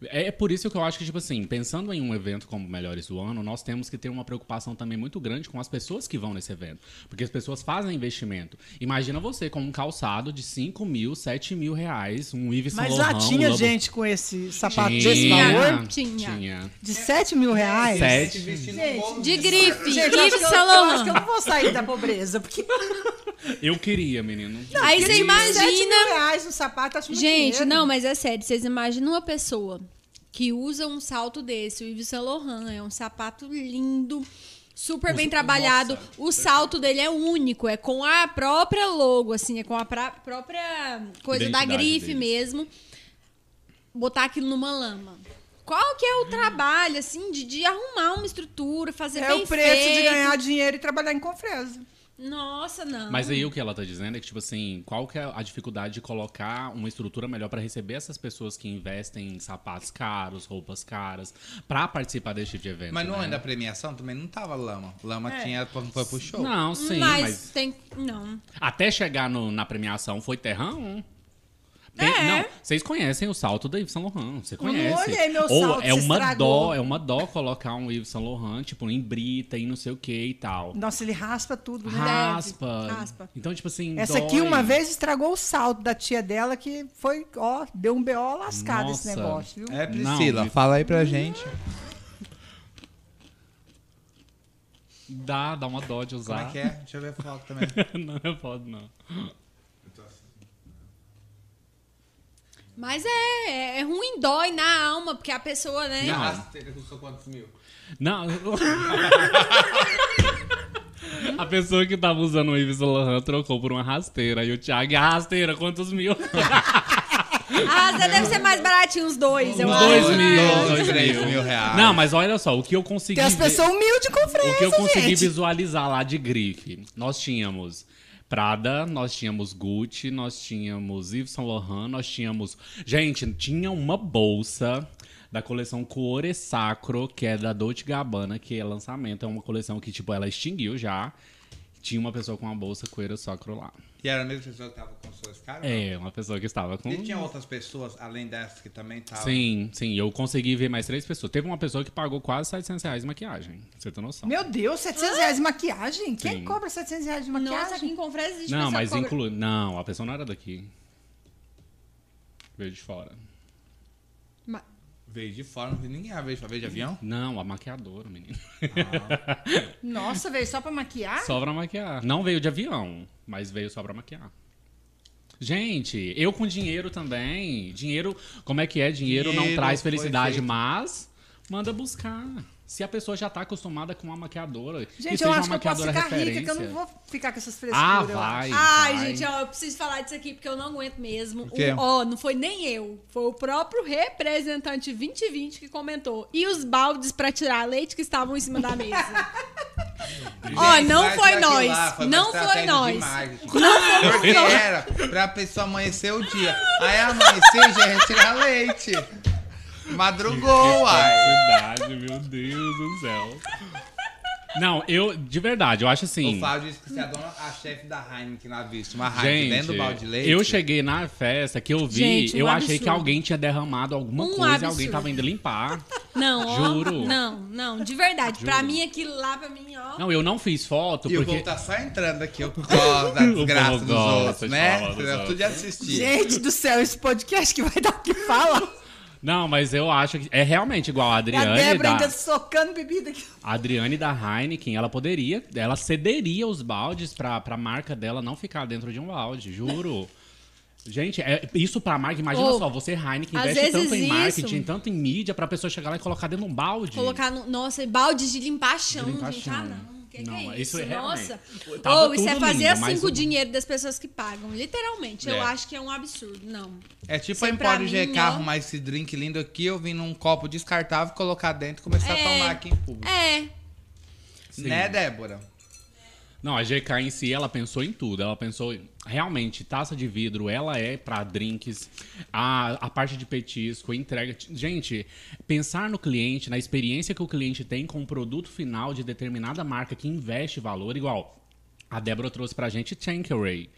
S3: É por isso que eu acho que, tipo assim, pensando em um evento como Melhores do Ano, nós temos que ter uma preocupação também muito grande com as pessoas que vão nesse evento. Porque as pessoas fazem investimento. Imagina você com um calçado de 5 mil, 7 mil reais, um Yves Saint
S1: Mas
S3: Laurent.
S1: lá tinha
S3: um Lobo-
S1: gente com esse sapato
S3: Tinha,
S1: desse valor?
S2: Tinha.
S3: Tinha.
S1: De 7 mil reais?
S3: Sete.
S4: Vestindo
S1: Gente,
S4: um
S2: De grife.
S1: Gente, eu acho,
S2: Yves
S1: que eu, eu acho
S2: Saint
S1: que eu
S2: Laurent.
S1: não vou sair da pobreza, porque
S3: Eu queria, menino.
S2: Aí você
S1: sete
S2: imagina...
S1: mil reais no sapato, acho muito
S2: Gente,
S1: dinheiro.
S2: não, mas é sério. Vocês imaginam uma pessoa que usa um salto desse, o Yves Saint Laurent, é um sapato lindo, super bem trabalhado. O salto dele é único, é com a própria logo, assim, é com a pra- própria coisa da
S3: Identidade
S2: grife
S3: deles.
S2: mesmo. Botar aquilo numa lama. Qual que é o trabalho, assim, de, de arrumar uma estrutura, fazer
S1: É
S2: bem
S1: o preço de
S2: feito?
S1: ganhar dinheiro e trabalhar em Confresa.
S2: Nossa, não.
S3: Mas aí o que ela tá dizendo é que, tipo assim, qual que é a dificuldade de colocar uma estrutura melhor pra receber essas pessoas que investem em sapatos caros, roupas caras, pra participar desse tipo de evento?
S4: Mas é no
S3: né?
S4: ano da premiação também não tava lama. Lama
S2: É.
S4: tinha, foi pro show.
S3: Não, sim,
S2: mas,
S3: assim, mas
S2: tem... Não.
S3: Até chegar no- na premiação foi terrão. Tem-
S2: É.
S3: Não, vocês conhecem o salto da Yves Saint Laurent, você
S1: não
S3: conhece.
S1: olhei meu
S3: Ou
S1: salto,
S3: é
S1: se
S3: uma
S1: estragou.
S3: dó, é uma dó colocar um Yves Saint Laurent, tipo, em brita e não sei o que e tal.
S1: Nossa, ele raspa tudo, né?
S3: Raspa.
S2: raspa.
S3: Então, tipo assim,
S1: Essa aqui
S3: dói.
S1: uma vez estragou o salto da tia dela, que foi, ó, deu um BO lascado esse
S3: Nossa.
S1: negócio, viu?
S4: É, Priscila,
S3: Priscila, Não.
S4: fala aí pra gente.
S3: Dá, dá uma dó de
S4: Como
S3: usar.
S4: é que é? Deixa eu ver a foto também.
S3: não, eu posso não.
S2: Mas é, é, é ruim, dói na alma, porque a pessoa, né?
S3: Não.
S4: A rasteira custou quantos mil?
S3: Não. A pessoa que tava usando o Yves Saint Laurent trocou por uma rasteira. E o Thiago, e a rasteira, quantos mil?
S2: Ah, você deve ser mais baratinho, uns dois, eu
S3: Uns
S2: acho. né?
S3: dois mil.
S4: Dois, três mil reais.
S3: Não, mas olha só, o que eu consegui.
S1: Tem as
S3: ver-
S1: pessoas humildes com
S3: O que eu
S1: França,
S3: consegui
S1: gente.
S3: visualizar lá de grife, nós tínhamos Prada, nós tínhamos Gucci, nós tínhamos Yves Saint Laurent, nós tínhamos... Gente, tinha uma bolsa da coleção Cuore Sacro, que é da Dolce Gabbana, que é lançamento, é uma coleção que, tipo, ela extinguiu já. Tinha uma pessoa com uma bolsa Cuore Sacro lá.
S4: E era a mesma pessoa que tava com suas caras?
S3: É, uma pessoa que estava com...
S4: E tinha um outras pessoas, além dessas, que também estavam.
S3: Sim, sim, eu consegui ver mais três pessoas. Teve uma pessoa que pagou quase 700 reais de maquiagem, pra você tem noção.
S1: Meu Deus, 700 reais de maquiagem? Quem
S3: Sim.
S1: cobra 700 reais de
S2: Nossa, aqui
S1: maquiagem?
S2: em Confresa existe
S3: Não,
S2: pessoa
S3: mas
S2: que cobra-
S3: inclui. Não, a pessoa não era daqui. Veio de fora.
S2: Ma-
S4: Veio de fora, não vi ninguém. Ah, veio de fora, veio de avião?
S3: Não, a maquiadora, menino.
S1: Nossa, veio só pra maquiar?
S3: Só pra maquiar. Não veio de avião, mas veio só pra maquiar. Gente, eu com dinheiro também. Dinheiro, como é que é? Dinheiro, não
S4: Dinheiro
S3: traz
S4: foi
S3: felicidade,
S4: feito.
S3: mas manda buscar. Se a pessoa já tá acostumada com uma maquiadora, que
S1: Gente,
S3: seja
S1: eu
S3: uma
S1: acho que eu posso
S3: maquiadora
S1: ficar
S3: referência.
S1: rica, que eu não vou ficar com essas frescuras.
S3: Ah,
S1: eu acho.
S3: vai.
S2: Ai,
S3: vai.
S2: gente, ó, eu preciso falar disso aqui porque eu não aguento mesmo.
S4: Por quê?
S2: O- Ó, não foi nem eu, foi o próprio representante 2020 que comentou. E os baldes pra tirar leite que estavam em cima da mesa. Ó,
S4: Gente,
S2: não
S4: mas
S2: foi
S4: daquilo
S2: nós.
S4: lá uma
S2: Não foi
S4: estratégia
S2: nós.
S4: de marketing. Porque era pra pessoa amanhecer o dia. Aí amanhecer já ia retirar leite. Madrugou, ai.
S3: Felicidade, É meu Deus do céu. Não, eu, de verdade, eu acho assim.
S4: O Flávio disse que você é a dona, a chefe da Heineken lá visto. Uma Heineken
S3: Gente,
S4: dentro do balde de leite.
S3: eu cheguei na festa que eu vi,
S2: Gente, um
S3: eu achei
S2: absurdo.
S3: que alguém tinha derramado alguma
S2: Um
S3: coisa e alguém
S2: absurdo.
S3: tava indo limpar.
S2: Não, ó.
S3: Juro.
S2: Não, não, de verdade. Pra
S3: Juro.
S2: mim, aquilo lá, pra mim, ó.
S3: Não, eu não fiz foto
S4: E o
S3: porque.
S4: povo tá só entrando aqui por causa da
S3: O
S4: desgraça
S3: povo
S4: dos
S3: gosta
S4: outros,
S3: de
S4: né?
S3: falar dos
S4: Vocês
S3: outros.
S4: tudo de assistir.
S1: Gente do céu, esse podcast que vai dar o que falar.
S3: Não, mas eu acho que é realmente igual a
S1: E a
S3: Adriane.
S1: Débora
S3: Da...
S1: ainda socando bebida aqui.
S3: A Adriane da Heineken, ela poderia, ela cederia os baldes pra, pra marca dela não ficar dentro de um balde, juro. Gente, é, isso pra marca, imagina
S2: Ô,
S3: só, você Heineken
S2: às
S3: investe tanto
S2: vezes
S3: em marketing,
S2: isso-
S3: tanto em mídia, pra pessoa chegar lá e colocar dentro de um balde.
S2: Colocar no. Nossa, e baldes de limpar chão,
S3: De limpar
S2: gente.
S3: chão. né?
S2: Ah, não. Que que
S3: Não,
S2: é
S3: isso
S2: isso?
S3: é realmente-
S2: Nossa.
S3: Tava
S2: Ou isso é
S3: tudo
S2: fazer
S3: lindo,
S2: assim
S3: mas
S2: com o
S3: não-
S2: dinheiro das pessoas que pagam. Literalmente.
S3: É.
S2: Eu acho que é um absurdo. Não.
S4: É tipo
S2: Isso
S4: a
S2: aí pra
S4: Empório
S2: mim,
S4: GK
S2: ó.
S4: arrumar esse drink lindo aqui, eu vim num copo descartável, colocar dentro e começar a
S2: É.
S4: tomar aqui em público.
S2: É.
S3: Sim.
S4: Né, Débora?
S3: Não, a GK em si, ela pensou em tudo. Ela pensou, em- realmente, taça de vidro, ela é pra drinks, a, a parte de petisco, entrega. Gente, pensar no cliente, na experiência que o cliente tem com o produto final de determinada marca que investe valor, igual a Débora trouxe pra gente Tanqueray.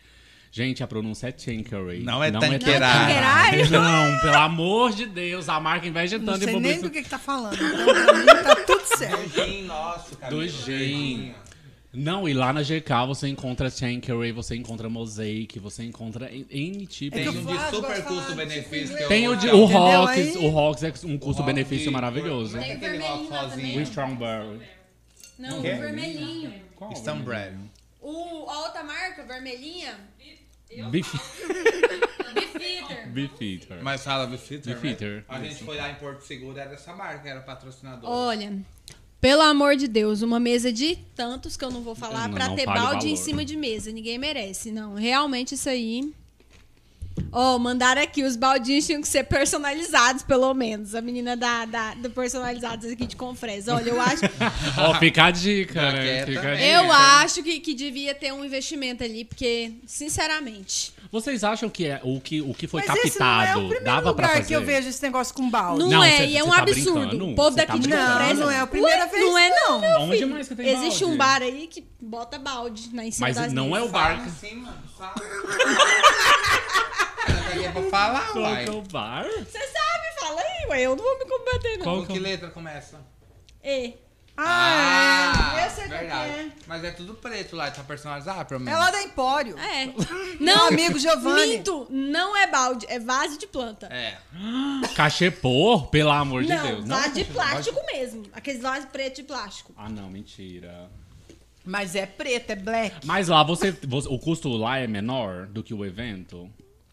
S3: Gente, a pronúncia é Tanqueray.
S4: Não é
S2: Não,
S4: Tanqueray.
S2: Tanqueray?
S3: Não, pelo amor de Deus, a marca investe
S1: é Não
S3: tanto em
S1: sei nem
S3: publicidade.
S1: do que, que tá falando. Então, pra mim, tá tudo certo.
S4: gin nosso, cara.
S3: Do gin. Não, e lá na GK você encontra Tanqueray, você encontra Mosaic, você encontra N- N tipos
S4: Tem
S1: É que
S3: de...
S4: um
S1: eu faço,
S4: de
S1: gosto de
S4: super
S1: falar
S4: custo-benefício que eu
S3: Tem o, de,
S4: de...
S3: o
S1: Entendeu
S3: Rocks,
S1: aí?
S3: o Rocks é um custo-benefício
S4: Rock,
S3: maravilhoso.
S4: Tem aquele
S2: vermelhinho
S4: rock
S2: lá também.
S3: O
S4: sozinho.
S3: Strawberry.
S2: Não, o
S4: Quer?
S2: vermelhinho.
S4: Stambrello.
S2: O, a outra marca, vermelhinha,
S3: Beef,
S2: Beefeater.
S3: Beef Eater.
S4: Mas fala Beefeater,
S3: Beefeater.
S4: A gente foi lá em Porto Seguro, era essa marca, era patrocinadora.
S2: Olha, pelo amor de Deus, uma mesa de tantos que eu não vou falar
S3: Não,
S2: pra
S3: não
S2: ter
S3: vale o
S2: balde em
S3: valor.
S2: cima de mesa. Ninguém merece, não. Realmente isso aí. Ó, mandaram aqui, os baldinhos tinham que ser personalizados, pelo menos. A menina da, da, do personalizados aqui de Confresa. Olha, eu acho,
S3: Ó, fica a dica, né?
S1: é,
S4: Jaqueta
S1: tá
S3: Fica a
S4: também.
S3: dica.
S2: eu acho que, que devia ter um investimento ali, porque, sinceramente,
S3: Vocês acham que é, o, que o que foi
S1: Mas esse não é o
S3: captado
S1: primeiro
S3: dava pra
S1: lugar
S3: fazer?
S1: que eu vejo esse negócio com balde.
S2: Não,
S3: Não,
S2: é,
S3: cê-
S2: e é
S3: cê
S2: um
S3: tá
S2: absurdo.
S3: brincando?
S2: O povo
S3: Cê
S2: daqui
S3: tá
S2: de
S3: brincando?
S2: Confresa.
S1: Não, não é a primeira
S2: Ué,
S1: vez,
S2: Não é, não. meu
S3: Onde
S2: filho.
S3: mais que tem
S2: Existe
S3: balde?
S2: um bar aí que bota balde na em cima
S3: Mas
S2: das
S3: não é
S2: mesas.
S3: o bar.
S4: cima, fala. Ela pra falar,
S3: Qual
S4: uai.
S3: que é o bar?
S2: Você sabe, fala aí, ué. Eu não vou me combater, não. É.
S3: Qual- é
S4: Com que letra começa?
S2: E.
S1: Ah, é. Eu sei qual que
S4: verdade.
S1: é.
S4: Mas é tudo preto lá, tá personalizado pelo
S1: É
S4: menos.
S1: lá da Empório.
S2: É.
S1: Meu
S2: Não,
S1: amigo Giovanni.
S2: minto. Não é balde, é vaso de planta.
S4: É.
S3: Cachepô, pelo amor de
S2: não,
S3: Deus.
S2: vaso de
S3: cachepô,
S2: plástico mesmo. Aqueles vasos pretos de plástico.
S3: Ah, não, mentira.
S1: Mas é preto, é black.
S3: Mas lá você, você- O custo lá é menor do que o evento?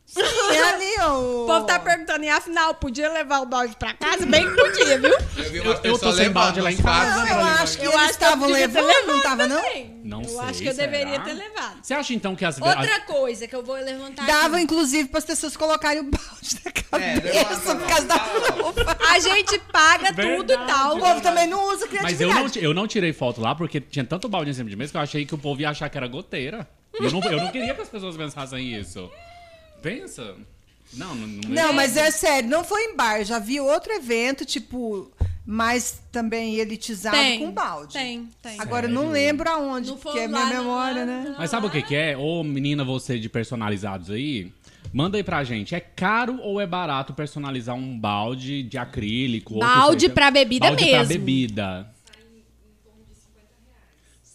S1: Sim, é ali, ô.
S2: O povo tá perguntando, e afinal, podia levar o dog pra casa? Bem que podia, viu?
S4: Eu, vi
S3: Eu- eu tô sem balde lá em casa. né?
S1: Não, eu acho que
S2: Eu
S1: eles
S2: acho que eu
S1: estavam
S2: devia ter
S1: levando, não tava, não?
S2: Bem,
S3: Não
S2: eu
S3: sei,
S2: acho que eu
S3: será?
S2: deveria ter levado.
S3: Você acha então que as
S2: Outra coisa que eu vou levantar
S1: Dava,
S2: aqui.
S1: inclusive, para as pessoas colocarem o balde na
S3: É,
S1: cabeça por causa da roupa.
S2: A gente paga tudo e
S3: Verdade.
S2: tal.
S1: O povo também não usa
S3: Mas eu não,
S1: criatividade.
S3: ti- eu não tirei foto lá porque tinha tanto balde em cima de mesa que eu achei que o povo ia achar que era goteira. E Eu não, eu não queria que as pessoas pensassem isso. Pensa. Não, não.
S1: Não, mas é sério, não foi em bar. Já vi outro evento, tipo, mas também elitizado com balde.
S2: Tem, tem.
S1: Agora, eu não lembro aonde,
S2: Não foi
S1: porque é
S2: lá,
S1: minha
S2: não,
S1: memória,
S2: lá,
S1: né?
S2: não.
S3: Mas sabe o que, que é? Ô, menina, você de personalizados aí, manda aí pra gente. É caro ou é barato personalizar um balde de acrílico? ou que
S2: Balde
S3: seja-
S2: pra bebida
S3: balde pra
S2: mesmo.
S3: bebida.
S5: tá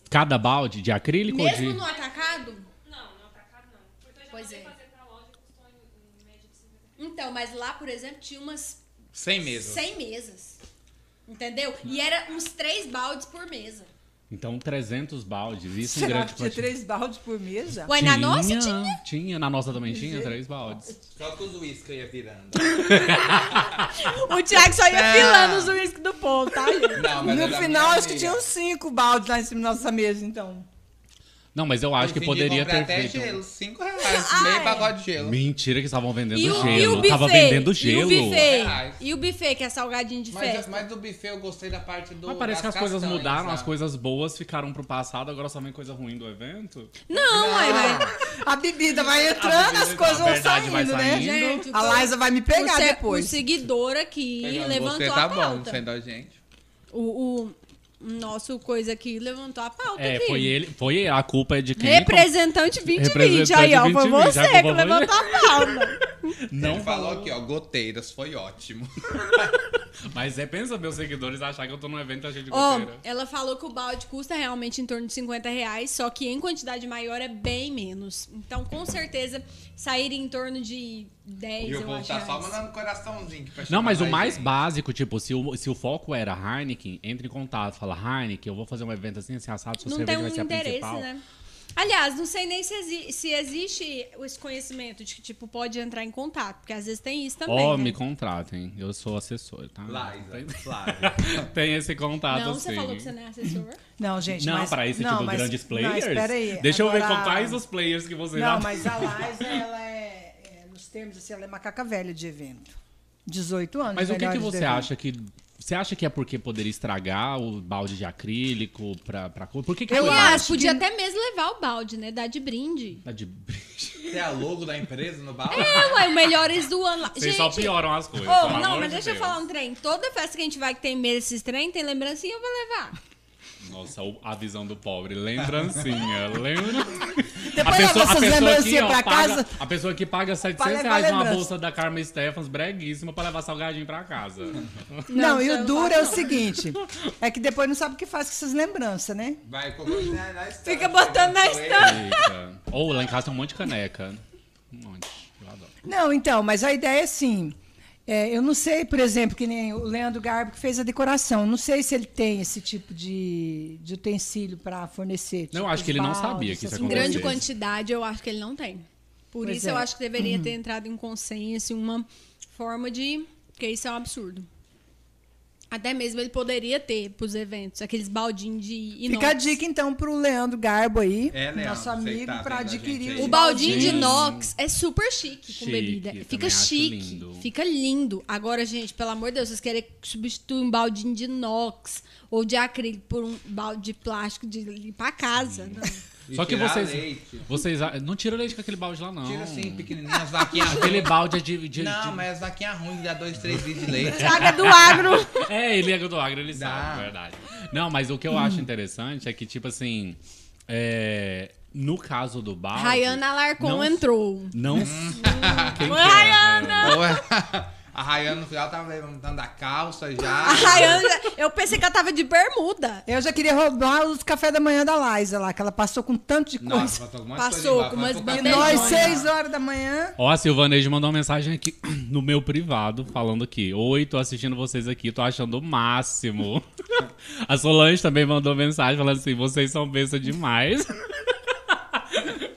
S3: Cada balde de acrílico ou
S2: Mesmo
S3: de...
S2: no atacado?
S5: Não, não tá caro não. Porque eu já
S2: Pois
S5: fui
S2: é.
S5: fazer pra loja custou em, em média de 50
S2: Então, mas lá, por exemplo, tinha umas
S4: Sem mesmo.
S2: 100 mesas. Entendeu? E era uns três baldes por mesa.
S3: Então, 300 baldes. Isso em
S1: Será
S3: grande
S1: que tinha
S3: quantidade.
S1: três baldes por mesa?
S2: Ué, na nossa tinha.
S3: Tinha, na nossa também tinha, três baldes.
S4: Só que os uísques ia virando.
S2: O Thiago só ia
S3: É.
S4: Ah.
S2: filando os uísques do povo, tá, gente?
S4: Não,
S1: No final, acho que tinha uns cinco baldes lá em cima da nossa mesa, então.
S3: Não, mas eu acho que poderia ter
S4: até
S3: feito.
S4: gelo, 5 reais,
S2: Ah,
S4: meio
S2: é.
S4: pacote de gelo.
S3: Mentira que estavam vendendo
S2: E o,
S3: gelo.
S2: e o buffet?
S3: Tava vendendo gelo.
S2: E o buffet?
S4: Reais.
S2: E o buffet, que é salgadinho de
S4: Mas,
S2: festa?
S4: mas do buffet eu gostei da parte do.
S3: Mas parece que
S4: das
S3: as coisas
S4: castanhas,
S3: mudaram,
S4: né?
S3: as coisas boas ficaram pro passado, agora só vem coisa ruim do evento.
S2: Não, ué,
S4: Ah.
S2: ué.
S1: A bebida vai entrando,
S3: bebida-
S1: as coisas
S3: a
S1: vão
S3: verdade
S1: saindo,
S3: vai
S1: né?
S3: saindo.
S2: Gente, o
S1: a Liza vai me pegar
S2: o se-
S1: depois.
S2: O seguidor aqui
S4: Fernando,
S2: levantou
S4: Você
S2: a
S4: tá bom,
S2: pauta.
S4: sendo a gente.
S2: o, o nosso coisa aqui levantou a pauta
S3: É,
S2: aqui.
S3: foi ele, foi ele, a culpa é de quem?
S2: Representante 2020,
S3: Representante
S2: aí, ó. Foi
S3: 2020,
S2: você
S3: já
S2: que
S3: que eu vou-
S2: levantou a palma.
S4: Não
S3: Não
S4: falou aqui, ó, goteiras, foi ótimo.
S3: Mas é, pensa meus seguidores achar que eu tô num evento cheio de
S2: Ó,
S3: goteira.
S2: ela falou que o balde custa realmente em torno de 50 reais, só que em quantidade maior é bem menos. Então, com certeza, sairia em torno de 10,
S4: E
S2: eu,
S4: o povo
S2: acho.
S4: tá só
S2: reais.
S4: mandando coraçãozinho. que pra
S3: Não,
S4: chamar
S3: mas o
S4: mais
S3: mais
S4: gente.
S3: básico, tipo, se o, se o foco era Heineken, entre em contato, fala, Heineken, eu vou fazer um evento assim, assim, assado, sua
S2: Não tem
S3: cerveja
S2: um
S3: vai ser a
S2: interesse,
S3: principal.
S2: né? Aliás, não sei nem se, exi- se existe esse conhecimento de que, tipo, pode entrar em contato, porque às vezes tem isso também.
S3: Ó,
S2: né?
S3: me contratem, eu sou assessor, tá? Tem,
S4: Liza, Flávia.
S3: tem esse contato,
S2: Não,
S3: assim.
S2: você falou que você não é assessor.
S1: Não, gente,
S3: Não,
S1: mas...
S3: pra esse
S1: não,
S3: tipo
S1: mas-
S3: grandes
S1: Não,
S3: players.
S1: espera aí.
S3: Deixa eu ver
S1: Agora-
S3: com quais os players que você
S1: Não,
S3: já-
S1: mas a Liza, ela é, é, nos termos assim, ela é macaca velha de evento. 18 anos.
S3: Mas o que, que
S1: melhores
S3: você
S1: de evento.
S3: acha que. Você acha que é porque poderia estragar o balde de acrílico pra, pra cor? Por que, que
S1: Eu
S3: foi lá?
S2: Aliás,
S1: acho
S2: podia
S1: que-
S2: até mesmo levar o balde, né? Dar de brinde.
S3: Tá de brinde.
S4: Tem é a logo da empresa no balde?
S2: É, ué, o melhores do ano lá.
S3: Vocês
S2: Gente,
S3: só pioram as coisas.
S2: Ô,
S3: pelo
S2: não,
S3: amor
S2: mas
S3: de
S2: deixa eu
S3: Deus.
S2: falar um trem. Toda festa que a gente vai que tem medo desses trem, tem lembrancinha, eu vou levar.
S3: Nossa, o- a visão do pobre. Lembrancinha. Lembra?
S1: Depois leva essas lembrancinhas pra
S3: paga-
S1: casa.
S3: A pessoa que paga 700
S1: levar
S3: reais numa
S1: lembrança.
S3: bolsa da Carmen Stephens, breguíssima, pra levar salgadinho pra casa.
S1: Não,
S2: Não,
S1: e
S2: isso eu
S1: o
S2: não
S1: duro
S2: faço,
S1: é o
S2: não.
S1: seguinte: é que depois não sabe o que faz com essas lembranças, né?
S4: Vai colocando na, na um estante.
S2: Fica botando na estante.
S3: Eita. Ou lá em casa tem um monte de caneca. Um monte. Eu adoro.
S1: Não, então, mas a ideia é assim. é, eu não sei, por exemplo, que nem o Leandro Garbo que fez a decoração. Não sei se ele tem esse tipo de, de utensílio para fornecer.
S3: Não,
S1: tipo
S3: acho que ele não
S1: baldes,
S3: sabia que isso
S1: essas
S2: Em
S3: Com
S1: coisas.
S2: grande
S3: certeza.
S2: quantidade, eu acho que ele não tem. Por
S1: Pois
S2: isso,
S1: é.
S2: eu acho que deveria ter entrado em consenso, uma forma de... Porque isso é um absurdo. Até mesmo ele poderia ter pros eventos, aqueles baldinhos de inox.
S1: Fica a dica, então, para o Leandro Garbo aí,
S4: É, Leandro,
S1: nosso
S4: você que
S1: amigo,
S4: tá
S1: para
S4: vendo a gente
S1: adquirir
S4: aí.
S1: os
S2: O baldinho de
S3: Sim.
S2: inox é super chique, com
S3: Chique,
S2: bebida. Fica
S3: também acho
S2: chique,
S3: lindo.
S2: fica lindo. Agora, gente, pelo amor de Deus, vocês querem substituir um baldinho de inox ou de acrílico por um balde de plástico de limpar a casa. né? Não.
S4: E
S3: Só que
S4: tirar
S3: vocês.
S4: leite.
S3: Vocês. ah, Não tira leite com aquele balde lá, não.
S4: Tira assim, pequenininha, as vaquinhas
S3: Aquele balde é de. de-
S4: Não,
S3: de-
S4: mas as vaquinhas ruins dá 2, 3 litros de leite.
S2: Praga do agro.
S3: É, ele é do agro, ele
S4: Dá.
S3: sabe, é verdade. Não, mas o que eu acho interessante é que, tipo assim. é, no caso do balde.
S2: Rayana um Alarcon
S3: não-
S2: entrou.
S3: Não. Quem
S2: Oi,
S3: que é,
S2: Rayana!
S4: Ou é- A Rayana no final tava levantando a calça já.
S2: A Rayana, eu pensei que ela tava de bermuda.
S1: Eu já queria roubar os café da manhã da Liza lá, que ela passou com tanto de
S4: Nossa,
S1: coisa.
S3: tá
S4: passou algumas
S2: Passou
S4: coisas
S2: com umas
S1: E
S2: Bem
S1: nós,
S2: doida.
S1: seis horas da manhã.
S3: Ó, a Silvanejo mandou uma mensagem aqui no meu privado, falando aqui. Oi, tô assistindo vocês aqui, tô achando o máximo. A Solange também mandou mensagem falando assim: vocês são besta demais.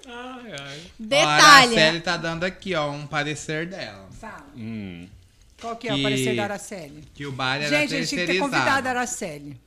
S3: Ai,
S4: A
S2: Detalha.
S4: Araceli tá dando aqui, ó, um parecer dela.
S1: Fala.
S3: Hum.
S1: Qual que é o
S4: E-
S1: parecer da Araceli?
S4: Que o bar era
S1: Gente, a gente tinha que ter
S4: terceirizado.
S1: convidado a Araceli.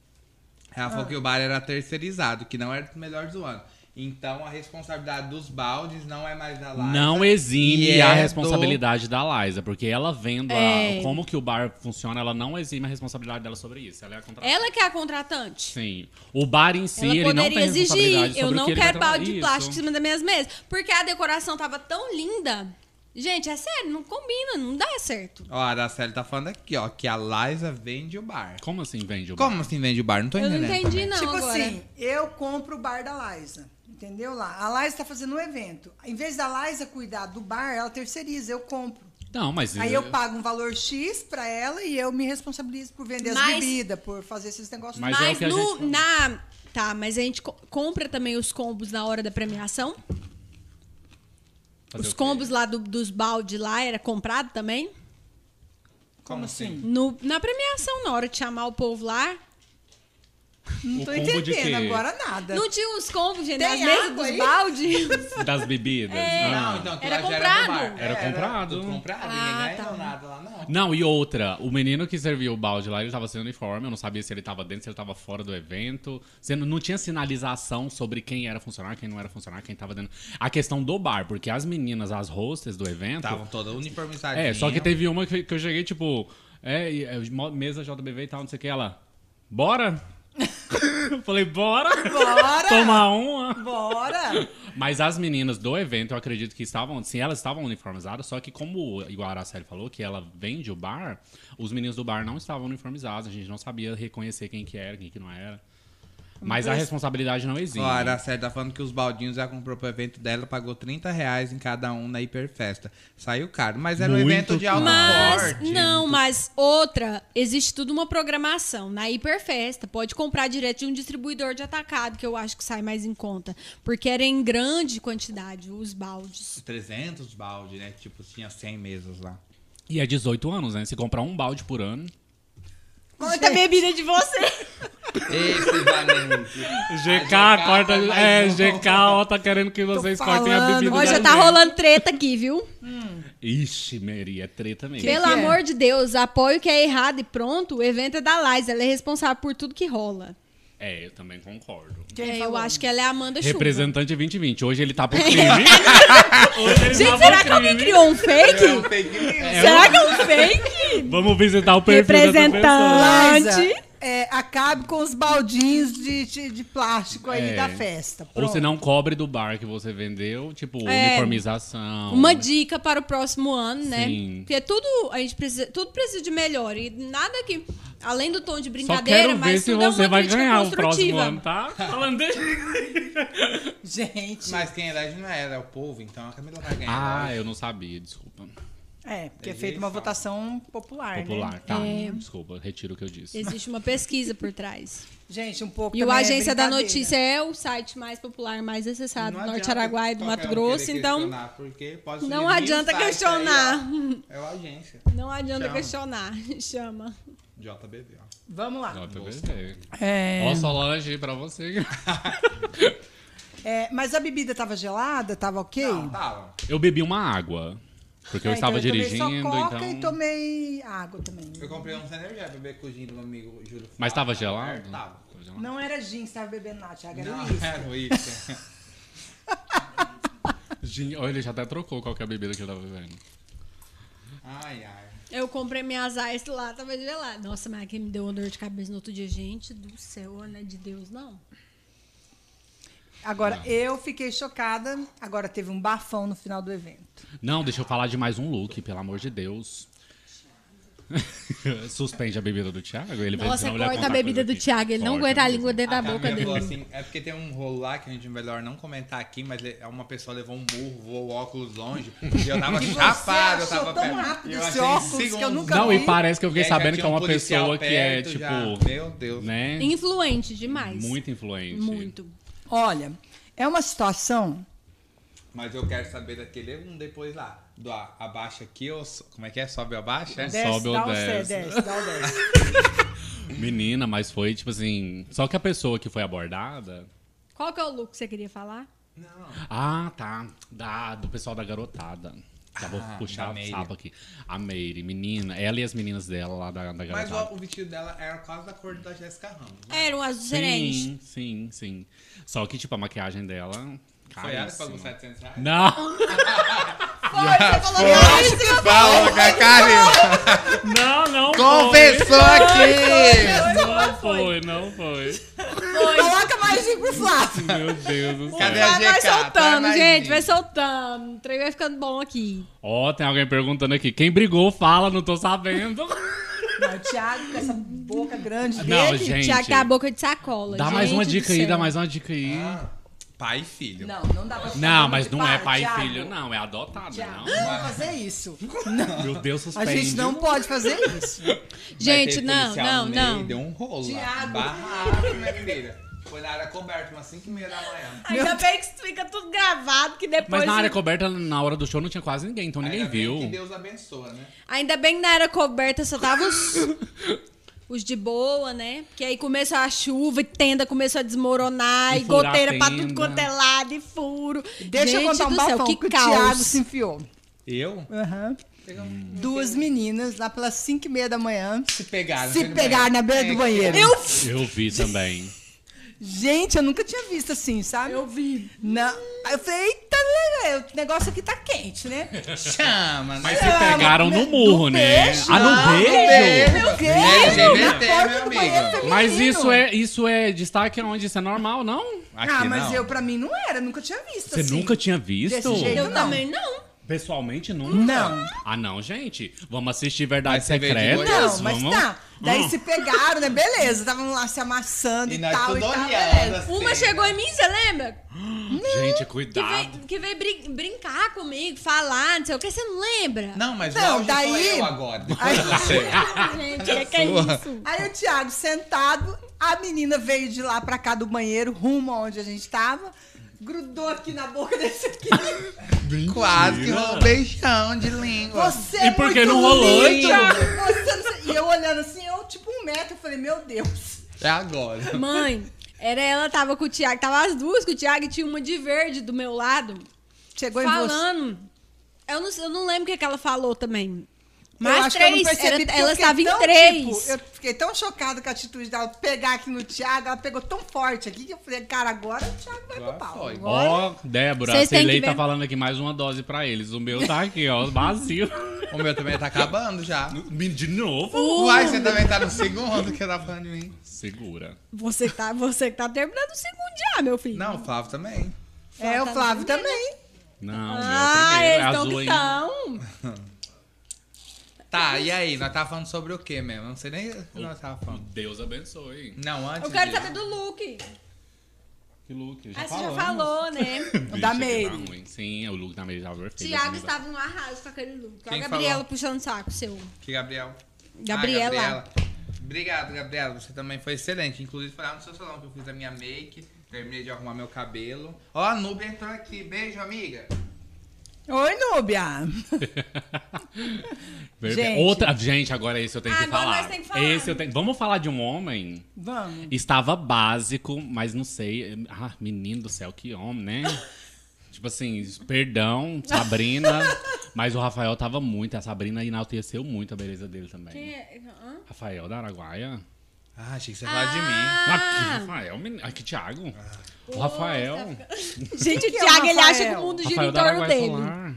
S4: Ela
S2: Ah.
S4: falou que o bar era terceirizado, que não era dos melhores do ano. Então a responsabilidade dos baldes não é mais da Lara.
S3: Não exime
S4: E
S3: a
S4: é
S3: responsabilidade da Liza, porque ela vendo a-
S2: É.
S3: como que o bar funciona, ela não exime a responsabilidade dela sobre isso. Ela é a contratante.
S2: Ela que é a contratante.
S3: Sim. O bar em si,
S2: Ela
S3: ele não
S2: poderia
S3: tem responsabilidade
S2: exigir.
S3: sobre
S2: Eu
S3: o
S2: não
S3: que ele vai
S2: quero balde de
S3: trabalhar.
S2: plástico em
S3: Isso.
S2: cima das minhas mesas. Porque a decoração tava tão linda. Gente, é sério, não combina, não dá certo.
S4: Ó, a Araceli tá falando aqui, ó, que a Liza vende o bar.
S3: Como assim vende o bar?
S4: Como assim vende o bar? Não tô
S2: Eu não
S4: entendendo.
S3: né,
S2: entendi, não.
S1: tipo
S2: agora.
S1: assim, eu compro o bar da Liza. Entendeu lá? A Liza tá fazendo um evento. Em vez da Liza cuidar do bar, ela terceiriza, eu compro.
S3: Não, mas... é
S1: Aí eu pago um valor X pra ela e eu me responsabilizo por vender
S2: Mas-
S1: as bebidas, por fazer esses negócios.
S3: Mas é o
S2: Mas
S3: que a
S2: no,
S3: gente-
S2: na. Tá, mas a gente co- compra também os combos na hora da premiação?
S3: Fazer
S2: os
S3: o quê?
S2: combos lá do- dos balde lá era comprado também?
S4: Como assim?
S2: No, na premiação, na hora de chamar o povo lá.
S1: Não tô
S3: O combo de
S1: entendendo
S3: quê?
S1: agora nada.
S2: Não tinha uns combos, gente,
S1: Tem
S2: nas mesas
S1: água
S2: dos
S1: aí?
S2: balde.
S3: Das bebidas.
S2: É.
S4: Não,
S3: Ah.
S4: então aquilo
S2: assim? Era
S4: lá já era
S2: comprado.
S4: do bar.
S3: Era comprado.
S4: tudo comprado,
S2: Ah,
S4: ninguém ganhou
S2: tá.
S4: nada lá, não.
S3: Não, e outra, o menino que serviu o balde lá, ele tava sem uniforme, eu não sabia se ele tava dentro, se ele tava fora do evento. Você não, não tinha sinalização sobre quem era funcionário, quem não era funcionário, quem tava dentro. A questão do bar, porque as meninas, as hostes do evento.
S4: Estavam toda uniformizadinha.
S3: Então. É, só que teve uma que, que eu cheguei, tipo, é, e- é, mo- mesa JBV e tal, não sei o que, ela. Bora? eu falei, bora!
S1: Bora!
S3: Tomar uma!
S1: Bora!
S3: Mas as meninas do evento, eu acredito que estavam, sim, elas estavam uniformizadas, só que como igual a Araceli falou, que ela vende o bar, os meninos do bar não estavam uniformizados, a gente não sabia reconhecer quem que era, quem que não era. Mas a responsabilidade não existe.
S4: Ó, a Araceli tá falando que os baldinhos já comprou pro evento dela, pagou 30 reais em cada um na hiperfesta. Saiu caro, mas era um
S3: Muito
S4: evento de alto
S2: Mas,
S4: porte.
S2: não, mas outra, existe tudo uma programação. Na hiperfesta, pode comprar direto de um distribuidor de atacado, que eu acho que sai mais em conta. Porque era em grande quantidade os baldes.
S4: 300 balde, né? Tipo, tinha 100 mesas lá.
S3: E é 18 anos, né? Se comprar um balde por ano.
S2: Quanta bebida de você!
S4: Esse
S2: Ah,
S4: valente. é,
S3: é,
S2: um
S4: um
S3: tá querendo que vocês
S1: cortem a falando, bebida
S2: Ó, já tá rolando treta aqui, viu?
S3: Ixi, Maria, é treta mesmo.
S2: Pelo
S1: que é?
S2: amor de Deus, apoio que é errado e pronto, o evento é da Liza, ela é responsável por tudo que rola.
S3: É, eu também concordo.
S1: Quem
S2: É, eu
S1: falou?
S2: acho que ela é a Amanda Chuva.
S3: Representante 2020. Hoje ele tá pro crime. Hoje ele tá
S2: Gente,
S3: pro
S2: será que
S3: crime.
S2: alguém criou um fake? será que é um fake?
S3: Vamos visitar o perfil dessa
S1: Liza,
S2: Representante.
S1: é, acabe com os baldinhos de, de, de plástico aí
S3: É.
S1: da festa.
S3: pessoa. Ou
S1: Pronto.
S3: se não, cobre do bar que você vendeu, tipo,
S2: É.
S3: uniformização.
S2: Uma dica para o próximo ano, né?
S3: né? Sim.
S2: Porque tudo a gente precisa, tudo precisa de melhor e nada que além do tom de
S3: Só
S2: brincadeira,
S3: quero ver
S2: mas
S3: se
S2: tudo é
S3: você
S2: uma
S3: vai
S2: crítica
S3: ganhar o próximo
S2: construtiva.
S3: ano, tá? Falando
S1: Gente,
S4: Mas quem elege não era, era o povo, então a Camila vai ganhar.
S3: Ah, eu não sabia, desculpa.
S1: é, porque é
S4: Tem
S1: feita uma
S4: jeito,
S1: votação popular, né?
S3: Popular, tá? Desculpa, retiro o que eu disse.
S2: Existe uma pesquisa por trás.
S1: Gente, um pouco
S2: E o
S1: também é
S2: Agência da
S1: brincadeira.
S2: Notícia é o site mais popular, mais acessado do
S4: Não
S2: Tá, Norte
S4: adianta
S2: Araguaia e do
S4: qualquer
S2: Mato
S4: um
S2: Grosso,
S4: querer
S2: então
S4: questionar, porque pode
S2: não
S4: surgir mil
S2: adianta
S4: sites tá aí,
S2: questionar.
S4: ó. é o agência.
S2: não adianta
S4: Chama.
S2: questionar. Chama.
S4: JBB, ó.
S1: Vamos lá.
S3: JBV.
S1: É,
S3: tá Ó, Solange, pra você.
S1: é, mas a bebida tava gelada? Tava ok?
S4: Não, tava.
S3: Eu bebi uma água. Porque eu
S1: É, então
S3: estava
S1: tomei
S3: dirigindo,
S1: só coca
S3: então.
S1: e tomei água também.
S4: Eu comprei um energia pra beber com o gin do meu amigo Júlio.
S3: Mas tava
S4: Fábio,
S3: gelado?
S4: É, Tava.
S3: Tava gelado.
S1: Não era gin, você tava bebendo na Thiago, era
S4: Não,
S1: uísque.
S4: era o uísque.
S3: Gin- Olha, ele já até trocou qual que é a bebida que ele tava bebendo.
S4: Ai, ai.
S2: Eu comprei minhas ice lá, tava gelado. Nossa, mas que me deu uma dor de cabeça no outro dia, gente do céu, não é de Deus não.
S1: Agora, eu fiquei chocada. Agora teve um bafão no final do evento.
S3: Não, deixa eu falar de mais um look, pelo amor de Deus. Suspende a bebida do Thiago? Ele vai-
S2: Nossa,
S3: senão ele vai
S2: corta a
S3: contar
S2: bebida
S3: coisa
S2: do
S3: aqui.
S2: Thiago, ele não
S3: Corta
S2: aguenta a
S3: mesmo.
S2: língua dentro da
S4: Camila
S2: boca
S4: falou
S2: dele.
S4: assim, é porque tem um rolo lá que a gente melhor não comentar aqui, mas le- uma pessoa levou um burro, voou o óculos longe. E eu tava chapado, eu
S1: achou
S4: tava
S1: tão
S4: perto.
S1: rápido
S4: Eu
S1: esse
S4: achei
S1: óculos que eu
S4: segundos.
S1: nunca
S3: Não, e
S1: vi.
S3: parece que eu fiquei
S4: E aí já
S3: sabendo que
S4: tinha
S3: é
S4: um
S3: uma
S4: policial
S3: pessoa que é,
S4: perto
S3: tipo.
S4: já. Meu Deus.
S3: Né?
S2: Influente demais.
S3: Muito influente.
S2: Muito.
S1: Olha, é uma situação.
S4: Mas eu quero saber daquele um depois lá. Do a- abaixa aqui ou. so- Como é que é? Sobe ou abaixa? É?
S3: Desce. Sobe ou
S1: dá um
S3: desce?
S1: cé- desce, dá um desce.
S3: Menina, mas foi tipo assim. Só que a pessoa que foi abordada.
S2: Qual que é o look que você queria falar?
S3: Ah, tá. Da, do pessoal da garotada. Tá, vou
S4: Ah, da
S3: puxar o
S4: Meire.
S3: sapo aqui. A Meire, menina. Ela e as meninas dela lá da, da
S4: Mas
S3: garotada.
S4: o, o vestido dela era quase da cor da Jéssica Ramos. né?
S2: Era um azul gerente.
S3: Sim, sim, sim. Só que, tipo, a maquiagem dela.
S4: Foi ela que
S3: caríssima.
S4: pagou 700 reais?
S3: Não,
S4: Fala, Karen!
S3: não, não.
S4: Confessou aqui!
S3: Foi. Não foi, não foi.
S1: Coloca mais cinco pro Flávio.
S3: Meu Deus do
S4: Cadê
S3: céu.
S4: a
S2: Vai, vai
S4: GK? Põe
S2: soltando,
S4: mais
S2: gente.
S4: um.
S2: Vai soltando. O trem vai ficando bom aqui.
S3: Ó, tem alguém perguntando aqui. Quem brigou, fala, não tô sabendo.
S1: Não, o Thiago com essa boca grande dele.
S3: Não, gente.
S2: Tiago tá a boca de sacola.
S3: Dá
S2: gente
S3: mais uma
S2: do
S3: dica aí,
S2: céu.
S3: dá mais uma dica aí.
S4: Pai e filho.
S1: Não, não dá pra ficar
S3: Não,
S1: falando
S3: mas
S1: que
S3: não é
S1: para,
S3: pai
S1: Thiago,
S3: e filho, não. É adotado,
S1: Thiago,
S3: não.
S1: não vai fazer isso.
S3: Meu Deus,
S1: A
S3: suspende.
S1: gente não pode fazer isso.
S2: Gente, não, não, não.
S4: Deu um rolo.
S1: Thiago.
S4: Barrado, minha filha. Foi na área coberta, umas 5 e meia da manhã.
S2: Ainda bem que isso fica tudo gravado, que depois.
S3: Mas na área coberta, na hora do show, não tinha quase ninguém, então ninguém
S4: Ainda bem
S3: viu.
S4: Que Deus abençoa, né?
S2: Ainda bem que na área coberta só tava os. os de boa, né? Porque aí começou a chuva e tenda começou a desmoronar e,
S3: E furar
S2: goteira
S3: a
S2: pra
S3: tenda.
S2: tudo quanto é lado e furo.
S1: Deixa
S2: Gente
S1: eu contar um
S2: do céu,
S1: bafão
S2: que
S1: que, o
S2: caos.
S1: Thiago se enfiou.
S4: Eu?
S1: Aham. Duas meninas, lá pelas 5 e meia da manhã,
S4: Se pegaram.
S1: se pegar na beira
S4: É,
S1: do banheiro.
S2: Eu
S3: Eu vi também.
S1: Gente, eu nunca tinha visto assim, sabe? Eu vi. Não. Aí eu falei, eita, legal, o negócio aqui tá quente, né?
S4: Chama, né?
S3: Mas se pegaram no murro, né?
S1: beijo.
S3: ah, no beijo?
S1: Meu Deus!
S4: LGBT,
S1: Na porta
S4: meu
S1: do
S4: amigo.
S1: banheiro feminino.
S3: Mas isso é, isso é destaque onde isso é normal, não?
S1: ah, mas eu, pra mim, não era. Nunca tinha visto
S3: Você
S1: assim.
S3: nunca tinha visto?
S1: Desse jeito,
S2: Eu
S1: Não.
S2: também não.
S3: Pessoalmente, nunca?
S1: Não.
S3: Ah, não, gente. Vamos assistir Verdades
S4: Mas você veio de
S3: Secretas.
S1: Não, mas
S3: vamos...
S1: tá. Daí se pegaram, né? Beleza. Estavam lá se amassando
S4: E
S1: e,
S4: nós
S1: tal, e
S4: tudo
S1: tal.
S4: olhando,
S1: Beleza.
S4: assim.
S2: Uma chegou em mim, você lembra?
S3: Hum, Gente,
S2: Que
S3: cuidado.
S2: veio, que veio brin- brincar comigo, falar, não sei o que, você não lembra?
S4: Não, mas
S1: Não,
S4: não, o daí...
S1: daí-
S4: sou eu agora.
S1: Aí,
S2: Gente, que que é isso?
S1: aí o Thiago sentado, a menina veio de lá pra cá do banheiro, rumo aonde a gente tava, grudou aqui na boca desse aqui.
S4: Quase que rolou um beijão de língua.
S1: Você
S3: E por que
S1: é muito
S3: não rolou,
S1: lindo.
S3: Thiago?
S1: Você não sei- E eu olhando assim, eu tipo um metro, eu falei, meu Deus.
S4: É agora.
S2: Mãe, era ela tava com o Thiago, tava as duas com o Thiago e tinha uma de verde do meu lado,
S1: Chegou em você.
S2: falando. Eu não, eu não lembro o que, que ela falou também.
S1: Eu
S2: Mas
S1: acho que eu não
S2: três,
S1: percebi,
S2: era-
S1: porque eu
S2: ela
S1: fiquei
S2: estava em
S1: tão,
S2: três.
S1: tipo, eu fiquei tão chocada com a atitude dela pegar aqui no Thiago, ela pegou tão forte aqui que eu falei, cara, agora o Thiago vai
S4: Agora
S1: pro pau.
S4: foi.
S3: Ó, Débora, a
S2: Vocês têm que
S3: Celei
S2: ver-
S3: tá falando aqui mais uma dose pra eles. O meu tá aqui, ó, vazio.
S4: O meu também tá acabando já.
S3: De novo?
S4: Uai, você também tá no segundo que você tá falando de mim.
S3: Segura.
S2: Você que tá, você que tá terminando o segundo já, meu filho.
S4: Não, o Flávio também.
S1: É, o Flávio
S2: Tá
S1: também.
S3: Não,
S2: Ah,
S3: meu primeiro.
S2: eles
S3: É
S2: estão
S3: azul
S2: que
S3: aí.
S2: estão.
S4: Tá, e aí? Nós tava falando sobre o quê mesmo? Não sei nem o que nós tava falando.
S3: Deus abençoe.
S4: Não, antes.
S2: Eu quero
S4: disso.
S2: saber do look.
S3: Que look?
S2: Ah, você já falou, né?
S3: Vixe,
S1: Da
S3: que
S1: Meire.
S3: tá ruim. Sim, o look da Meire já assim, perfeito.
S2: Tiago estava no arraso com aquele look. Olha
S4: Quem
S2: a Gabriela
S4: falou?
S2: puxando o saco seu.
S4: Que Gabriel.
S2: Gabriela.
S4: Obrigado, Gabriela. Você também foi excelente. Inclusive, foi lá no seu salão que eu fiz a minha make. Terminei de arrumar meu cabelo. Ó, a Nubia entrou aqui. Beijo, amiga.
S1: Oi, Núbia. Gente.
S3: Gente. Outra. Gente, agora esse eu tenho
S2: Ah,
S3: que
S2: agora
S3: falar.
S2: nós tem que falar.
S3: Esse eu tenho. Vamos falar de um homem.
S1: Vamos.
S3: Estava básico, mas não sei. Ah, menino do céu, que homem, né? tipo assim, perdão, Sabrina. mas o Rafael tava muito. A Sabrina enalteceu muito a beleza dele também.
S1: é?
S3: Rafael da Araguaia?
S4: Ah, achei que você ia falar de mim.
S3: Ah, que Rafael, menino. Aqui, Thiago.
S4: Ah.
S3: o Rafael.
S2: Gente, o
S1: que é o
S2: Thiago,
S1: Rafael?
S2: ele
S1: é
S2: acha que o mundo gira
S3: Rafael
S2: em
S3: da
S2: torno
S3: Araguaia
S2: dele.
S3: Solar.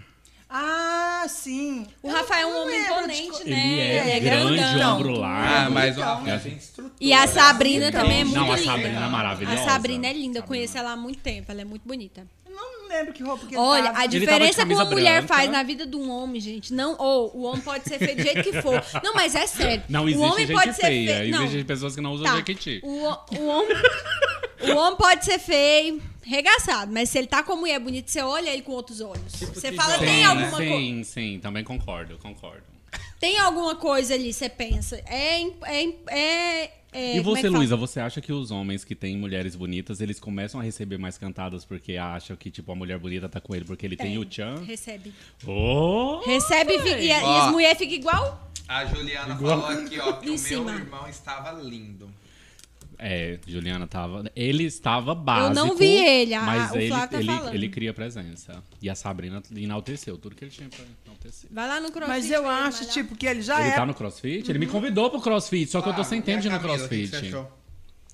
S1: Ah, sim.
S2: O Rafael é um homem imponente, né?
S3: Ele é, grande,
S2: grandão.
S3: ombro largo.
S4: Ah, mas o
S1: Então.
S2: né?
S4: Rafael tem estrutura.
S2: E a Sabrina
S3: Então,
S2: também é muito
S3: não, a
S2: linda.
S3: Sabrina é maravilhosa.
S2: A Sabrina é linda, eu
S3: Sabrina.
S2: conheço ela há muito tempo, ela é muito bonita.
S1: Eu Não lembro que roupa que tá ele
S2: Olha,
S1: tava.
S2: a
S3: tá de
S2: diferença que
S3: camisa
S2: uma mulher
S3: branca.
S2: faz na vida de um homem, gente, não. Ou o homem pode ser feio do jeito que for. Não, mas é sério.
S3: Não
S2: o
S3: existe
S2: homem
S3: gente
S2: pode ser
S3: feia.
S2: feio. Não,
S3: Existe pessoas que não usam
S2: tá.
S3: jequiti.
S2: O, ho- o homem, o homem pode ser feio, regaçado, mas se ele tá com a mulher bonita, você olha ele com outros olhos.
S1: Tipo
S2: você
S4: que
S2: fala,
S4: joga,
S2: tem
S4: né?
S2: alguma coisa.
S3: Sim, sim, também concordo, concordo.
S2: Tem alguma coisa ali, você pensa. É. im- é, im- é, é como
S3: e
S2: é
S3: você,
S2: que fala?
S3: Luísa, você acha que os homens que têm mulheres bonitas, eles começam a receber mais cantadas porque acham que, tipo, a mulher bonita tá com ele porque ele
S2: É.
S3: tem o tchan?
S2: Recebe.
S3: Oh!
S2: Recebe e fica- e, a- e
S4: Ó.
S2: as mulheres ficam igual.
S4: A Juliana
S3: Igual.
S4: falou aqui, ó, que
S2: Em
S4: o meu
S2: cima.
S4: irmão estava lindo.
S3: É, Juliana tava. Ele estava básico.
S2: Eu não vi ele, a-
S3: mas
S2: o
S3: ele,
S2: Flávio tá
S3: ele,
S2: falando.
S3: ele cria presença. E a Sabrina enalteceu tudo que ele tinha pra enaltecer.
S2: Vai lá no crossfit.
S1: Mas eu
S2: pra ele
S1: acho,
S2: malhar.
S1: tipo, que ele já
S3: ele
S1: é. Ah,
S3: tá no crossfit? Ele me convidou pro crossfit, só que eu tô sem tempo de ir no crossfit.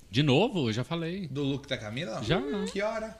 S3: De novo? Eu já falei.
S4: Do look da Camila? Hum,
S3: Já.
S4: Que hora?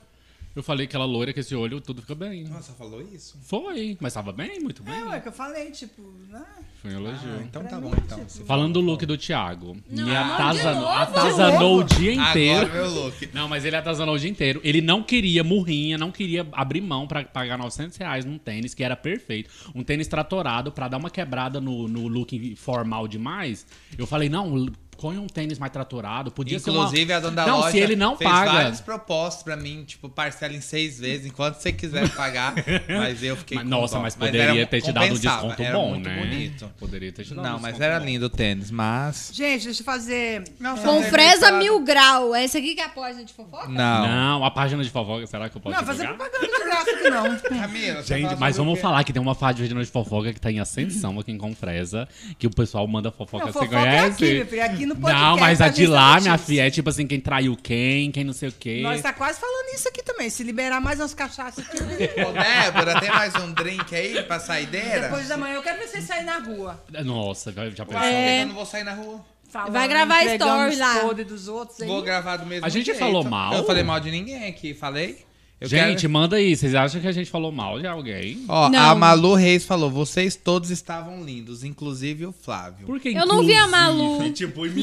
S3: Eu falei que ela loira, que esse olho, tudo fica bem.
S4: Nossa, falou isso?
S3: Foi, mas tava bem, muito bem.
S1: É, Ah. ué, que eu falei, tipo, né?
S3: Foi um elogio.
S4: Ah, então tá bom,
S1: mim,
S4: então.
S1: tipo,
S4: Se-
S3: Falando do look do Thiago. me
S2: não, de
S3: atazanou,
S2: novo?
S3: atazanou o dia inteiro.
S4: Agora meu look.
S3: Não, mas ele atazanou o dia inteiro. Ele não queria murrinha, não queria abrir mão pra pagar 900 reais num tênis que era perfeito. Um tênis tratorado pra dar uma quebrada no, no look formal demais. Eu falei, não, põe um tênis mais tratorado. Podia ser
S4: Inclusive,
S3: uma...
S4: a dona da
S3: não,
S4: loja
S3: se ele não
S4: fez
S3: paga...
S4: vários propósitos pra mim, tipo, parcela em seis vezes, enquanto você quiser pagar. mas eu fiquei
S3: Mas,
S4: com
S3: nossa,
S4: dó.
S3: mas poderia
S4: era-
S3: ter te dado um
S4: compensava,
S3: desconto
S4: era
S3: bom,
S4: muito
S3: né?
S4: bonito.
S3: Poderia ter te dado um
S4: Não, mas
S3: desconto
S4: era
S3: bom.
S4: lindo o tênis, mas...
S1: Gente, deixa eu fazer.
S4: Nossa,
S2: Com
S4: teve
S1: é
S2: fresa
S4: história-
S2: mil grau. Essa aqui que é a página de fofoca?
S4: tá- Não.
S3: Não, a página de fofoca, será que eu posso
S1: Não, fazer
S3: divulgar?
S1: propaganda de gráfico, não.
S4: Camila, você
S3: Gente,
S4: fala
S3: mas
S4: sobre o
S3: vamos
S4: quê?
S3: falar que tem uma página de fofoca que tá em ascensão aqui em Confresa, que o pessoal manda fofoca,
S1: Não,
S3: você
S1: fofoca é
S3: conhece?
S1: aqui, minha filha, aqui no podcast. tá
S3: não, mas a de lá, minha
S1: notícia.
S3: filha, é tipo assim, quem traiu quem, quem não sei o quê.
S1: Nós tá quase falando isso aqui também. Se liberar mais umas cachaças aqui,
S4: Ô, Débora, tem mais um drink aí pra saideira?
S1: depois da manhã eu quero ver vocês saírem na rua.
S3: Nossa, já já pensou.
S4: É. Eu não vou sair na rua.
S1: Falando,
S2: Vai gravar
S1: entregando
S2: story
S1: os
S2: lá.
S1: podres dos outros aí.
S4: Vou gravar do mesmo
S3: A gente
S4: jeito.
S3: falou mal?
S4: Eu não falei mal de ninguém aqui, falei? Eu
S3: gente,
S4: quero-
S3: manda aí, vocês acham que a gente falou mal de alguém?
S4: Ó, a
S2: Não.
S4: Malu Reis falou, vocês todos estavam lindos, inclusive o Flávio.
S3: Porque
S2: Eu não vi a Malu.
S3: Tipo, me...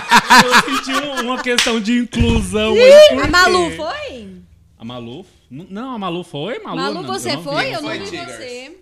S3: eu senti um, uma questão de inclusão. mas por
S2: A Malu
S3: quê?
S2: foi?
S3: A Malu? N- Não, a Malu foi? Malu,
S2: Malu,
S3: não, Ah, eu
S2: você
S3: não vi.
S2: foi? Eu não
S4: Foi,
S2: vi
S4: Tigers.
S2: você.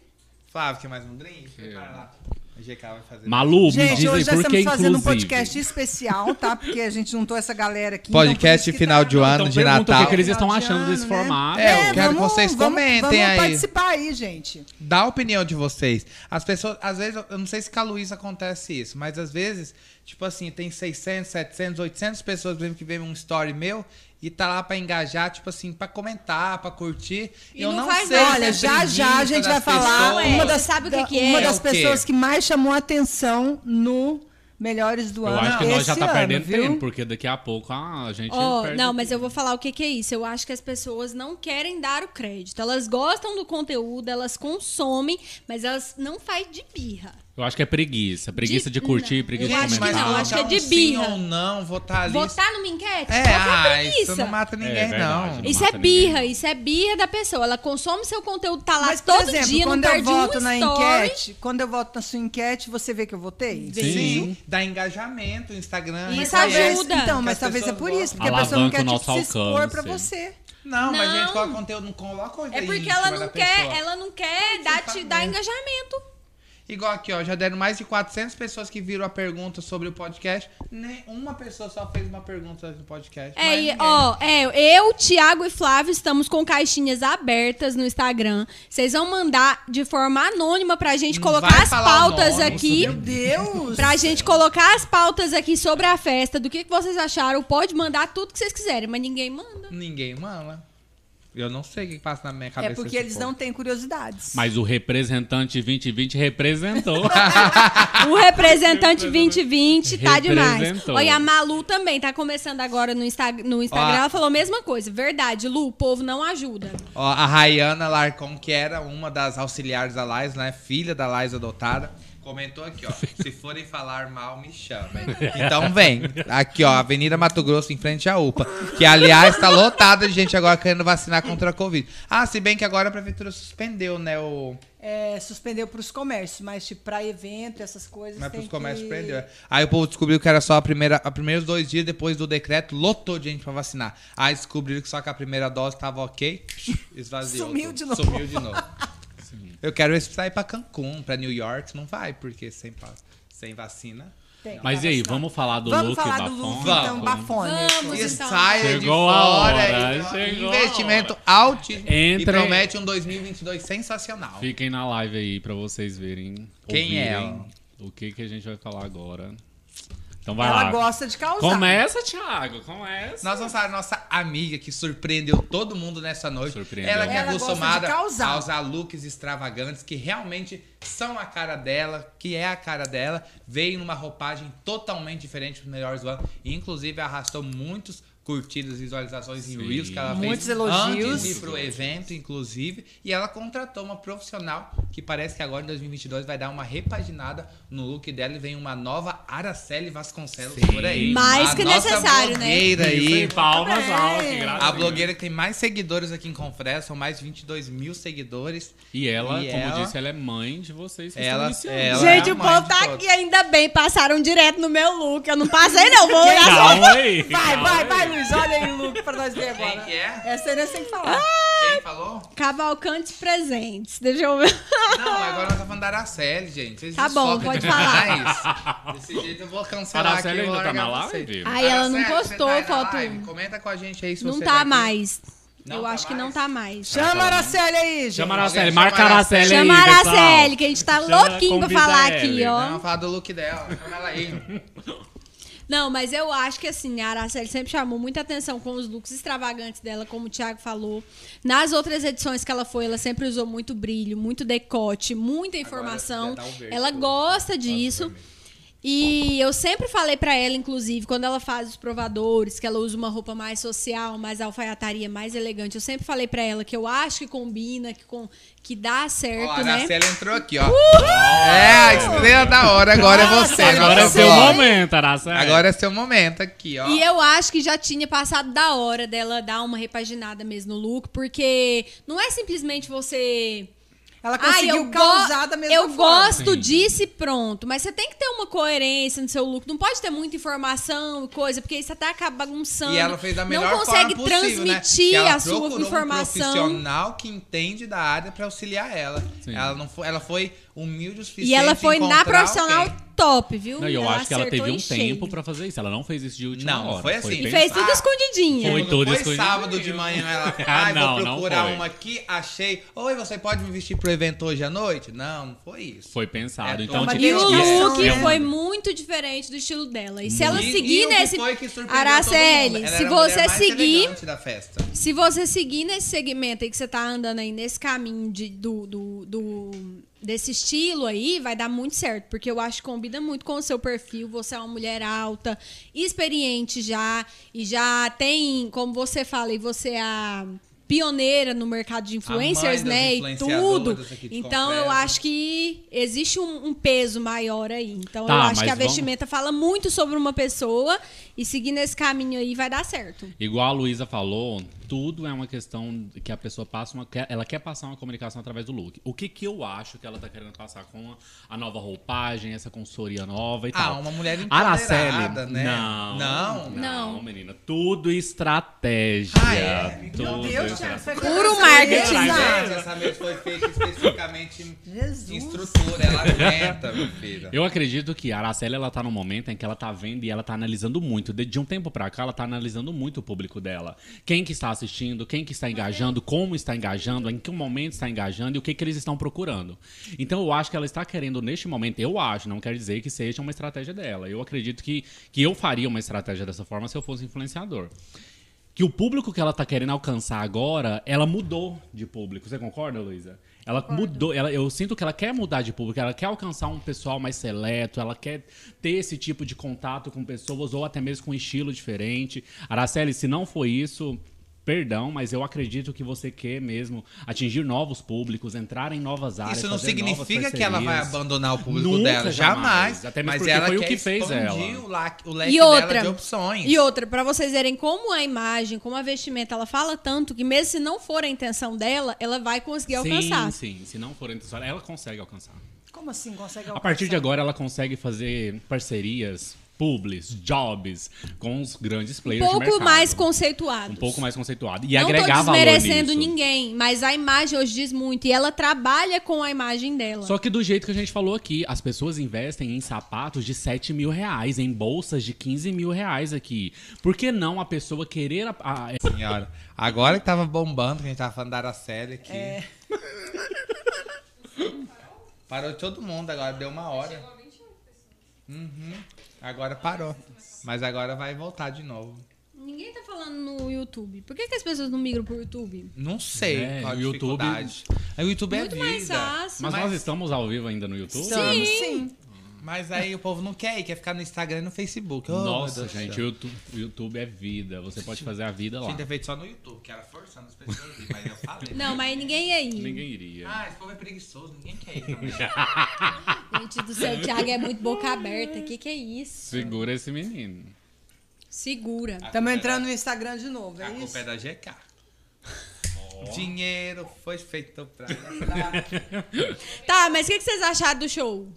S4: Flávio, quer mais um drink? Vai lá. O GK vai fazer. um.
S3: Malu, me
S1: Gente,
S3: dizem
S1: hoje já
S3: por que
S1: estamos fazendo um
S3: inclusive?
S1: podcast especial, tá? Porque a gente juntou essa galera aqui. então
S4: Podcast
S1: tá
S4: final de um ano
S3: Então
S4: de
S3: pergunta o
S4: Natal.
S3: que, que eles estão
S1: Final de
S3: achando
S1: ano,
S3: desse
S1: né?
S3: formato.
S4: É, eu quero que vocês comentem
S1: vamos,
S4: aí.
S1: Vamos participar aí, gente.
S4: Dá a opinião de vocês. As pessoas, às vezes, eu- eu não sei se com a Luísa acontece isso, mas às vezes, tipo assim, tem 600, 700, 800 pessoas mesmo que vêem um story meu e tá lá pra engajar, tipo assim, pra comentar, pra curtir.
S2: E
S4: eu
S2: não
S4: não,
S2: faz
S4: sei.
S2: nada.
S4: se é
S1: Olha, já
S4: preguiça
S1: já a gente vai
S4: das
S1: falar
S4: pessoas.
S2: Ué,
S1: uma
S2: você
S1: das,
S2: sabe o que
S1: da-
S2: que é?
S1: uma
S2: É
S1: das
S4: o quê?
S1: pessoas que mais chamou a atenção no Melhores do
S3: Eu
S1: Ano.
S3: acho que nós já
S1: é esse
S3: tá
S1: ano,
S3: perdendo
S1: viu?
S3: tempo, porque daqui a pouco ah, a gente.
S2: Ó,
S3: perde
S2: Oh, não,
S3: o
S2: mas
S3: tempo.
S2: eu vou falar o que, que é isso. Eu acho que as pessoas não querem dar o crédito. Elas gostam do conteúdo, elas consomem, mas elas não fazem de birra.
S3: Eu acho que é preguiça. Preguiça
S2: De-
S3: de, curtir,
S2: não.
S3: preguiça
S2: Eu
S3: de
S2: acho que
S3: comentar.
S2: não, eu acho que é
S4: botar
S2: de
S4: um sim
S2: birra.
S4: ou não, votar ali.
S2: Votar numa enquete?
S4: É,
S2: Qual que a
S4: ah,
S2: preguiça?
S4: isso não mata
S1: É
S4: ninguém,
S3: verdade,
S4: não.
S3: não
S2: Isso
S3: mata
S2: é birra,
S3: ninguém.
S2: isso é birra da pessoa. Ela consome seu conteúdo, tá lá
S1: Mas, por
S2: todo
S1: exemplo,
S2: dia, não
S1: quando eu
S2: perde um
S1: voto
S2: story.
S1: na enquete, quando eu voto na sua enquete, você vê que eu votei?
S3: Sim.
S4: Sim, dá engajamento, Instagram.
S2: Isso
S4: reconhece.
S2: ajuda.
S1: Então,
S4: Que
S1: mas
S4: as
S1: talvez é
S4: pessoas
S1: por
S4: gostam.
S1: isso, porque a pessoa não
S3: Alavanca
S1: quer
S3: o
S1: tipo,
S3: nosso
S1: se expor pra
S3: alcance.
S1: você.
S4: Não, mas
S2: Não.
S4: gente coloca conteúdo, não coloca coisa
S2: É porque
S4: íntima
S2: ela
S4: da
S2: não quer,
S4: pessoa.
S2: ela não quer dar, te dar engajamento.
S4: Igual aqui, ó, já deram mais de 400 pessoas que viram a pergunta sobre o podcast. Nem uma pessoa só fez uma pergunta no podcast.
S2: É,
S4: mais
S2: e,
S4: ninguém.
S2: ó, é, eu, Thiago e Flávio estamos com caixinhas abertas no Instagram. Vocês vão mandar de forma anônima pra gente
S4: Não
S2: colocar
S4: vai
S2: as
S4: falar o
S2: pautas
S4: nome,
S2: aqui.
S1: Meu Deus!
S2: Pra gente colocar as pautas aqui sobre a festa, do que, que vocês acharam. Pode mandar tudo que vocês quiserem, mas ninguém manda.
S4: Ninguém mama. Eu não sei o que passa na minha cabeça.
S1: É porque
S4: desse
S1: eles
S4: povo.
S1: não têm curiosidades.
S3: Mas o representante 2020 representou.
S2: O representante 2020 tá demais.
S3: Representou.
S2: Olha, a Malu também tá começando agora no, Insta- no Instagram.
S4: Ó.
S2: Ela falou a mesma coisa. Verdade, Lu, o povo não ajuda.
S4: Ó, a Rayana Larcon, que era uma das auxiliares da Lais, né? Filha da Lais adotada. Comentou aqui, ó. Se forem falar mal, me chamem. Então vem. Aqui, ó, Avenida Mato Grosso, em frente à UPA. Que, aliás, tá lotada de gente agora querendo vacinar contra a Covid. Ah, se bem que agora a prefeitura suspendeu, né? O...
S1: É, suspendeu pros comércios, mas tipo, pra evento, essas coisas.
S4: Mas
S1: tem
S4: pros comércios
S1: que...
S4: prendeu. é. Aí o povo descobriu que era só a primeira, a primeiros dois dias depois do decreto, lotou de gente pra vacinar. Aí descobriram que só que a primeira dose tava ok, esvaziou.
S1: Sumiu
S4: tudo.
S1: de novo.
S4: Sumiu de novo. Eu quero ver se sair pra Cancún, pra New York, não vai, porque sem, pa- sem vacina.
S1: Tem.
S3: mas e aí, vamos falar do
S1: Vamos
S3: look
S1: falar
S3: Bafon?
S1: do Luke,
S4: Vamos.
S1: então, Bafone.
S2: Vamos,
S4: E
S1: tá
S2: então.
S4: saia de
S3: Chegou a
S4: fora.
S3: hora,
S4: e-
S3: chegou
S4: investimento altíssimo. E
S3: Entrem.
S4: promete um 2022 sensacional.
S3: Fiquem na live aí pra vocês verem.
S4: Quem
S3: ouvirem
S4: é ela?
S3: O que, que a gente vai falar agora. Então vai
S1: Ela
S3: lá. é?
S1: gosta de causar.
S3: Começa, Thiago, começa.
S4: Nós vamos falar da nossa amiga que surpreendeu todo mundo nessa noite.
S3: Surpreendeu.
S4: Ela que
S1: Ela
S4: é
S1: gosta de
S4: acostumada
S1: causar.
S4: a usar looks extravagantes que realmente são a cara dela, que é a cara dela. Veio numa roupagem totalmente diferente dos melhores do ano. E, inclusive, arrastou muitos curtidas, visualizações em
S3: Sim.
S4: Reels que ela
S1: Muitos
S4: fez
S1: elogios.
S4: antes de ir pro evento, inclusive. E ela contratou uma profissional que parece que agora em 2022 vai dar uma repaginada no look dela e vem uma nova Araceli Vasconcelos por aí.
S2: Mais
S4: A
S2: que
S4: nossa
S2: necessário, né?
S4: blogueira aí,
S3: Isso, palmas
S1: Parabéns.
S3: altas, que graças
S4: a
S3: Deus.
S4: blogueira que tem mais seguidores aqui em Confresa, são mais de 22 mil seguidores.
S3: E ela,
S4: E
S3: como
S4: ela-
S3: disse, ela é mãe de vocês que
S4: Ela-
S3: estão
S4: ela-
S3: iniciando.
S2: Gente,
S4: é a
S2: o
S4: mãe
S2: povo
S4: de
S2: tá
S4: todos.
S2: aqui, ainda bem, passaram direto no meu look. Eu não passei, não, vou olhar só.
S3: Calma aí.
S1: Vai,
S3: calma
S1: vai,
S3: aí.
S1: vai, Luiz. Olha aí o look pra nós ver
S4: Quem
S1: agora.
S4: que é?
S1: Essa aí nós temos que falar.
S2: Ah!
S4: Quem falou?
S2: Cavalcantes presentes. Deixa eu ver.
S4: Não, agora nós tá falando da Araceli, gente. Vocês
S2: Tá bom,
S4: desfocam
S2: pode
S4: demais. Desse jeito eu vou
S3: A
S4: cancelar
S3: Araceli
S4: aqui.
S3: ainda tá na
S4: live?
S3: live?
S2: Ai, ela não postou foto.
S4: tá Comenta com a gente aí se
S2: Não
S4: você
S2: tá
S4: aqui.
S2: mais.
S4: Não
S2: eu
S4: tá
S2: acho que não
S4: mais?
S2: tá mais.
S1: Chama a Araceli aí, gente.
S3: Chama a
S4: Alguém
S3: Araceli,
S4: chama
S3: marca a
S4: a
S3: Araceli aí,
S2: Chama a
S3: pessoal.
S2: Araceli, que a gente tá
S3: Chama,
S2: louquinho pra
S3: convida
S2: falar
S3: ela.
S2: aqui, ó.
S4: Não, fala do look dela. Chama ela aí.
S2: Não, mas eu acho que assim, a Araceli sempre chamou muita atenção com os looks extravagantes dela, como o Thiago falou. Nas outras edições que ela foi, ela sempre usou muito brilho, muito decote, muita informação.
S4: dá um verde,
S2: ela
S4: pô.
S2: gosta disso. E eu sempre falei pra ela, inclusive, quando ela faz os provadores, que ela usa uma roupa mais social, mais alfaiataria, mais elegante. Eu sempre falei pra ela que eu acho que combina, que, com, que dá certo,
S4: Ó, a
S2: né? Uh!
S4: Araceli entrou aqui, ó. É, a estrela da hora. Agora é você.
S3: Agora é
S4: nossa
S3: seu
S2: assim.
S4: bola.
S3: momento, Araceli.
S4: Agora é seu momento aqui, ó.
S2: E eu acho que já tinha passado da hora dela dar uma repaginada mesmo no look, porque não é simplesmente você.
S1: Ela
S2: "Ai,
S1: conseguiu
S2: go-
S1: causar da mesma
S2: Eu
S1: forma.
S2: gosto
S3: Sim.
S2: disso e pronto. Mas você tem que ter uma coerência no seu look. Não pode ter muita informação e coisa, porque isso até acaba bagunçando.
S4: E ela fez da melhor
S2: Não consegue
S4: forma possível, né?
S2: transmitir
S4: Que ela
S2: a sua
S4: procurou Um
S2: informação.
S4: profissional que entende da área pra auxiliar ela.
S3: Sim.
S4: Ela não foi, ela foi humilde o suficiente.
S2: e ela foi
S4: em
S2: na
S4: encontrar
S2: profissional
S4: alguém.
S2: top, viu?
S3: Não, eu acho que ela
S2: acertou
S3: teve um
S2: em cheio.
S3: tempo pra fazer isso. Ela não fez isso de última
S4: Não,
S3: hora.
S4: foi assim.
S2: E
S3: bem-
S2: fez tudo
S4: Ah,
S2: escondidinho.
S3: foi
S4: Não
S3: todo
S4: foi
S3: escondido.
S4: sábado de manhã ela.
S3: Ah,
S4: Ah,
S3: não,
S4: vou
S3: não
S4: procurar
S3: foi.
S4: uma aqui, achei. Oi, você pode me vestir pro evento hoje à noite? Não, não foi isso.
S3: Foi pensado.
S4: É,
S3: então,
S4: toma
S3: tipo,
S2: E o
S1: Tem uma
S2: look
S1: questão, né?
S2: foi muito diferente do estilo dela. E se ela
S4: E-
S2: seguir
S4: e o que
S2: nesse.
S4: foi que surpreendeu todo mundo?
S2: Araceli, se
S4: Ela era a mulher
S2: você
S4: mais
S2: seguir.
S4: elegante da festa.
S2: Se você seguir nesse segmento aí que você tá andando aí nesse caminho de, do, do, do- desse estilo aí, vai dar muito certo. Porque eu acho que combina muito com o seu perfil. Você é uma mulher alta, experiente já, e já tem, como você fala, e você é a pioneira no mercado de influencers,
S4: das
S2: né? E tudo.
S4: influenciadoras aqui de
S2: Então
S4: Confresa.
S2: eu acho que existe um, um peso maior aí. Então
S3: Tá,
S2: eu acho
S3: mas
S2: que a
S3: vamos-
S2: vestimenta fala muito sobre uma pessoa e seguir nesse caminho aí vai dar certo.
S3: Igual a Luísa falou, tudo é uma questão que a pessoa passa uma. quer- Ela quer passar uma comunicação através do look. O que, que eu acho que ela tá querendo passar com a, a nova roupagem, essa consultoria nova e
S4: Ah,
S3: tal.
S4: uma mulher empoderada,
S3: Araceli,
S4: né?
S3: Não,
S4: Não?
S2: Não.
S3: menina. Tudo estratégia.
S4: Ah, é?
S3: Tudo
S1: Meu Deus,
S3: estratégia.
S1: Thiago, você
S2: Puro
S1: começou a
S2: marketing.
S1: organizar.
S4: Gente, essa mesa foi feita especificamente
S1: Jesus.
S4: em estrutura. Ela aguenta, meu filho.
S3: Eu acredito que a Araceli, ela tá num momento em que ela tá vendo e ela tá analisando muito. De, de um tempo pra cá, ela tá analisando muito o público dela. Quem que está assistindo, quem que está engajando, como está engajando, em que momento está engajando e o que que eles estão procurando. Então eu acho que ela está querendo neste momento, eu acho, não quer dizer que seja uma estratégia dela. Eu acredito que, que eu faria uma estratégia dessa forma se eu fosse influenciador que o público que ela tá querendo alcançar agora, ela mudou de público. Você concorda, Luísa? Ela mudou, ela- eu sinto que ela quer mudar de público, ela quer alcançar um pessoal mais seleto, ela quer ter esse tipo de contato com pessoas ou até mesmo com um estilo diferente. Araceli, se não for isso, perdão, mas eu acredito que você quer mesmo atingir novos públicos, entrar em novas áreas.
S4: Isso não
S3: fazer
S4: significa
S3: novas
S4: que ela vai
S3: parcerias.
S4: abandonar o público
S3: Nunca,
S4: dela, jamais.
S3: jamais. Até mesmo
S4: mas
S3: porque
S4: ela
S3: foi o
S4: quer
S3: que fez
S4: expandir
S3: ela.
S4: O, laque- o
S3: Tá
S4: leque
S2: E outra,
S4: dela de opções.
S2: e outra, pra vocês verem como a imagem, como a vestimenta, ela fala tanto que mesmo se não for a intenção dela, ela vai conseguir alcançar.
S3: Sim, sim, se não for intencional, ela consegue alcançar.
S1: Como assim consegue
S2: Então,
S3: A partir de agora, ela consegue fazer parcerias, publis, jobs com os grandes
S2: Um
S3: players de
S2: pouco
S3: mercado.
S2: mais conceituado.
S3: Um pouco mais conceituado. E
S2: não
S3: agregar
S2: tô
S3: valor
S2: desmerecendo
S3: nisso.
S2: ninguém, mas a imagem hoje diz muito. E ela trabalha com a imagem dela.
S3: Só que do jeito que a gente falou aqui, as pessoas investem em sapatos de 7 mil reais, em bolsas de 15 mil reais aqui. Por que não a pessoa querer... A, a- é,
S4: Senhora, agora que tava bombando, que a gente tava falando da Araceli aqui.
S2: É.
S4: Parou todo mundo agora, deu uma hora. Uhum. Agora parou. Mas agora vai voltar de novo.
S2: Ninguém tá falando no YouTube. Por que, que as pessoas não migram pro YouTube?
S4: Não sei.
S3: É,
S4: qual a
S3: o YouTube-
S4: dificuldade. Aí O YouTube é
S2: Muito
S4: vida.
S2: mais fácil.
S3: Mas,
S4: Mas-
S3: nós estamos ao vivo ainda no YouTube?
S1: Sim. Sim.
S4: Mas aí o povo não quer ir, quer ficar no Instagram e no Facebook. Oh,
S3: Nossa,
S4: meu Deus do
S3: gente, o
S4: céu. é
S3: YouTube, o YouTube é vida. Você pode fazer a vida lá.
S4: Tinha feito só no YouTube, que era forçando as pessoas a ir, mas eu falei.
S2: Não, mas ninguém é ia ir.
S3: Ninguém iria.
S4: Ah, esse povo é preguiçoso, ninguém quer ir também.
S2: Gente do céu, o Thiago é muito boca aberta. Que que é isso?
S3: Segura esse menino.
S2: Segura.
S4: é
S1: Estamos entrando no Instagram de novo,
S4: A
S1: é isso?
S4: culpa é da GK. Dinheiro foi feito pra.
S2: Tá, mas o que, que vocês acharam do show?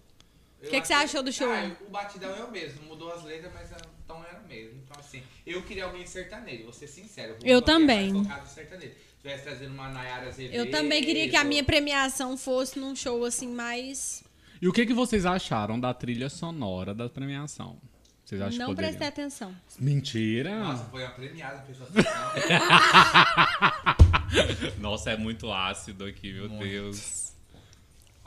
S4: O
S2: que que você achou do show?
S4: o batidão é o mesmo, mudou as letras, mas o tom era o mesmo. Então, assim, eu queria alguém sertanejo, vou ser sincero. vou
S2: Eu
S4: colocar
S2: também.
S4: mais focado em sertanejo. Se tivesse trazendo uma Nayara Azevedo,
S2: Eu também queria que a minha premiação fosse num show assim mais.
S3: E o que, que vocês acharam da trilha sonora da premiação? Vocês acham
S2: não
S3: que poderiam?
S2: prestei atenção.
S3: Mentira!
S4: Hum. Nossa, foi uma premiada, a pessoa fez, não.
S3: Nossa, é muito ácido aqui, meu Deus.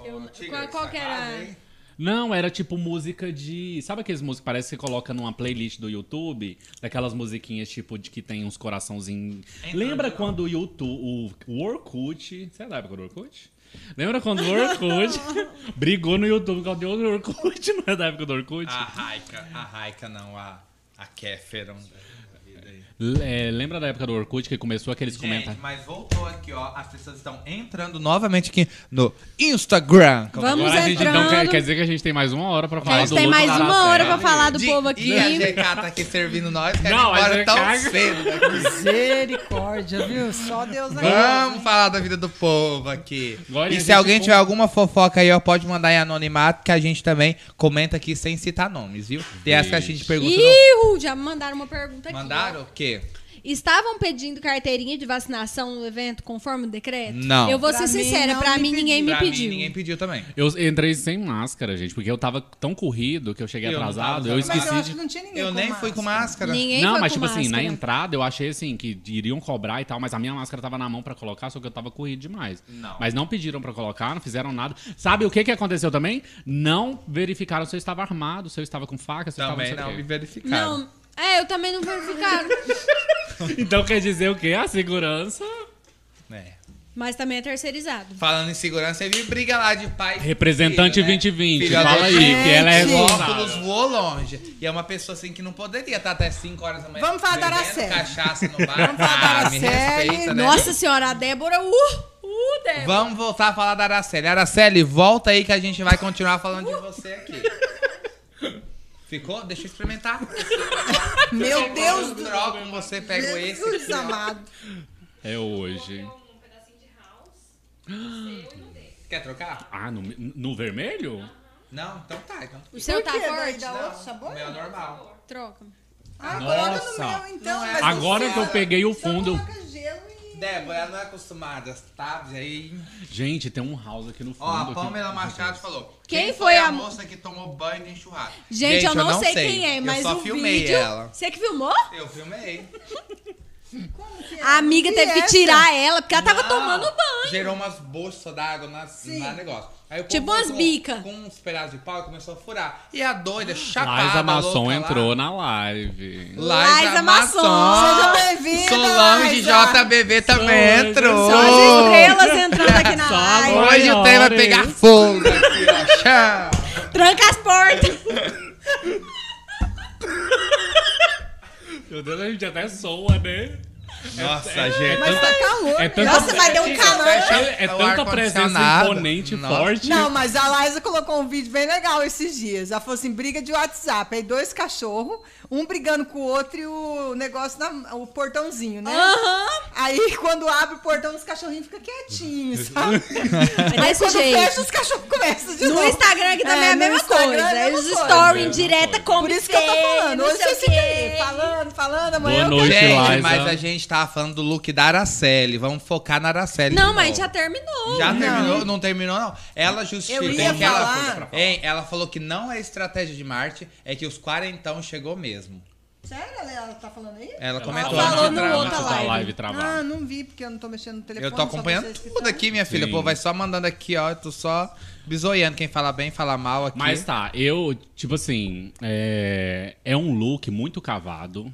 S2: Eu-
S4: Ô, Tigre,
S2: qual- qual que era?
S4: sacada, hein?
S3: Não, era tipo música de. Sabe aqueles músicas que parece que você coloca numa playlist do YouTube? Daquelas musiquinhas tipo de que tem uns coraçãozinhos. Lembra quando o YouTube. O, o Orkut. Você é da época do Orkut? Lembra quando o Orkut brigou no YouTube por causa de outro Orkut? Não é da época do Orkut?
S4: A Raika, a Raika não, a, a Kéferon. da vida aí.
S3: L- é, lembra da época do Orkut que começou aqueles
S4: Gente,
S3: comentários?
S4: mas voltou aqui, ó. As pessoas estão entrando novamente aqui no Instagram. Como
S2: Vamos
S3: Agora a gente então quer,
S2: entrando.
S3: quer dizer que a gente tem mais uma hora pra falar
S2: a gente
S3: do
S2: tem
S3: Lúcio
S2: mais uma
S3: Taracélli.
S4: é
S2: hora pra falar do
S4: De-
S2: povo aqui.
S4: E a GK tá aqui servindo nós, quer ir
S3: Não, a
S4: embora tão
S3: GK
S4: cedo.
S1: Misericórdia, viu? Só Deus na
S4: Vamos falar da vida do povo aqui.
S3: Agora a
S4: e se
S3: gente
S4: alguém
S3: com-
S4: tiver alguma fofoca aí, ó, pode mandar em anonimato, que a gente também comenta aqui sem citar nomes, viu? Tem essa que a gente pergunta. no-
S2: Ih, já me mandaram uma pergunta aqui. ó.
S4: Mandaram o quê?
S2: Estavam pedindo carteirinha de vacinação no evento conforme o decreto?
S4: Não.
S2: Eu vou
S1: Pra
S2: ser
S1: mim,
S2: sincera,
S1: não
S2: pra
S1: me
S2: mim ninguém me
S4: pra
S2: pediu.
S4: Mim, ninguém pediu também.
S3: Eu entrei sem máscara, gente, porque eu tava tão corrido que eu cheguei
S4: Eu não tava
S3: atrasado,
S4: usando
S3: eu
S1: Mas
S3: esqueci
S1: eu acho
S3: de.
S1: que não tinha ninguém
S4: Eu
S1: com
S4: nem fui com máscara.
S2: Ninguém
S3: não,
S2: foi
S3: mas
S2: com
S3: tipo assim, na
S2: máscara.
S3: entrada eu achei assim que iriam cobrar e tal, mas a minha máscara tava na mão pra colocar, só que eu tava corrido demais.
S4: Não.
S3: Mas não pediram pra colocar, não fizeram nada. Sabe o que que aconteceu também? Não verificaram se eu estava armado, se eu estava com faca, se eu
S4: Também
S3: estava
S4: não
S3: com sei
S4: me
S3: o
S4: verificaram.
S2: Não, é, eu também não vou ficar.
S3: quê. Então quer dizer o quê? A segurança
S4: É.
S2: mas também é terceirizado.
S4: Falando em segurança, você viu briga lá de pai. e
S3: representante
S4: filho, né?
S3: 2020,
S4: Filho
S3: fala aí,
S4: adotivo.
S3: que ela é
S1: Gente,
S4: O
S3: responsável.
S4: óculos voou longe. E é uma pessoa assim que não poderia estar até 5 horas da manhã.
S1: Vamos falar da
S4: bebendo
S1: Araceli.
S4: cachaça no bar.
S1: falar
S4: Vamos
S1: da
S4: ah,
S1: Araceli.
S4: me respeita, né?
S2: Nossa senhora, a Débora, uh, uh, Débora.
S4: Vamos voltar a falar da Araceli. Araceli, volta aí que a gente vai continuar falando de você aqui. Ficou? Deixa eu experimentar.
S1: Meu Deus
S4: Eu
S1: do
S4: troco um, você
S2: é
S4: pega esse.
S1: Jesus amado.
S3: É hoje.
S5: um pedacinho de house, seu e no dele.
S4: Quer trocar?
S3: Ah, no, no vermelho?
S4: Não? Então tá. Então.
S2: O seu tá
S1: Por quê?
S2: forte?
S1: Dá outro sabor?
S4: O meu é normal.
S2: Troca.
S1: Ah,
S3: Nossa.
S1: coloca no meu então.
S4: Não é.
S1: mas
S3: Agora
S1: não
S3: que eu
S1: sei.
S3: peguei o
S1: Só
S3: fundo.
S1: coloca gelo e-
S4: Débora, ela não é acostumada, tá? E aí...
S3: Gente, tem um house aqui no fundo.
S4: Ó, a
S3: aqui.
S4: Pamela Machado falou.
S2: Quem foi a mo-
S4: moça que tomou banho de enxurrada?
S2: Gente, eu, não sei, quem é, mas
S4: eu só
S2: o
S4: filmei
S2: vídeo...
S4: ela.
S2: Você que filmou?
S4: Eu filmei.
S1: Como que é?
S2: A amiga
S1: E
S2: teve que
S1: essa?
S2: tirar ela, porque ela tava
S4: Não,
S2: tomando banho.
S4: Gerou umas bolsas d'água na, na negócio. Aí o
S2: Tipo
S4: povo
S2: umas
S4: com-
S2: bica.
S4: Com uns pedaços de pau e começou a furar. E a doida, chapada,
S3: Mas a maçom
S4: louca
S3: entrou
S4: lá.
S3: na live.
S2: Liza Masson.
S1: Seja bem-vinda,
S4: Solange
S1: Liza.
S4: JBV também
S3: Solange,
S4: entrou.
S2: Só as estrelas entrando aqui na
S3: Só
S2: live.
S3: agora.
S4: Hoje o trem vai
S3: Senhores.
S4: pegar fogo aqui, ó. Tchau.
S2: Tranca as portas.
S3: Meu Deus, a gente até soa, né?
S4: Nossa, gente.
S1: Mas tá calor.
S3: é
S1: né?
S3: tanta-
S1: Nossa, mas deu um calor.
S3: É, é
S4: O
S3: tanta presença
S4: ar-condicionado.
S3: imponente,
S4: Nossa.
S3: forte.
S1: Não, mas a Liza colocou um vídeo bem legal esses dias. Ela falou assim: briga de WhatsApp. Aí dois cachorros, um brigando com o outro e o negócio, na, o portãozinho, né? Aí quando abre o portão, os cachorrinhos ficam quietinhos, sabe?
S2: É
S1: Aí
S2: desse
S1: quando
S2: jeito.
S1: fecha, os cachorros começam de
S2: No
S1: novo.
S2: Instagram aqui também é, a
S1: no
S2: mesma
S1: Instagram
S2: coisa.
S1: é a
S2: Aí
S1: mesma
S2: os
S1: coisa.
S2: story
S3: É a mesma
S2: direta
S3: coisa.
S2: como
S1: Por isso que eu tô falando.
S2: não
S1: Hoje
S2: sei
S1: você
S2: o
S1: fica
S2: quê.
S1: ali, falando, falando,
S3: Boa
S1: amanhã eu
S3: noite.
S4: Gente,
S3: Liza.
S4: mas a gente tava falando do look da Araceli. Vamos focar na Araceli.
S2: Não,
S4: de
S2: mas
S4: novo.
S2: já tá né? terminou.
S4: Já terminou? Não terminou, não. Ela justificou
S1: Eu
S4: que
S1: ia
S4: ela.
S1: falar-
S4: Hein, ela falou que não é estratégia de Marte, é que os quarentão chegou mesmo.
S1: Sério? Ela- Ela tá falando aí?
S4: Ela comentou
S1: falou
S4: antes de
S1: no
S4: travar.
S1: outra
S3: Antes da
S1: live.
S3: live travar.
S1: Ah, não vi, porque eu não tô mexendo no telefone.
S4: Tá Eu tô
S1: só
S4: acompanhando
S1: vocês que
S4: tudo
S2: tá.
S1: tão.
S4: aqui, minha filha.
S3: Sim.
S4: Pô, vai só mandando aqui, ó. Eu tô só bisoiando quem fala bem, fala mal aqui.
S3: Mas tá, eu, tipo assim, é, é um look muito cavado.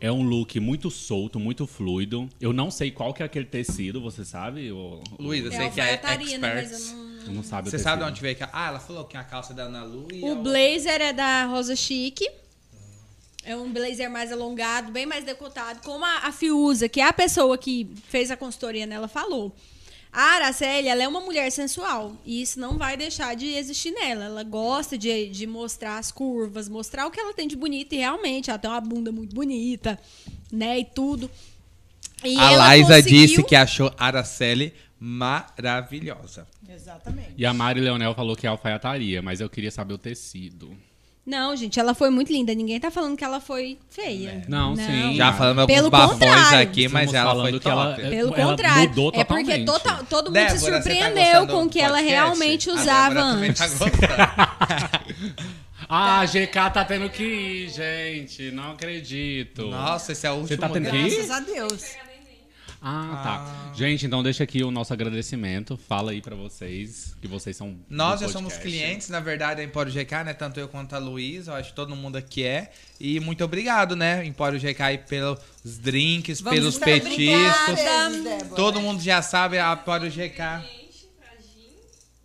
S3: É um look muito solto, muito fluido. Eu não sei qual que é aquele tecido, você sabe? O,
S4: Luiz, eu
S2: É
S4: sei que é
S2: alfaiataria, né, mas
S4: expert.
S2: eu não-
S3: Não sabe o
S4: Você
S3: tecido.
S4: sabe de onde veio aquela. Ah, ela falou que a calça é da Ana Lu e.
S2: O
S4: a-
S2: blazer é da Rosa Chique. É um blazer mais alongado, bem mais decotado. Como a, a Fiuza, que é a pessoa que fez a consultoria nela, falou. A Araceli, ela é uma mulher sensual. E isso não vai deixar de existir nela. Ela gosta de, de mostrar as curvas, mostrar o que ela tem de bonito. E realmente, ela tem uma bunda muito bonita, né? E tudo. E
S4: A
S2: ela
S4: Laísa
S2: conseguiu-
S4: disse que achou a Araceli maravilhosa.
S1: Exatamente.
S3: E a Mari Leonel falou que é alfaiataria, mas eu queria saber o tecido.
S2: Não, gente, ela foi muito linda. Ninguém tá falando que ela foi
S4: É.
S2: feia.
S3: Não, sim.
S4: Já
S3: Mari.
S4: falamos alguns
S2: Pelo
S4: bafões
S2: contrário.
S4: aqui, mas
S3: Estamos
S4: ela
S3: falando
S4: foi
S3: que
S4: top.
S3: ela- é-
S2: Pelo
S3: Ela
S2: contrário.
S3: mudou
S2: é porque
S3: totalmente.
S2: total- todo mundo
S4: Débora,
S2: se
S4: você tá
S2: surpreendeu
S4: gostando
S2: com o
S4: do
S2: que ela
S4: podcast?
S2: realmente
S4: A
S2: usava
S4: Débora também
S2: antes.
S4: tá gostando.
S3: Ah, a GK tá tendo que ir, gente. Não acredito.
S4: Nossa, esse é o último.
S3: tá tendo
S4: né?
S3: que ir?
S1: Graças a Deus.
S3: Ah, tá. Gente, então deixa aqui o nosso agradecimento. Fala aí pra vocês que vocês são. do
S4: Nós já
S3: podcast.
S4: somos clientes, na verdade, da Empório GK, né? Tanto eu quanto a Luísa, eu acho que todo mundo aqui é. E muito obrigado, né, Empório GK, aí pelos drinks,
S1: Vamos
S4: pelos
S1: muito
S4: petiscos.
S2: então, obrigada.
S4: Todo mundo já sabe, a Empório GK.
S5: Cliente pra gin,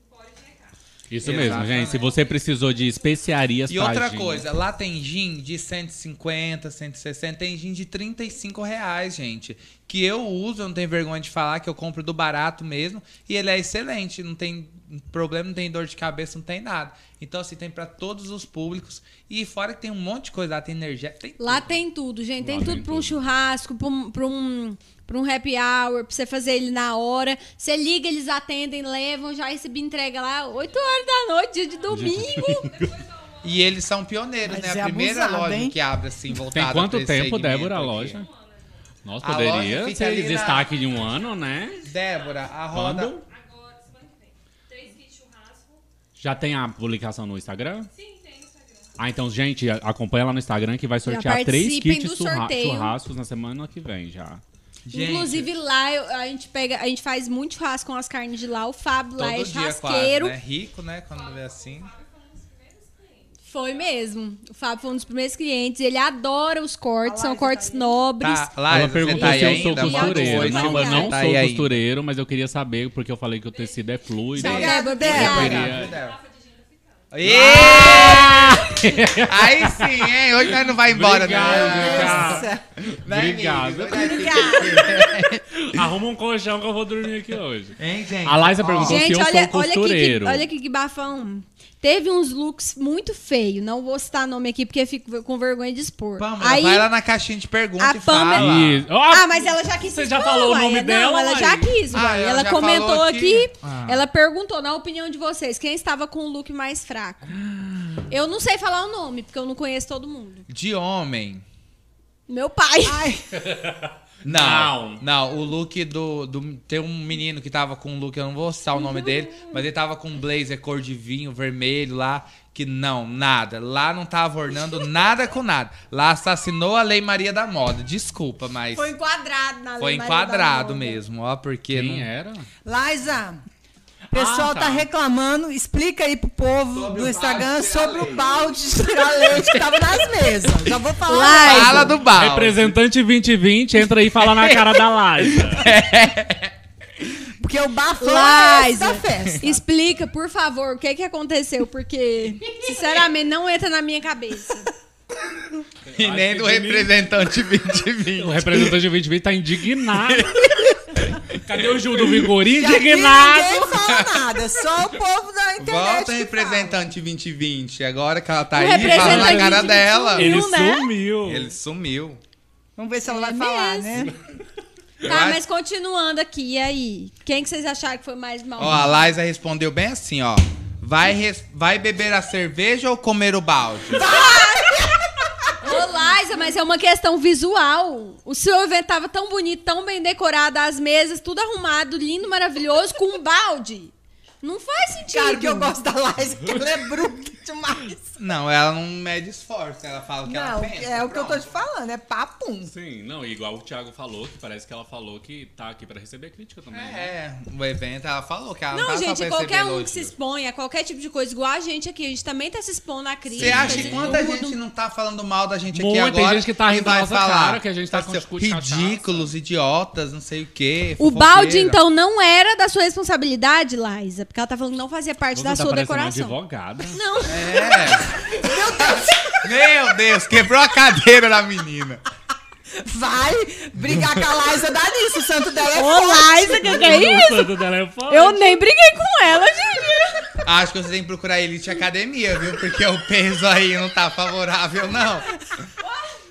S5: pode checar.
S3: Isso mesmo,
S4: Exatamente.
S3: gente. Se você precisou de especiarias
S4: E
S3: pra
S4: outra
S3: gin-
S4: coisa, lá tem gin de 150, 160, tem gin de 35 reais, gente. Que eu uso, eu não tenho vergonha de falar, que eu compro do barato mesmo. E ele é excelente, não tem problema, não tem dor de cabeça, não tem nada. Então, assim, tem pra todos os públicos. E fora que tem um monte de coisa lá, tem energia, tem
S2: Lá tem tudo, gente. Tem
S3: Lá
S2: tudo
S3: tem
S2: pra um
S3: tudo.
S2: churrasco, pra um, pra um, pra um happy hour, pra você fazer ele na hora. Você liga, eles atendem, levam, já recebi entrega lá 8 horas da noite, dia de domingo.
S4: E eles são pioneiros,
S1: Mas é
S4: né? a primeira
S1: abusado,
S4: loja
S1: hein?
S4: que abre assim, voltada
S3: Tem
S4: pra
S3: quanto
S4: esse
S3: tempo,
S4: segmento
S3: Débora, a
S4: aqui.
S3: loja? Nós
S4: A loja
S3: poderia
S4: fica
S3: ser
S4: ali na-
S3: destaque de um ano, né?
S4: Débora, a roda.
S3: Quando?
S5: Agora, semana que vem. Três kits de churrasco.
S3: Já tem a publicação no Instagram?
S5: Sim, tem no Instagram.
S3: Ah, então, gente, a- acompanha lá no Instagram que vai sortear três
S2: participem
S3: kits
S2: do
S3: churra-
S2: sorteio.
S3: churrascos na semana que vem já.
S4: Gente,
S2: Inclusive lá eu- a gente pega, a gente faz muito churrasco com as carnes de lá. O Fábio
S4: todo
S2: lá é
S4: dia
S2: churrasqueiro.
S4: quase, né? Rico, né? Quando vê assim.
S5: um
S2: Foi mesmo. O Fábio foi um dos primeiros clientes. Ele adora os cortes,
S1: tá
S2: são cortes nobres.
S4: Tá, lá,
S3: Ela perguntou se eu sou
S4: um
S2: ainda, Marcos?
S3: costureiro.
S2: Oi,
S3: Não, eu
S2: Marcos.
S3: não
S4: Tá
S3: sou
S4: aí ainda?
S3: costureiro, mas eu queria saber, porque eu falei que o tecido é fluido.
S2: Tchau,
S1: Obrigada,
S2: Débora.
S1: Débora.
S2: Obrigada.
S4: Obrigado,
S3: Obrigado.
S4: Débora. Ê! Aí sim, hein? Hoje nós não vai embora,
S3: Obrigado,
S4: né?
S1: Nossa.
S4: Né,
S3: Obrigado.
S4: amigos? Hoje nós
S3: Arruma um colchão que eu vou dormir aqui hoje.
S4: fica- Hein, gente?
S3: A Laísa perguntou se
S2: Gente,
S3: eu
S2: olha,
S3: sou
S2: olha aqui, que,
S3: um costureiro.
S2: olha aqui que bafão. Teve uns looks muito feios. Não vou citar nome aqui porque fico com vergonha de expor.
S4: Pamela,
S2: Aí,
S4: vai lá na caixinha de perguntas
S2: a
S4: e
S2: Pamela-
S4: fala.
S3: Isso. Ó,
S2: Ah, mas ela já quis.
S3: Você já
S2: expor,
S3: falou o
S2: ué.
S3: nome
S2: não,
S3: dela,
S2: ela
S3: ué.
S2: já quis.
S4: Ah,
S2: ué.
S4: ela
S2: ela
S4: já
S2: comentou
S4: falou aqui.
S2: aqui.
S4: Ah.
S2: Ela perguntou, na opinião de vocês, quem estava com o look mais fraco? Eu não sei falar o nome, porque eu não conheço todo mundo.
S4: De homem.
S2: Meu pai.
S1: Ai,
S4: Não,
S3: Não.
S4: não. o look do, do. Tem um menino que tava com um look, eu não vou citar o nome dele,
S2: Uhum.
S4: mas ele tava com um blazer cor de vinho, vermelho lá. Que não, nada. Lá não tava ornando nada com nada. Lá assassinou a Lei Maria da Moda. Desculpa, mas.
S2: Foi
S4: Foi,
S2: enquadrado na Lei Maria da
S4: enquadrado
S2: Moda.
S4: mesmo, ó, porque.
S3: Quem é?
S4: não...
S3: era?
S1: Liza, o pessoal
S3: Ah, tá.
S1: tá. reclamando. Explica aí pro povo
S4: Sobre o
S1: do Instagram
S4: balde de tirar
S1: sobre o
S4: leite.
S1: balde de tirar leite que tava nas mesas. Já vou falar.
S2: Liza.
S4: Fala do balde.
S3: Representante 2020, entra aí e fala na cara da Laísa.
S1: Porque o bafão é esse
S2: Liza,
S1: da festa.
S2: explica, por favor, o que que aconteceu, porque, sinceramente, não entra na minha cabeça.
S4: E nem do representante 2020.
S3: é O representante 2020 tá indignado. Cadê o Gil do Vigor?
S1: Aqui
S3: Indignado!
S1: ninguém fala nada, só o povo da internet.
S4: Volta
S1: que
S4: representante 2020. Agora que ela tá
S2: O
S4: aí, fala na
S2: representante
S4: cara
S2: 2020
S4: dela.
S3: Ele
S2: Sumiu, né?
S3: sumiu.
S4: Ele sumiu.
S1: fala. Vamos ver se ela
S2: É
S1: vai falar, né?
S4: Eu
S2: Tá,
S4: acho-
S2: mas continuando aqui, e aí? Quem que vocês acharam que foi mais mal?
S4: Ó, a Laísa respondeu bem assim, ó. Vai, res- vai beber a cerveja ou comer o balde?
S2: Ô, Liza, mas é uma questão visual. O seu evento tava tão bonito, tão bem decorado, as mesas, tudo arrumado, lindo, maravilhoso, com um balde. Não faz sentido.
S1: Claro que eu gosto da Liza, que ela é bruta. demais.
S4: Não, ela não mede esforço, ela fala o que ela
S1: Não,
S4: pensa.
S1: é o que eu tô
S4: pronto.
S1: te falando, é papum.
S3: Sim, não, igual o Thiago falou, que parece que ela falou que tá aqui pra receber crítica também. né?
S4: É, o evento, ela falou que ela não,
S2: Não,
S4: tá só
S2: gente,
S4: pra
S2: qualquer
S4: receber
S2: um que se
S4: elogio.
S2: expõe a qualquer tipo de coisa, igual a gente aqui, a gente também tá se expondo à crítica.
S4: Você acha que
S2: de
S4: quanta
S2: tudo.
S4: gente não tá falando mal da gente aqui
S3: Muita,
S4: agora?
S3: tem gente que tá rindo
S4: vai
S3: da nossa
S4: falar
S3: cara, que a gente tá com
S4: seu-
S3: discurso de cachaça.
S4: Ridículos, idiotas, não sei o quê.
S2: O balde,
S4: fofoqueiro.
S2: então, não era da sua responsabilidade, Laísa, porque ela tá falando que não fazia parte
S3: Você
S2: da
S3: tá
S2: sua
S3: parecendo uma
S2: decoração.
S3: advogada.
S2: Não,
S4: É. Meu Deus, quebrou a cadeira da menina.
S1: Vai brigar com a Laísa, dá nisso, o santo dela é
S2: ô Laísa, que que é isso?
S3: Santo telefone.
S2: Eu nem briguei com ela, gente.
S4: Acho que você tem que procurar Elite Academia, viu? Porque o peso aí não tá favorável, não.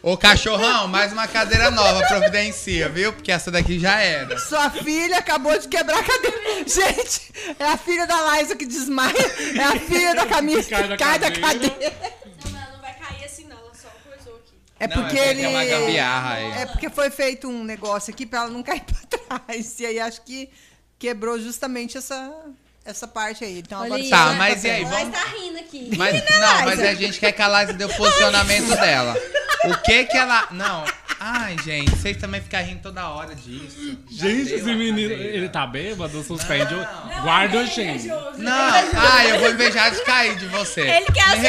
S4: Ô cachorrão, mais uma cadeira nova, providencia, viu? Porque essa daqui já era.
S1: Sua filha acabou de quebrar a cadeira. Gente, é a filha da Laísa que desmaia. É a filha da Camila que cai da cadeira.
S5: Não, mas ela não vai cair assim, não. Ela só coisou aqui.
S1: É
S4: Não,
S1: porque
S4: é porque
S1: ele.
S4: é uma gambiarra aí.
S1: É porque foi feito um negócio aqui pra ela não cair pra trás. E aí acho que quebrou justamente essa, essa parte aí. Então
S2: Olha
S1: agora
S2: aí,
S1: você
S4: Tá,
S1: vai
S4: mas
S1: pra
S4: e aí,
S1: frente.
S4: vamos-
S2: Mas tá rindo aqui.
S4: Mas,
S2: é
S4: não, mas a gente quer que a Laís dê o posicionamento dela. O que que ela. Não. Ai, gente, vocês também ficam rindo toda hora disso. Já
S3: Gente,
S4: deu
S3: esse
S4: a
S3: menino,
S4: cadeira.
S3: ele tá bêbado, suspende, o-
S5: é
S3: guarda o shame.
S4: Não, ai, eu vou invejar de cair de você.
S2: Ele quer
S4: Me
S2: ser- ele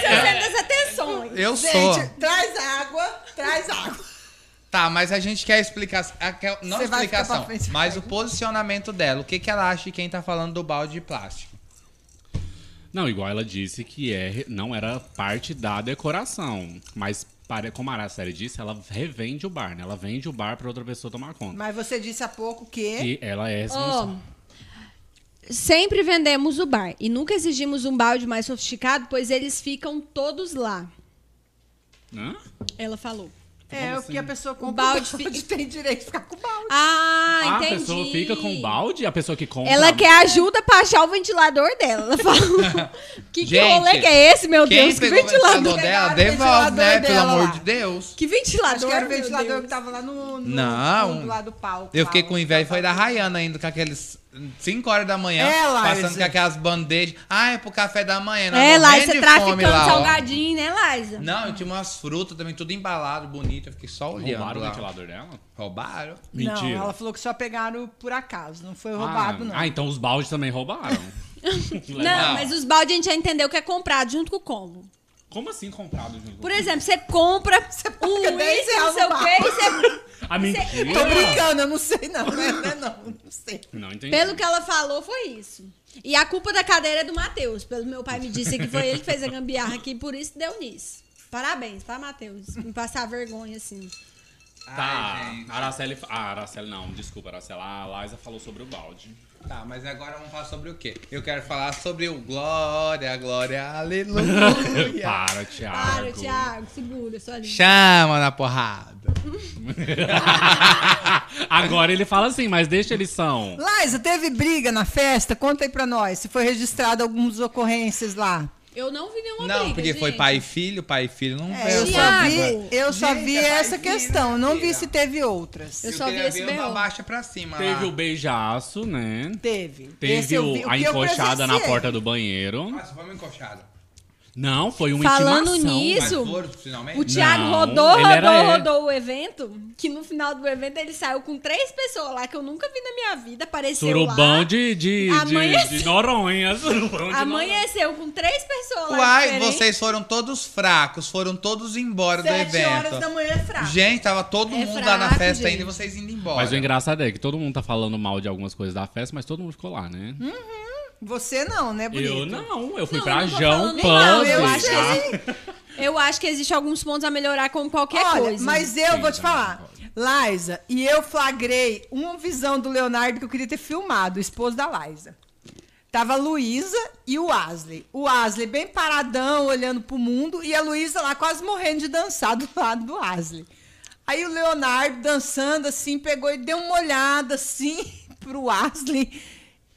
S2: quer ser centro das atenções.
S4: Eu sou.
S1: Gente, traz água, traz água.
S4: Tá, mas a gente quer explicação. a- quer- Não
S1: Você vai ficar
S4: explicação,
S1: pra frente.
S4: mas o posicionamento dela. O que, que ela acha de quem tá falando do balde de plástico?
S3: Não, igual ela disse que é, não era parte da decoração, mas pare- como a série disse, ela revende o bar, né? Ela vende o bar pra outra pessoa tomar conta.
S1: Mas você disse há pouco que.
S3: E ela é
S2: Ó,
S3: responsável.
S2: sempre vendemos o bar e nunca exigimos um balde mais sofisticado, pois eles ficam todos lá. Oh.
S3: Hã?
S2: Ela falou.
S1: é,
S3: como
S1: o que a pessoa compra.
S2: balde
S1: o tem direito de ficar com o balde.
S2: Ah,
S3: Ah, a
S2: entendi.
S3: pessoa fica com o balde, a pessoa que compra.
S2: Ela quer ajuda pra achar o ventilador dela. Ela falou. que, que
S4: Gente,
S2: rolê que é esse, meu
S4: quem
S2: Deus? Que
S4: pegou o ventilador
S2: ventilador.
S4: dela,
S1: Pegaram o
S4: devolve, né?
S1: ventilador
S4: Pelo
S1: dela
S4: amor
S1: lá.
S4: de Deus.
S2: Que
S1: Acho
S2: ventilador?
S1: que era o
S2: meu
S1: ventilador
S2: Deus?
S1: que tava lá no. no
S4: Não.
S1: fundo lá do palco.
S4: Eu
S1: lá,
S4: fiquei com
S1: onde
S4: inveja, foi da
S1: tava-
S4: Rayana ainda, com aqueles 5 horas da manhã,
S1: É, Laís.
S4: passando com aqulas bandejas. Ah, é pro café da manhã, nós
S2: É,
S4: morrendo
S2: Laísa,
S4: de
S2: traficando
S4: fome lá, ó.
S2: salgadinho, né, Laísa?
S4: Não, eu tinha umas frutas também, tudo embalado, bonito. Eu fiquei só olhando
S3: Roubaram o
S4: lá.
S3: ventilador dela?
S4: Roubaram?
S1: Não,
S3: Mentira.
S1: ela falou que só pegaram por acaso, não foi roubado,
S3: ah,
S1: não.
S3: ah, então os baldes também roubaram.
S2: Não, mas os baldes a gente já entendeu que é comprado junto com o combo.
S3: Como assim comprado junto?
S4: Uhum.
S2: Por exemplo, você compra um
S1: paga 10
S2: uísque, não
S1: reais
S2: sei
S1: no
S2: o quê, e você...
S3: A mentira.
S1: Tô brincando, eu não sei não, não é não, não sei.
S3: Não entendi.
S2: Pelo que ela falou, foi isso. E a culpa da cadeira é do Matheus. Pelo meu pai me disse que foi ele que fez a gambiarra aqui, por isso deu nisso. Parabéns, tá, Matheus? Me passar vergonha, assim.
S3: Tá,
S4: Ai, gente.
S3: a Araceli. Ah, Araceli não, desculpa, Araceli. A Laísa falou sobre o balde.
S4: Tá, mas agora vamos falar sobre o quê? Eu quero falar sobre o Glória, Glória, Aleluia.
S3: Para, Thiago.
S2: Para, Thiago, segura, sua linda.
S4: Chama na porrada.
S3: Agora ele fala assim, mas deixa a lição.
S1: Laísa, teve briga na festa? Conta aí pra nós, se foi registrado algumas ocorrências lá.
S2: Eu não vi nenhuma
S4: não,
S2: briga,
S4: porque foi
S2: gente.
S4: pai e filho, pai e filho não
S1: É, eu só
S2: Thiago.
S1: vi, eu só
S4: Gente,
S1: vi
S4: é mais
S1: essa
S4: vida,
S1: questão, eu não vi
S4: filha.
S1: se teve outras.
S2: Eu só vi
S4: queria
S2: esse
S4: ver uma
S2: B.O..
S4: baixa pra cima
S3: Teve
S4: lá.
S3: o beijaço, né?
S1: Teve. Esse
S3: Teve
S1: eu
S3: o-
S1: vi- o
S3: a
S1: que eu
S3: encoxada na
S1: presenciei.
S3: porta do banheiro.
S4: Nossa, vamos encoxada.
S3: Não, foi uma
S2: Falando
S3: intimação. né?
S2: nisso, Isso.
S4: Mas foram, finalmente?
S2: O Thiago
S3: Não,
S2: rodou,
S3: ele era
S2: rodou,
S3: ele.
S2: rodou o evento, que no final do evento ele saiu com três pessoas lá que eu nunca vi na minha vida, apareceu
S3: Surubão
S2: lá.
S3: de, de, de,
S2: Amanheceu.
S3: de Noronha. Surubão de
S2: Amanheceu com três pessoas lá. é
S4: Uai,
S2: diferentes.
S4: vocês foram todos fracos, foram todos embora do
S1: Sete
S4: evento.
S1: horas da manhã é fraco.
S4: Gente, tava todo
S2: É
S4: mundo lá na
S2: fraco,
S4: festa
S2: gente.
S4: ainda e vocês indo embora.
S3: Mas o engraçado é que todo mundo tá falando mal de algumas coisas da festa, mas todo mundo ficou lá, né?
S1: Você não, né, bonito?
S3: eu não, eu fui
S2: Hum? Não, eu
S3: pra
S2: não tô
S3: Jão
S2: falando
S3: Pub.
S2: mal, eu
S1: acho que
S3: ah,
S2: Eu acho que existe alguns pontos a melhorar com qualquer
S1: Olha,
S2: coisa.
S1: mas eu
S3: Sim,
S1: vou te
S3: também
S1: falar. Laísa, e eu flagrei uma visão do Leonardo que eu queria ter filmado, o esposo da Laísa. Tava a Luísa e o Asley. O Asley bem paradão, olhando pro mundo, e a Luísa lá quase morrendo de dançar do lado do Asley. Aí o Leonardo dançando assim, pegou e deu uma olhada assim pro Asley.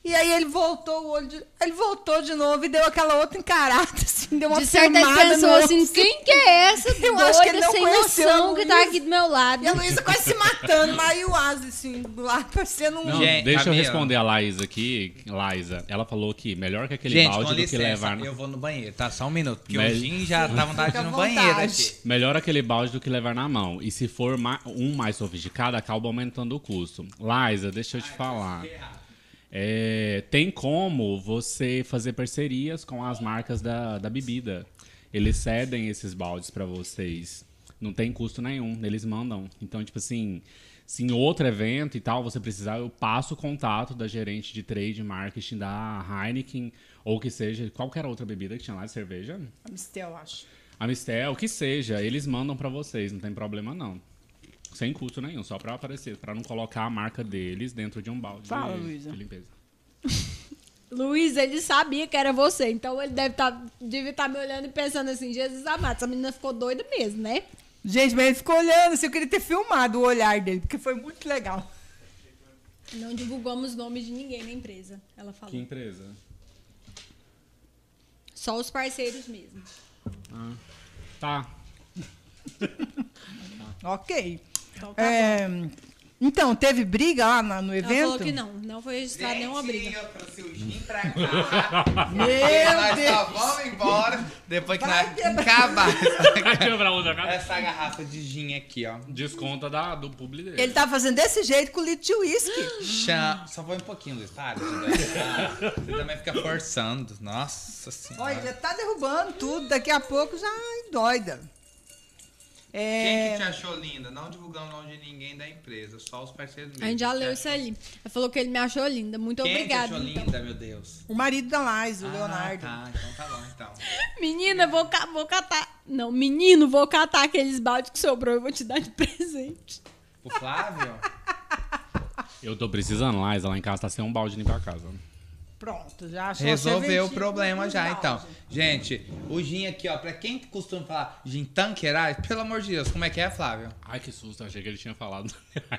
S1: E aí ele voltou o olho de... Ele voltou de novo e deu aquela outra encarada, assim, deu uma
S2: De certa ele
S1: firmada no
S2: pensou
S1: olho,
S2: assim, quem que é essa
S1: Eu acho que ele
S2: doida
S1: não
S2: sem
S1: conheceu
S2: noção
S1: o
S2: que tá
S1: Luiz.
S2: aqui do meu lado?
S1: E a Luísa quase se matando, mas aí o Asa, assim, do lado, parecendo um...
S3: Não,
S4: Gente,
S3: deixa eu
S4: Camila.
S3: responder a Laís aqui. Laísa, ela falou que melhor é que aquele
S4: Gente, com
S3: balde do que
S4: licença,
S3: levar. no-
S4: eu vou no banheiro, tá? Só um minuto. Porque
S3: Mas-
S4: o Jim já tá à vontade de ir no
S1: Fica à
S4: banheiro
S1: vontade.
S4: aqui.
S3: Melhor aquele balde do que levar na mão. E se for ma- um mais sofisticado, acaba aumentando o custo. Laísa, deixa eu te falar. É, tem como você fazer parcerias com as marcas da, da bebida. Eles cedem esses baldes pra vocês. Não tem custo nenhum, eles mandam. Então, tipo assim, se em outro evento e tal você precisar, eu passo o contato da gerente de trade marketing da Heineken, ou que seja, qualquer outra bebida que tinha lá de cerveja.
S1: Amistel, acho.
S3: A Mistel, o que seja, eles mandam pra vocês, não tem problema não. Sem custo nenhum, só pra aparecer, pra não colocar a marca deles dentro de um balde
S1: Fala,
S3: de,
S1: Luísa.
S3: de limpeza.
S2: Luiz, ele sabia que era você, então ele deve tá, devia estar me olhando e pensando assim, Jesus amado, essa menina ficou doida mesmo, né?
S1: Gente, mas ele ficou olhando, assim, eu queria ter filmado o olhar dele, porque foi muito legal.
S2: Não divulgamos nome de ninguém na empresa, ela falou.
S3: Que empresa?
S2: Só os parceiros mesmo.
S3: Tá.
S1: Ok.
S2: Então, tá bom.
S1: É, então, teve briga lá na- no
S2: Ela falou
S1: evento?
S2: que não, não foi registrada nenhuma Tá, briga.
S4: eu trouxe o Jim pra cá.
S1: Meu
S4: nós só
S1: Deus!
S4: vamos embora depois que
S1: Vai
S4: nós
S1: quebrar.
S4: acabar essa,
S3: Vai quebrar outra cara.
S4: essa garrafa de gin aqui, ó.
S3: Desconta da, do publi dele.
S1: Ele tá fazendo desse jeito com o litro de uísque.
S4: Cham... Só põe um pouquinho, Luiz, para. de dançar. Você também fica forçando. Nossa senhora.
S1: Olha, já tá derrubando tudo, daqui a pouco já ai, doida.
S4: Quem que
S1: É,
S4: te achou linda? Não divulgamos o nome de ninguém da empresa, só os parceiros mesmo.
S2: A gente já
S4: Te
S2: leu isso
S4: achou-
S2: ali. Ela falou que ele me achou linda. Muito
S4: Quem é
S2: obrigada.
S4: te achou
S2: então.
S4: linda, meu Deus?
S1: o marido da Lais, o Leonardo.
S4: Ah, tá. Então tá bom, então.
S2: Menina, vou, ca- vou catar. Não, menino, vou catar aqueles baldes que sobrou e vou te dar de presente.
S4: O Flávio?
S3: Eu tô precisando, Laísa, lá em casa tá sem um balde limpar a casa.
S1: Pronto, já achou a
S4: Resolveu o
S1: serventia
S4: problema
S1: é no
S4: já,
S1: balde.
S4: então. Gente, o gin aqui, ó, pra quem costuma falar gin tanqueray, pelo amor de Deus, como é que é, Flávio?
S3: Ai, que susto, achei que ele tinha falado.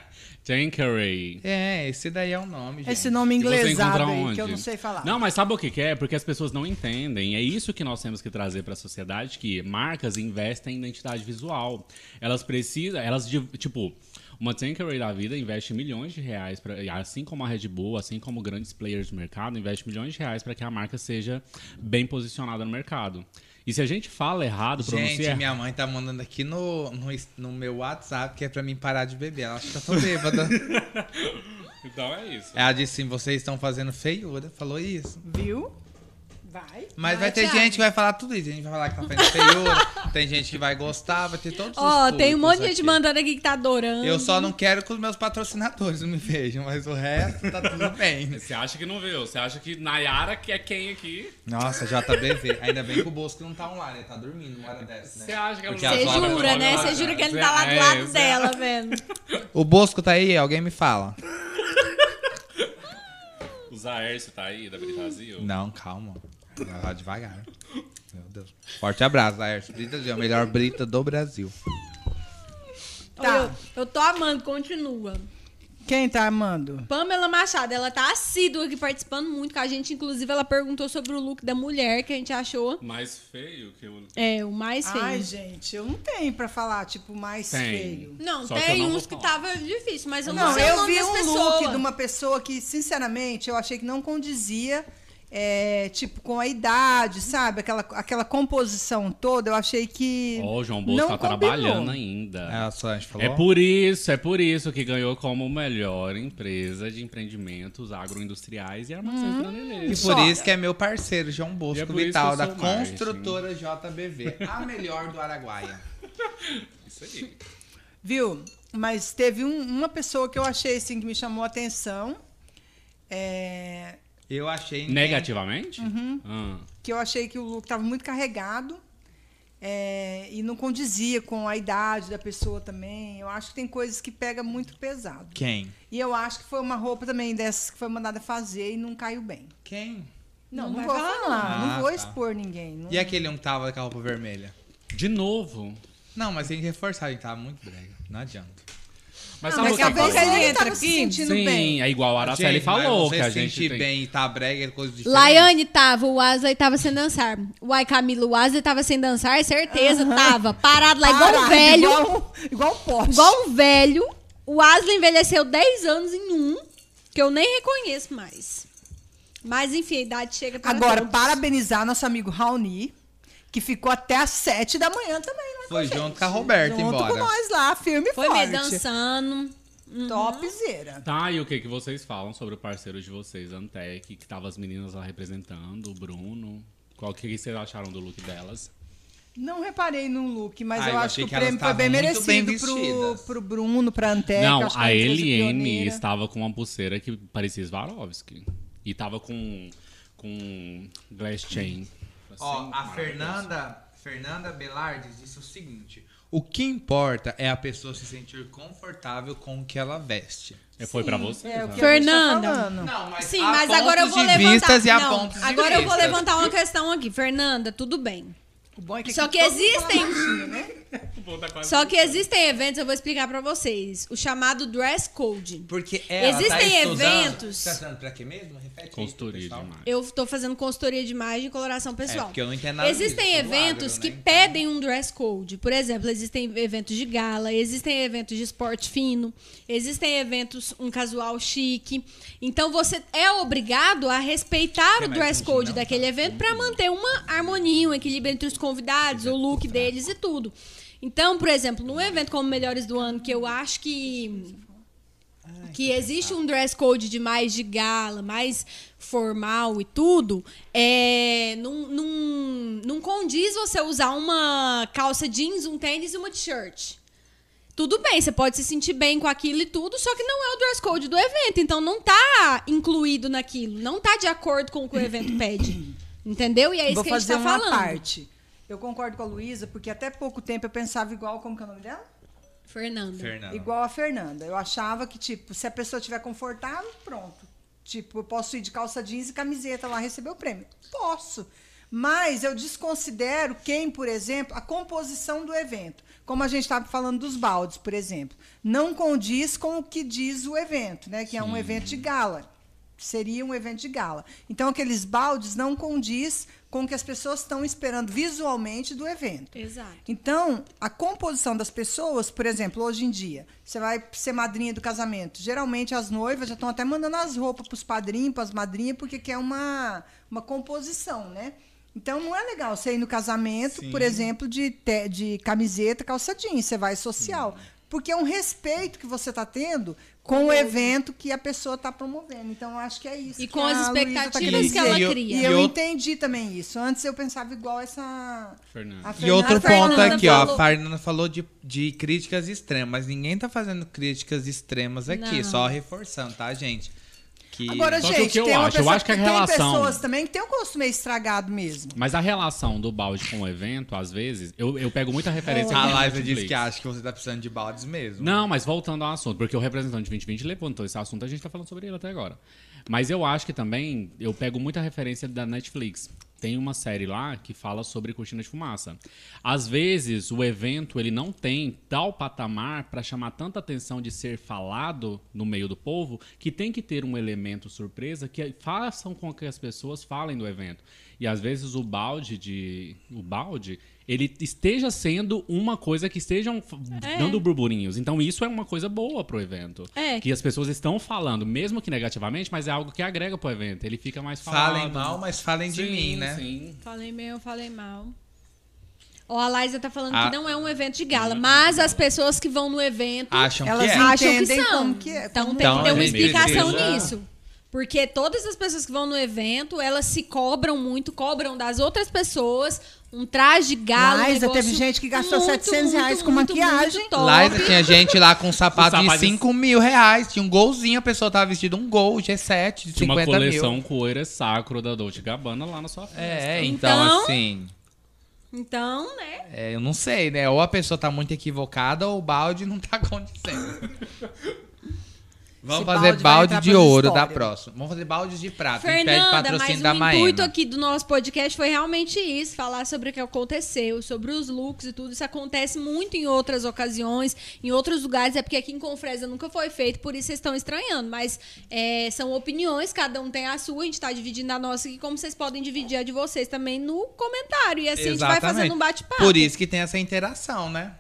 S3: Tankeray.
S4: É, esse daí é o nome, gente.
S1: Esse nome
S3: E você
S1: inglesado
S3: encontra
S1: aí,
S3: onde?
S1: que eu não sei falar.
S3: Não, mas sabe o que que é? Porque as pessoas não entendem. É isso que nós temos que trazer pra sociedade, que marcas investem em identidade visual. Elas precisam, elas de- tipo, uma Tanqueray da vida investe milhões de reais pra, assim como a Red Bull, assim como grandes players do mercado, investe milhões de reais pra que a marca seja bem posicionada no mercado. E se a gente fala errado, pronuncia
S4: Gente, minha mãe tá mandando aqui no, no, no meu WhatsApp que é pra mim parar de beber. Ela acha que eu tô bêbada.
S3: Então é isso.
S4: Ela disse assim: vocês estão fazendo feiura. Falou isso.
S1: Viu? Vai.
S4: Mas
S2: Vai,
S4: vai ter
S2: Thiago.
S4: gente que vai falar tudo isso. A gente vai falar que tá fazendo feiura. tem gente que vai gostar. Vai ter todos os.
S2: Ó, tem um
S4: públicos
S2: monte de gente
S4: aqui.
S2: mandando aqui que tá adorando.
S4: Eu só não quero que os meus patrocinadores não me vejam, mas o resto tá tudo bem.
S3: Você acha que não viu? Você acha que Nayara que é quem aqui?
S4: Nossa, JBV. Ainda bem que o Bosco não tá online, ele tá dormindo uma hora dessa,
S3: Você
S4: né?
S3: acha que ela
S4: Porque
S3: não
S4: as
S2: Você
S4: Agora obras-
S2: jura, né? Você
S4: agora-
S2: jura que ele tá lá do
S3: É,
S2: lado
S3: você-
S2: dela, vendo?
S4: O Bosco tá aí? Alguém me fala.
S3: O Zaércio tá aí, da Brasil?
S4: Não, calma. Vai devagar. Meu Deus. Forte abraço, Laércio. Brita é a melhor brita do Brasil.
S1: Tá.
S2: Eu, eu tô amando, continua.
S1: Quem tá amando?
S2: Pamela Machado, ela tá assídua aqui participando muito com a gente. Inclusive, ela perguntou sobre o look da mulher que a gente achou.
S3: Mais feio que o.
S2: É, o mais feio.
S1: Ai, gente, eu não tenho pra falar, tipo, mais
S3: Tem.
S1: feio.
S2: não,
S3: Só que
S2: tem
S3: eu não vou
S2: uns que
S3: falar.
S2: tava difícil, mas eu não,
S1: Não,
S2: sei o
S1: eu
S2: nome
S1: vi
S2: das
S1: um
S2: pessoas.
S1: look de uma pessoa que, sinceramente, eu achei que não condizia, é, tipo, com a idade, sabe? Aquela, aquela composição toda, eu achei que.
S3: Ó, o João Bolso
S1: Bosta
S3: tá trabalhando ainda.
S4: É, só a gente falou.
S3: É por isso, é por isso que ganhou como melhor empresa de empreendimentos agroindustriais e armações
S1: Hum.
S4: E
S3: brasileiras.
S4: por
S1: Só.
S4: isso que é meu parceiro, João
S3: E é
S4: Bosco
S3: por isso
S4: Vital,
S3: que eu
S4: da
S3: sou mais,
S4: construtora JBV, a melhor do Araguaia.
S3: Isso aí.
S1: Viu? Mas teve um- uma pessoa que eu achei, assim, que me chamou a atenção. é,
S4: Eu achei.
S3: Negativamente?
S1: Uhum.
S3: Ah.
S1: que eu achei que o look estava muito carregado é, e não condizia com a idade da pessoa também. Eu acho que tem coisas que pega muito pesado.
S4: Quem?
S1: E eu acho que foi uma roupa também dessas que foi mandada fazer e não caiu bem.
S4: Quem?
S1: Não, não,
S2: vai
S1: vou
S2: falar,
S1: falar,
S4: não.
S1: não
S4: Ah,
S1: vou
S4: tá.
S1: expor ninguém. não-
S4: E aquele um que tava com a roupa vermelha?
S3: De novo.
S4: Não, mas tem que reforçar, ele tava muito brega. Não adianta.
S3: Mas
S1: Não,
S3: sabe
S1: mas
S3: o
S1: daqui
S3: que
S1: a
S3: eu
S1: pouco
S3: falo?
S1: ele
S2: Ele
S1: tava
S2: entra
S1: se
S2: aqui?
S1: sentindo
S3: Sim,
S1: bem.
S3: é igual a Araceli
S4: Gente, mas
S3: falou,
S4: você
S3: que a
S4: se
S3: gente
S4: sentir
S3: tem...
S4: bem e tá brega é coisa diferente.
S2: Laiane tava, o Wesley tava sem dançar. Uai, Camila, o Wesley tava sem dançar, é certeza, tava. Parado lá, igual um
S1: Parado,
S2: velho. Igual,
S1: Igual, igual um poste.
S2: um velho. O Wesley envelheceu 10 anos em um, que eu nem reconheço mais. Mas, enfim, a idade chega pra
S1: Agora,
S2: todos.
S1: parabenizar nosso amigo Raoni, que ficou até às sete da manhã também, não é?
S4: Foi
S1: com a
S4: junto
S1: gente.
S4: com a Roberta
S1: Junto
S4: embora.
S1: com nós lá, firme e
S2: Foi
S1: forte.
S2: me dançando.
S1: Topzera.
S3: Tá, e o que, que vocês falam sobre o parceiro de vocês, Antec, que tava as meninas lá representando, o Bruno? Qual que vocês acharam do look delas?
S1: Não reparei no look, mas
S4: Ah,
S1: eu,
S4: eu
S1: acho que
S4: achei
S1: o
S4: que
S1: prêmio
S4: elas
S1: foi bem merecido
S4: estavam muito bem
S1: pro,
S4: vestidas.
S1: pro Bruno, pra Antec.
S3: Não,
S1: acho É, que ela
S3: a
S1: fez
S3: Eliane
S1: pioneira.
S3: estava com uma pulseira que parecia Swarovski. E tava com, com glass chain. Assim,
S6: Ó, a
S3: maravilhoso.
S6: Fernanda, Fernanda Belardes disse o seguinte:
S4: O que importa é a pessoa se sentir confortável com o que ela veste.
S3: É, Foi pra você?
S1: É o
S3: tá?
S1: que a gente tá
S2: Fernanda.
S1: falando.
S6: Não, mas.
S2: Sim,
S4: Há
S2: mas agora eu
S4: pontos
S2: vou
S4: de
S2: levantar.
S4: vistas e há
S2: não,
S4: pontos de
S2: agora eu vou
S4: vistas.
S2: levantar uma questão aqui. Fernanda, tudo bem.
S1: O bom é que
S2: Só
S1: aqui
S2: que
S1: todo mundo fala
S2: existem-
S1: baixinho, né?
S3: Vou dar quase
S2: Só que existem eventos, eu vou explicar pra vocês, o chamado dress code.
S4: Porque ela tá
S2: Existem
S4: estudando-
S2: eventos-
S4: Tá estudando pra quê mesmo? Repete.
S3: Consultoria
S4: aí pro pessoal.
S3: demais.
S2: Eu tô fazendo consultoria de imagem e coloração
S4: É,
S2: pessoal.
S4: porque eu não entendo nada
S2: existem
S4: disso, eu sou do
S2: eventos
S4: agro,
S2: que
S4: né, então.
S2: pedem um dress code. Por exemplo, existem eventos de gala, existem eventos de esporte fino, existem eventos um casual chique. Então você é obrigado a respeitar o
S4: mas
S2: dress
S4: não
S2: code
S4: tá
S2: daquele evento pra manter uma harmonia, um equilíbrio entre os convidados, o look
S4: é.
S2: deles e tudo. Então, por exemplo, num evento como Melhores do Ano, que eu acho que que existe um dress code de mais de gala, mais formal e tudo, é, não, não, não condiz você usar uma calça jeans, um tênis e uma t-shirt. Tudo bem, você pode se sentir bem com aquilo e tudo, só que não é o dress code do evento, então não tá incluído naquilo, não tá de acordo com o que o evento pede. Entendeu? E é isso
S1: Vou
S2: que a gente
S1: fazer
S2: tá
S1: uma
S2: falando.
S1: parte. Eu concordo com a Luísa, porque até pouco tempo eu pensava igual, como que é o nome dela?
S2: Fernanda.
S4: Fernanda.
S1: Igual a Fernanda. Eu achava que, tipo, se a pessoa tiver confortável, pronto. Tipo, eu posso ir de calça jeans e camiseta lá receber o prêmio. Posso. Mas eu desconsidero quem, por exemplo, a composição do evento. Como a gente estava falando dos baldes, por exemplo. Não condiz com o que diz o evento, né? Que é um evento de gala. Seria um evento de gala. Então, aqueles baldes não condiz com o que as pessoas estão esperando visualmente do evento.
S2: Exato.
S1: Então, a composição das pessoas, por exemplo, hoje em dia, você vai ser madrinha do casamento. Geralmente as noivas já estão até mandando as roupas para os padrinhos, para as madrinhas, porque quer uma, uma composição, né? Então não é legal você ir no casamento, por exemplo, de, te- de camiseta, calça jeans, você vai social. Porque é um respeito que você está tendo com o evento que a pessoa está promovendo. Então, eu acho que é isso.
S2: E
S1: que
S2: com as
S1: a Luísa tá
S2: expectativas
S1: querendo
S2: que ela
S4: E eu-
S1: e
S2: cria.
S1: eu
S4: E outro-
S1: entendi também isso. Antes eu pensava igual essa.
S3: Fernanda.
S1: a
S4: E outro
S1: Fernanda.
S4: ponto aqui, ó.
S2: falou-
S4: A Fernanda falou de, de críticas extremas. Ninguém tá fazendo críticas extremas aqui,
S2: Não.
S4: só reforçando, tá, gente? Que...
S1: Agora,
S3: Só que o
S1: gente,
S3: que eu
S1: tem, uma
S3: acho? Eu
S1: pessoa-
S3: acho que a
S1: tem
S3: relação-
S1: pessoas também que tem o gosto meio estragado mesmo.
S3: Mas a relação do balde com o evento, às vezes, eu, eu pego muita referência
S4: a
S3: com
S4: live
S3: Netflix.
S4: disse que acha que você tá precisando de baldes mesmo.
S3: Não, mas voltando ao assunto, porque o representante de 2020 levantou esse assunto, a gente tá falando sobre ele até agora. Mas eu acho que também eu pego muita referência da Netflix. Tem uma série lá que fala sobre cortina de fumaça. Às vezes, o evento ele não tem tal patamar para chamar tanta atenção de ser falado no meio do povo, que tem que ter um elemento surpresa que façam com que as pessoas falem do evento. E às vezes o balde de o balde ele esteja sendo uma coisa que estejam f- dando burburinhos. Então isso é uma coisa boa pro evento.
S2: É.
S3: Que as pessoas estão falando, mesmo que negativamente, mas é algo que agrega pro evento. Ele fica mais falado.
S4: Falem mal, mas falem de
S3: Sim,
S4: mim, né?
S3: Sim.
S2: Falei bem, eu falei mal. Ó, a Laísa tá falando
S4: Ah.
S2: que não é um evento de gala, mas as pessoas que vão no evento
S4: Acham
S1: Elas
S4: que é.
S1: não-
S2: acham que
S1: entendem
S2: são.
S1: como que é,
S2: então
S1: como
S2: tem que
S4: é.
S2: ter uma
S4: Então,
S2: explicação
S3: precisa-
S2: nisso. Porque todas as pessoas que vão no evento, elas se cobram muito, cobram das outras pessoas um traje de gala. um
S1: Laísa,
S2: negócio
S1: teve gente que gastou
S2: muito,
S1: 700 reais
S2: muito,
S1: com
S2: muito,
S1: maquiagem.
S2: muito top.
S4: Liza tinha gente lá com um sapato
S3: Um
S4: de
S3: sapato de-
S4: 5 mil reais. Tinha um golzinho, a pessoa tava vestindo um gol, G7, de
S3: Tinha uma
S4: 50
S3: coleção
S4: mil.
S3: coeira sacro da Dolce Gabbana lá na sua festa.
S4: É, então,
S2: Então-
S4: assim.
S2: Então, né?
S4: é, eu não sei, né? Ou a pessoa tá muito equivocada ou o balde não tá acontecendo. Vamos
S1: Esse
S4: fazer
S1: vai
S4: balde
S1: entrar
S4: de
S1: pras
S4: ouro da
S1: histórias.
S4: próxima. Vamos fazer balde de prata. A gente pede
S2: Fernanda,
S4: patrocínio
S2: mas
S4: da
S2: o intuito é
S4: Maena.
S2: aqui do nosso podcast foi realmente isso, falar sobre o que aconteceu, sobre os looks e tudo. Isso acontece muito em outras ocasiões, em outros lugares, é porque aqui em Confresa nunca foi feito, por isso vocês estão estranhando. Mas é, são opiniões, cada um tem a sua, a gente está dividindo a nossa aqui, como vocês podem dividir a de vocês também no comentário. E assim a gente vai fazendo um bate-papo.
S4: Por isso que tem essa interação, né?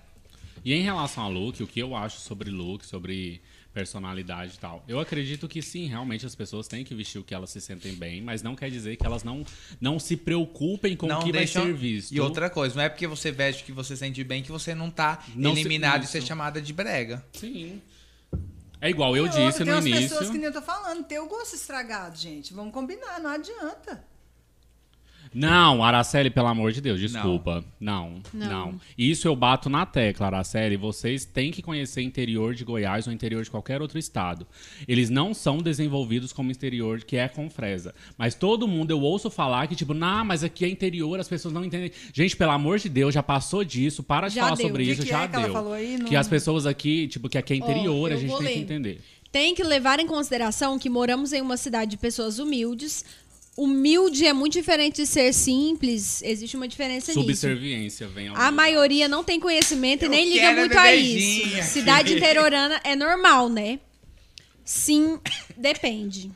S3: E em relação a look, o que eu acho sobre look, sobre personalidade e tal. Eu acredito que sim, realmente as pessoas têm que vestir o que elas se sentem bem, mas não quer dizer que elas não, não se preocupem com o que vai ser visto.
S4: E outra coisa, não é porque você veste o que você sente bem que você não tá
S3: Não se-
S4: eliminado de
S3: isso.
S4: ser chamada de brega.
S3: Sim. É igual eu
S1: Tem
S3: disse
S1: outra, tem
S3: no
S1: umas pessoas
S3: início.
S1: que nem eu tô falando, tem o gosto estragado, gente. Vamos combinar, não adianta.
S3: Não, Araceli, pelo amor de Deus, desculpa. Não. não,
S2: Não.
S3: Isso eu bato na tecla, Araceli. Vocês têm que conhecer interior de Goiás ou interior de qualquer outro estado. Eles não são desenvolvidos como interior, que é com fresa. Mas todo mundo, eu ouço falar que, tipo, não, mas aqui é interior, as pessoas não entendem. Gente, pelo amor de Deus, já passou disso, para de
S2: Já
S3: falar
S2: deu.
S3: sobre
S1: Que
S3: isso,
S1: que
S3: já
S1: é que
S3: deu.
S1: ela falou aí?
S3: Que
S1: Não-
S3: as pessoas aqui, tipo, que aqui é interior, a
S2: eu
S3: gente
S2: vou
S3: tem que
S2: ler.
S3: entender.
S2: Tem que levar em consideração que moramos em uma cidade de pessoas humildes. Humilde é muito diferente de ser simples. Existe uma diferença nisso.
S3: Subserviência, vem ao
S2: A maioria não tem conhecimento e
S4: Eu
S2: nem liga
S4: quero um
S2: muito a
S4: bebezinho
S2: isso.
S4: aqui.
S2: Cidade interiorana é normal, né? Sim, depende.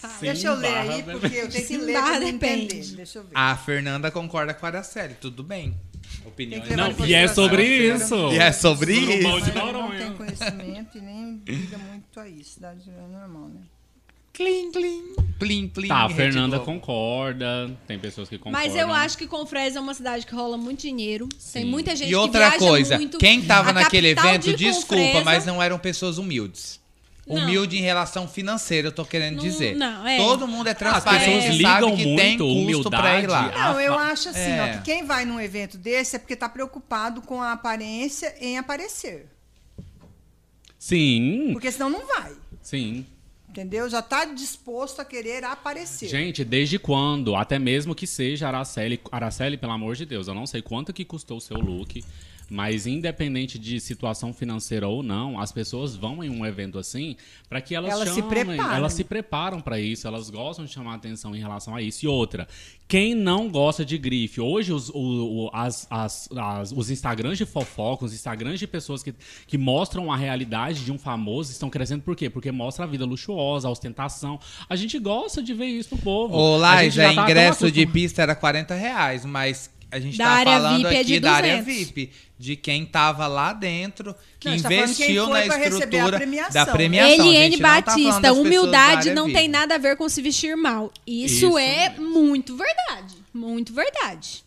S2: Tá,
S1: Deixa eu ler aí,
S3: barra,
S1: porque eu tenho que
S2: Sim,
S1: ler pra
S2: barra,
S1: não entender.
S2: depende.
S1: Deixa eu ver.
S4: A Fernanda concorda com a Araceli, tudo bem.
S1: Tem que
S4: Opiniões.
S1: levar
S3: Não,
S1: em
S3: e é
S1: consideração
S3: sobre
S1: financeira.
S3: isso.
S4: E é sobre
S3: Sobre o
S4: isso.
S3: mal de
S1: Mas Não
S3: Noronha.
S1: tem conhecimento e nem liga muito a isso. Cidade é normal, né?
S4: Plim, plim. Plim, plim.
S3: Tá, a
S4: Rede
S3: Fernanda
S4: Globo.
S3: concorda, tem pessoas que concordam.
S2: Mas eu acho que Confresa é uma cidade que rola muito dinheiro. Tem
S3: Sim.
S2: muita gente
S4: E outra
S2: que viaja
S4: coisa,
S2: muito.
S4: quem tava
S2: A
S4: naquele
S2: capital
S4: evento,
S2: de
S4: desculpa,
S2: Confresa-
S4: mas não eram pessoas humildes.
S2: Não.
S4: Humilde em relação financeira, eu tô querendo
S2: Não-
S4: dizer.
S2: não, é.
S4: Todo mundo é transparente,
S3: Ah, pessoas
S4: sabe
S3: ligam
S4: que
S3: muito
S4: tem custo pra ir
S3: humildade.
S4: lá.
S1: Não,
S3: Ah,
S1: eu
S3: fa-
S1: acho assim,
S4: É.
S1: ó, que quem vai num evento desse é porque tá preocupado com a aparência em aparecer.
S3: Sim,
S1: Porque senão não vai.
S3: sim.
S1: Entendeu? Já tá disposto a querer aparecer.
S3: Gente, desde quando? Até mesmo que seja Araceli. Araceli, pelo amor de Deus, eu não sei quanto que custou o seu look, mas independente de situação financeira ou não, as pessoas vão em um evento assim pra que elas,
S1: Elas se
S3: chamem,
S1: preparam.
S3: elas se preparam pra isso, elas gostam de chamar atenção em relação a isso. E outra, quem não gosta de grife? Hoje os, o- o- as- as- as- os Instagrams de fofoca, os Instagrams de pessoas que, que mostram a realidade de um famoso estão crescendo por quê? Porque mostra a vida luxuosa, a ostentação. A gente gosta de ver isso no povo.
S4: Ô,
S3: A gente
S4: Laís, é
S3: já tá tão
S4: ingresso de
S3: acostum-
S4: pista era 40 reais, mas a gente
S2: Da
S4: tá
S2: área
S4: falando
S2: VIP é
S4: aqui
S2: de
S4: da área
S2: 200.
S4: VIP, de quem tava lá dentro, que
S1: Não, a gente tá falando quem
S4: investiu
S1: foi
S4: na
S1: pra receber a
S4: estrutura
S1: premiação,
S4: da
S1: né?
S4: premiação. A
S2: Eliane
S4: gente não tá falando
S2: Batista,
S4: das pessoas da
S2: humildade
S4: área
S2: não
S4: VIP.
S2: tem nada a ver com se vestir mal. Isso,
S3: Isso
S2: é muito verdade. Muito verdade.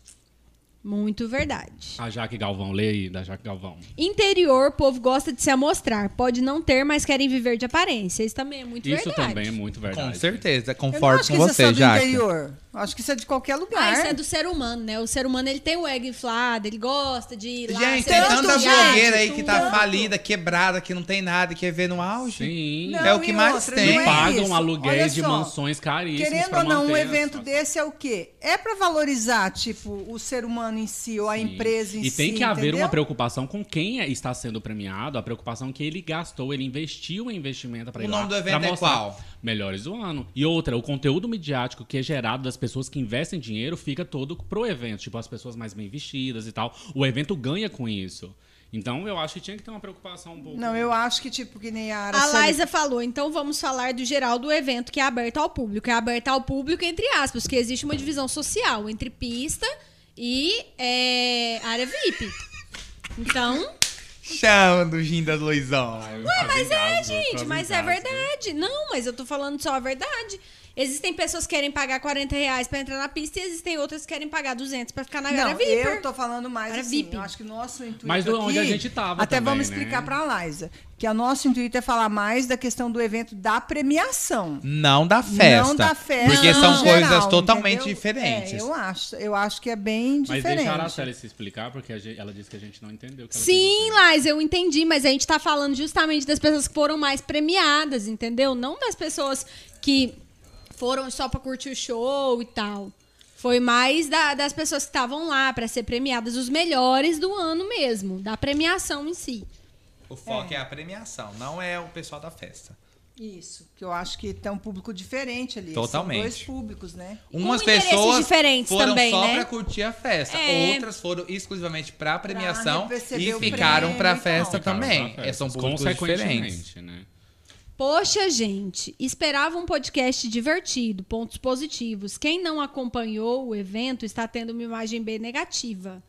S2: Muito verdade.
S3: A Jaque Galvão, lê aí, da Jaque Galvão.
S2: Interior, o povo gosta de se amostrar. Pode não ter, mas querem viver de aparência. Isso também é muito
S3: Isso
S2: verdade.
S3: também é muito verdade.
S4: Com certeza,
S1: Eu não
S4: concordo
S1: acho
S4: com
S1: que isso é
S4: você,
S1: só do
S4: Jaque.
S1: interior. Eu acho que isso é de qualquer lugar.
S2: Ah, isso é do ser humano, né? O ser humano, ele tem o ego inflado, ele gosta de ir lá... é
S4: Gente,
S2: ser
S4: tem
S1: tanto,
S4: tanta
S2: elogiado,
S4: blogueira aí que tá
S2: tudo.
S4: falida, quebrada, que não tem nada, que quer ver no auge.
S3: Sim.
S1: Não,
S4: É o que
S1: e
S4: mais
S1: outra,
S4: tem.
S1: não
S3: E
S1: é
S3: pagam
S1: isso. Olha
S3: aluguéis de
S1: só,
S3: mansões caríssimos
S1: Querendo
S3: pra
S1: ou não, um
S3: manter as-
S1: evento desse é o quê? É pra valorizar, tipo, o ser humano em si, ou a empresa em si.
S3: E tem que haver
S1: entendeu?
S3: uma preocupação com quem é- está sendo premiado, a preocupação que ele gastou, ele investiu em investimento para
S4: O
S3: ir lá.
S4: nome do
S3: pra
S4: evento é
S3: mostrar
S4: qual?
S3: Melhores do ano. E outra, o conteúdo midiático que é gerado das pessoas que investem dinheiro fica todo pro evento. Tipo, as pessoas mais bem vestidas e tal. O evento ganha com isso. Então, eu acho que tinha que ter uma preocupação um pouco.
S1: Não, eu acho que, tipo, que nem a
S2: A
S1: Araceli
S2: Laísa falou, então vamos falar do geral do evento que é aberto ao público. É aberto ao público, entre aspas, que existe uma divisão social entre pista e é, área VIP. Então,
S4: Chama do gin da Luizão.
S3: Ué, mas é,
S2: gente, mas é verdade. Não, mas eu tô falando só a verdade. Existem pessoas que querem pagar 40 reais pra entrar na pista e existem outras que querem pagar 200 pra ficar na área
S1: Não,
S2: VIP.
S1: eu tô falando mais
S2: Era
S1: assim,
S2: VIP.
S1: eu acho que o nosso intuito
S3: Mas do-
S1: aqui,
S3: onde a gente tava
S1: Até
S3: também,
S1: vamos explicar
S3: né?
S1: pra Laísa, que o nosso intuito é falar mais da questão do evento da premiação.
S4: Não da festa.
S1: Não da festa.
S4: Porque
S2: Não.
S4: são
S1: em
S4: coisas
S1: geral,
S4: totalmente
S1: entendeu?
S4: diferentes.
S1: É, eu acho, eu acho que é bem
S3: Mas
S1: diferente.
S3: deixa a Araceli se explicar, porque a gente- ela disse que a gente não entendeu. o que ela quis
S2: Sim,
S3: dizer.
S2: Lais, eu entendi, mas a gente tá falando justamente das pessoas que foram mais premiadas, entendeu? Não das pessoas que foram só pra curtir o show e tal. Foi mais da- das pessoas que estavam lá pra ser premiadas, os melhores do ano mesmo, da premiação em si.
S4: O foco é. a premiação, não é o pessoal da festa.
S1: Isso. Que eu acho que tem um público diferente ali.
S4: Totalmente.
S1: São dois públicos, né?
S4: Umas
S2: interesses
S4: pessoas
S2: diferentes
S4: foram
S2: também,
S4: só
S2: né?
S4: pra curtir a festa,
S2: É.
S4: outras foram exclusivamente pra premiação
S1: receber
S4: e
S1: o
S4: ficaram
S1: prêmio
S4: pra
S1: e tal.
S4: festa
S3: Ficaram
S4: também.
S3: pra
S4: É, São
S3: festas.
S4: públicos diferentes.
S3: Tá, Consequentemente, né?
S2: Poxa, gente, esperava um podcast divertido, pontos positivos. Quem não acompanhou o evento está tendo uma imagem bem negativa.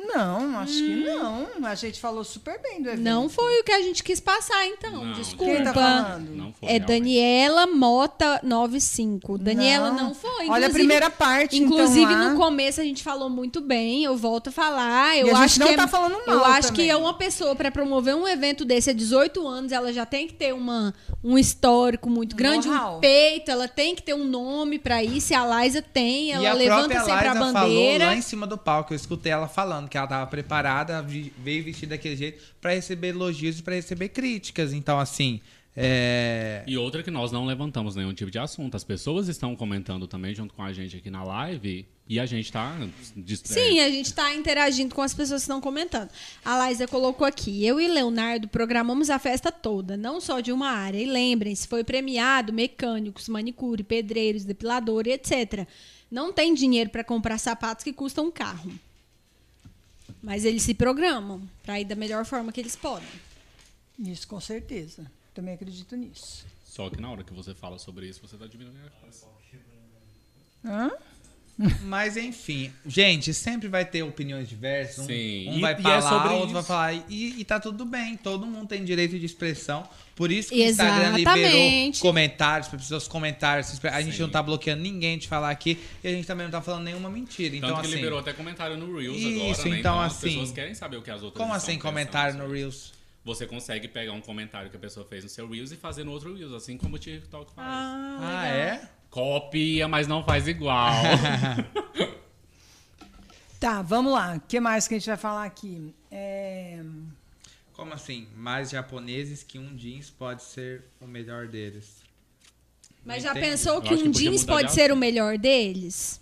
S1: Não, acho que não. A gente falou super bem do evento.
S2: Não foi o que a gente quis passar, então.
S3: Não,
S2: Desculpa.
S1: Quem tá falando?
S3: Não foi,
S2: É
S3: realmente.
S2: Daniela Mota 95. Daniela não, foi.
S1: Olha a
S2: inclusive-
S1: primeira parte,
S2: Inclusive,
S1: então, lá.
S2: no começo a gente falou muito bem, eu volto a falar. Eu
S1: E a gente
S2: acho
S1: não
S2: que é-
S1: tá falando mal
S2: Eu acho
S1: também.
S2: que é uma pessoa, pra promover um evento desse há 18 anos, ela já tem que ter uma, um histórico muito grande, um
S1: know-how.
S2: peito, ela tem que ter um nome pra isso. E a Liza tem, ela
S4: e a
S2: levanta
S4: própria
S2: sempre a
S4: Liza falou
S2: bandeira.
S4: lá em cima do palco, eu escutei ela falando que ela tava preparada, vi- veio vestida daquele jeito pra receber elogios e pra receber críticas. Então, assim, é...
S3: E outra que nós não levantamos nenhum tipo de assunto. As pessoas estão comentando também junto com a gente aqui na live e a gente tá. dis-
S2: Sim,
S3: é,
S2: a gente tá interagindo com as pessoas que estão comentando. A Laísa colocou aqui: eu e Leonardo programamos a festa toda, não só de uma área. E lembrem-se, foi premiado mecânicos, manicure, pedreiros, depilador e etc. Não tem dinheiro para comprar sapatos que custam um carro. Mas eles se programam para ir da melhor forma que eles podem.
S1: Isso, com certeza. Também acredito nisso.
S3: Só que na hora que você fala sobre isso, você tá diminuindo a classe.
S1: Hã?
S4: Mas enfim, gente, sempre vai ter opiniões diversas. um-
S3: Sim,
S4: Um,
S3: e-
S4: vai
S3: e é
S4: falar,
S3: sobre
S4: outro
S3: isso.
S4: vai falar. E, e tá tudo bem, todo mundo tem direito de expressão. Por isso que o Instagram liberou
S2: Exatamente.
S4: comentários, para pessoas comentarem. se expre- A gente
S3: Sim.
S4: não tá bloqueando ninguém de falar aqui. E a gente também não tá falando nenhuma mentira.
S3: Tanto
S4: Então,
S3: que
S4: assim,
S3: liberou até comentário no Reels
S4: Isso,
S3: agora, né?
S4: então,
S3: as
S4: assim,
S3: pessoas querem saber o que as né? outras estão
S4: como assim
S3: pensando
S4: comentário
S3: sobre
S4: no Reels?
S3: Você consegue pegar um comentário que a pessoa fez no seu Reels e fazer no outro Reels, assim como o TikTok faz.
S4: Ah, é?
S3: Copia, mas não faz igual.
S1: Tá, vamos lá. O que mais que a gente vai falar aqui? É,
S4: Como assim? Mais japoneses que um jeans pode ser o melhor deles.
S2: Mas
S4: Não
S2: já
S4: entendi.
S2: pensou
S3: Eu
S2: que
S3: acho que
S2: um
S3: podia
S2: jeans
S3: mudar de
S2: pode ser o melhor deles?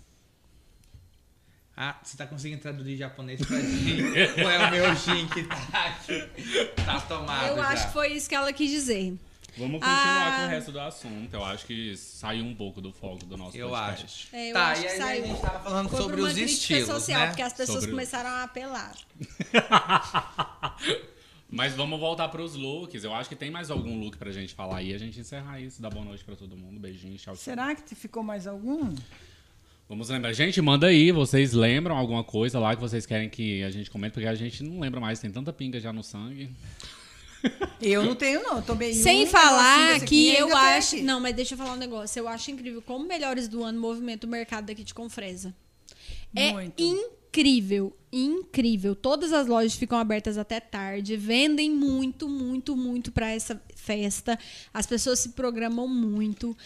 S4: Ah, você tá conseguindo traduzir japonês pra mim? Ou é o meu gin que tá aqui? Tá tomado
S2: eu
S4: já.
S2: acho que foi isso que ela quis dizer.
S3: Vamos continuar
S2: Ah.
S3: com o resto do assunto. Eu acho que saiu um pouco do foco do nosso
S4: Eu
S3: podcast.
S4: acho.
S2: É, eu
S4: tá,
S2: acho
S4: e
S2: que
S4: aí
S2: saiu.
S4: a gente tava falando
S2: Foi
S4: sobre
S2: por uma
S4: os
S2: crítica
S4: estilos,
S2: social,
S4: né?
S2: porque as pessoas
S3: Sobre-
S2: começaram a apelar.
S3: Mas vamos voltar pros looks. Eu acho que tem mais algum look pra gente falar aí. A gente encerrar isso. Dá boa noite pra todo mundo. Beijinho, tchau, tchau.
S1: será que ficou mais algum?
S3: Vamos lembrar. Gente, manda aí. Vocês lembram alguma coisa lá que vocês querem que a gente comente? Porque a gente não lembra mais. Tem tanta pinga já no sangue.
S1: Eu não tenho, não. Eu tomei
S2: Sem
S1: um negocinho
S2: falar
S1: desse aqui
S2: que
S1: e ainda
S2: eu
S1: tem
S2: acho.
S1: aqui.
S2: Não, mas deixa eu falar um negócio. Eu acho incrível como melhores do ano movimenta o mercado daqui de Confresa. É
S1: Muito.
S2: incrível, incrível. Todas as lojas ficam abertas até tarde, vendem muito, muito, muito pra essa festa. As pessoas se programam muito.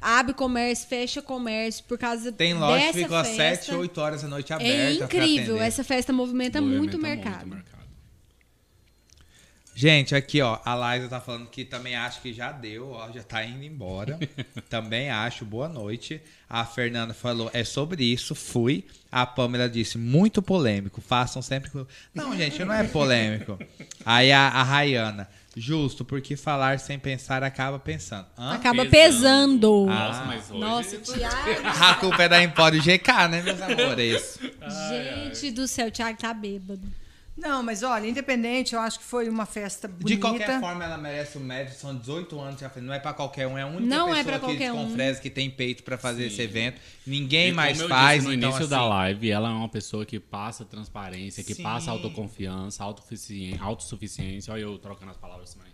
S2: Abre comércio, fecha comércio por causa
S4: Tem loja
S2: dessa
S4: que ficou às
S2: festa.
S4: 7, 8 horas da noite aberta.
S2: É
S4: pra
S2: incrível,
S4: atender.
S2: essa festa movimenta, tá muito o mercado.
S4: Gente, aqui ó, a Laisa tá falando que também acho que já deu, ó, já tá indo embora. também acho, boa noite. A Fernanda falou, é sobre isso, fui. A Pamela disse, muito polêmico, façam sempre. com- Não, gente, não é polêmico. Aí a, a Rayana, justo, porque falar sem pensar acaba pensando. Hã?
S2: Acaba pesando.
S3: Nossa, mas
S4: Ah.
S3: hoje...
S2: Nossa, Tiago.
S4: A culpa é da Empório GK, né, meus amores?
S2: Gente do céu, o Thiago tá bêbado.
S1: Não, mas olha, independente, eu acho que foi uma festa bonita.
S4: De qualquer forma, ela merece o mérito. São 18 anos já fez. Não é pra qualquer um. É a única
S2: Não é
S4: pessoa
S2: pra
S4: que
S2: qualquer um.
S4: desconfresa que tem peito pra fazer esse evento. Ninguém
S3: E
S4: mais
S3: como eu
S4: faz.
S3: disse no
S4: então,
S3: início
S4: assim,
S3: da live, ela é uma pessoa que passa transparência, que
S4: Sim.
S3: passa autoconfiança, autossuficiência, autossuficiência. Olha eu trocando as palavras também.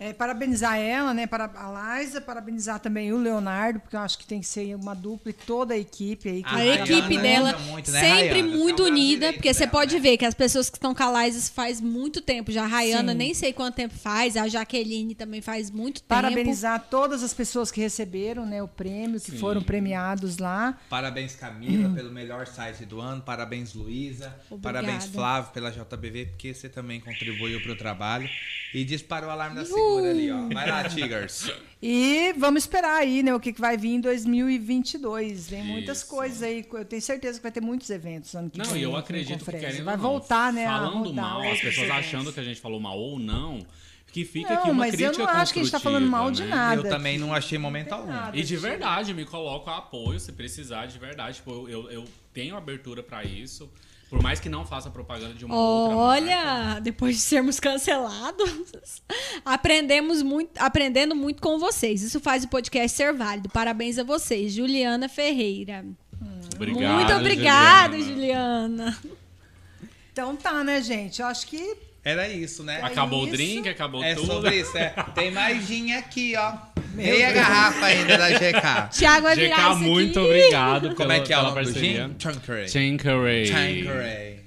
S1: É, parabenizar ela, né? Para a Liza, parabenizar também o Leonardo, porque eu acho que tem que ser uma dupla e toda a equipe aí. que
S4: A
S2: A
S4: Rayana
S2: equipe
S4: anda
S2: dela
S4: muito, né,
S2: sempre
S4: Rayana?
S2: muito
S4: É o braço
S2: unida,
S4: direito
S2: porque você
S4: dela,
S2: pode
S4: né?
S2: ver que as pessoas que estão com a Lysis faz muito tempo já. A Rayana nem sei quanto tempo faz, a Jaqueline também faz muito tempo.
S1: Parabenizar todas as pessoas que receberam né, o prêmio, que foram premiados lá.
S4: Parabéns, Camila, pelo melhor site do ano. Parabéns, Luísa.
S2: Obrigada.
S4: Parabéns, Flávio, pela JBV, porque você também contribuiu pro trabalho. E disparou o alarme da segura ali, ó. Vai lá, Tigers.
S1: E vamos esperar aí, né, o que que vai vir em 2022. Vem muitas
S3: Isso.
S1: coisas aí. Eu tenho certeza que vai ter muitos eventos ano que
S3: Não,
S1: vem.
S3: e eu
S1: com
S3: acredito que
S1: conferência.
S3: querendo
S1: Vai
S3: ou não,
S1: voltar, né? a
S3: Falando
S1: rodar
S3: mal,
S1: outros
S3: as pessoas
S1: eventos.
S3: achando que a gente falou mal ou não, que fica
S1: Não,
S3: aqui uma
S1: mas eu
S3: crítica
S1: não acho que a gente tá falando mal de
S3: construtiva, né?
S1: nada.
S4: Eu também não achei momento algum.
S1: nada.
S3: E de verdade, me coloco a apoio se precisar, de verdade. Tipo, eu, eu, eu tenho abertura pra isso. Por mais que não faça propaganda de uma outra marca.
S2: Olha, depois de sermos cancelados, aprendemos muito, aprendendo muito com vocês. Isso faz o podcast ser válido. Parabéns a vocês, Juliana Ferreira.
S3: Obrigado,
S2: muito obrigada,
S3: Juliana.
S2: Juliana.
S1: Então tá, né, gente? Eu acho que
S4: Era isso, né?
S3: Acabou
S1: isso.
S3: o drink, acabou
S4: É
S3: tudo.
S4: sobre isso, é. Tem mais gin aqui, ó. Meia garrafa ainda da GK.
S2: Tiago vai virar
S3: GK,
S2: isso
S3: muito
S2: aqui.
S3: obrigado pela,
S4: Como é que é o
S3: pela
S4: nome do
S3: parceria.
S4: gin? Tanqueray.
S3: Tanqueray.
S4: Tanqueray.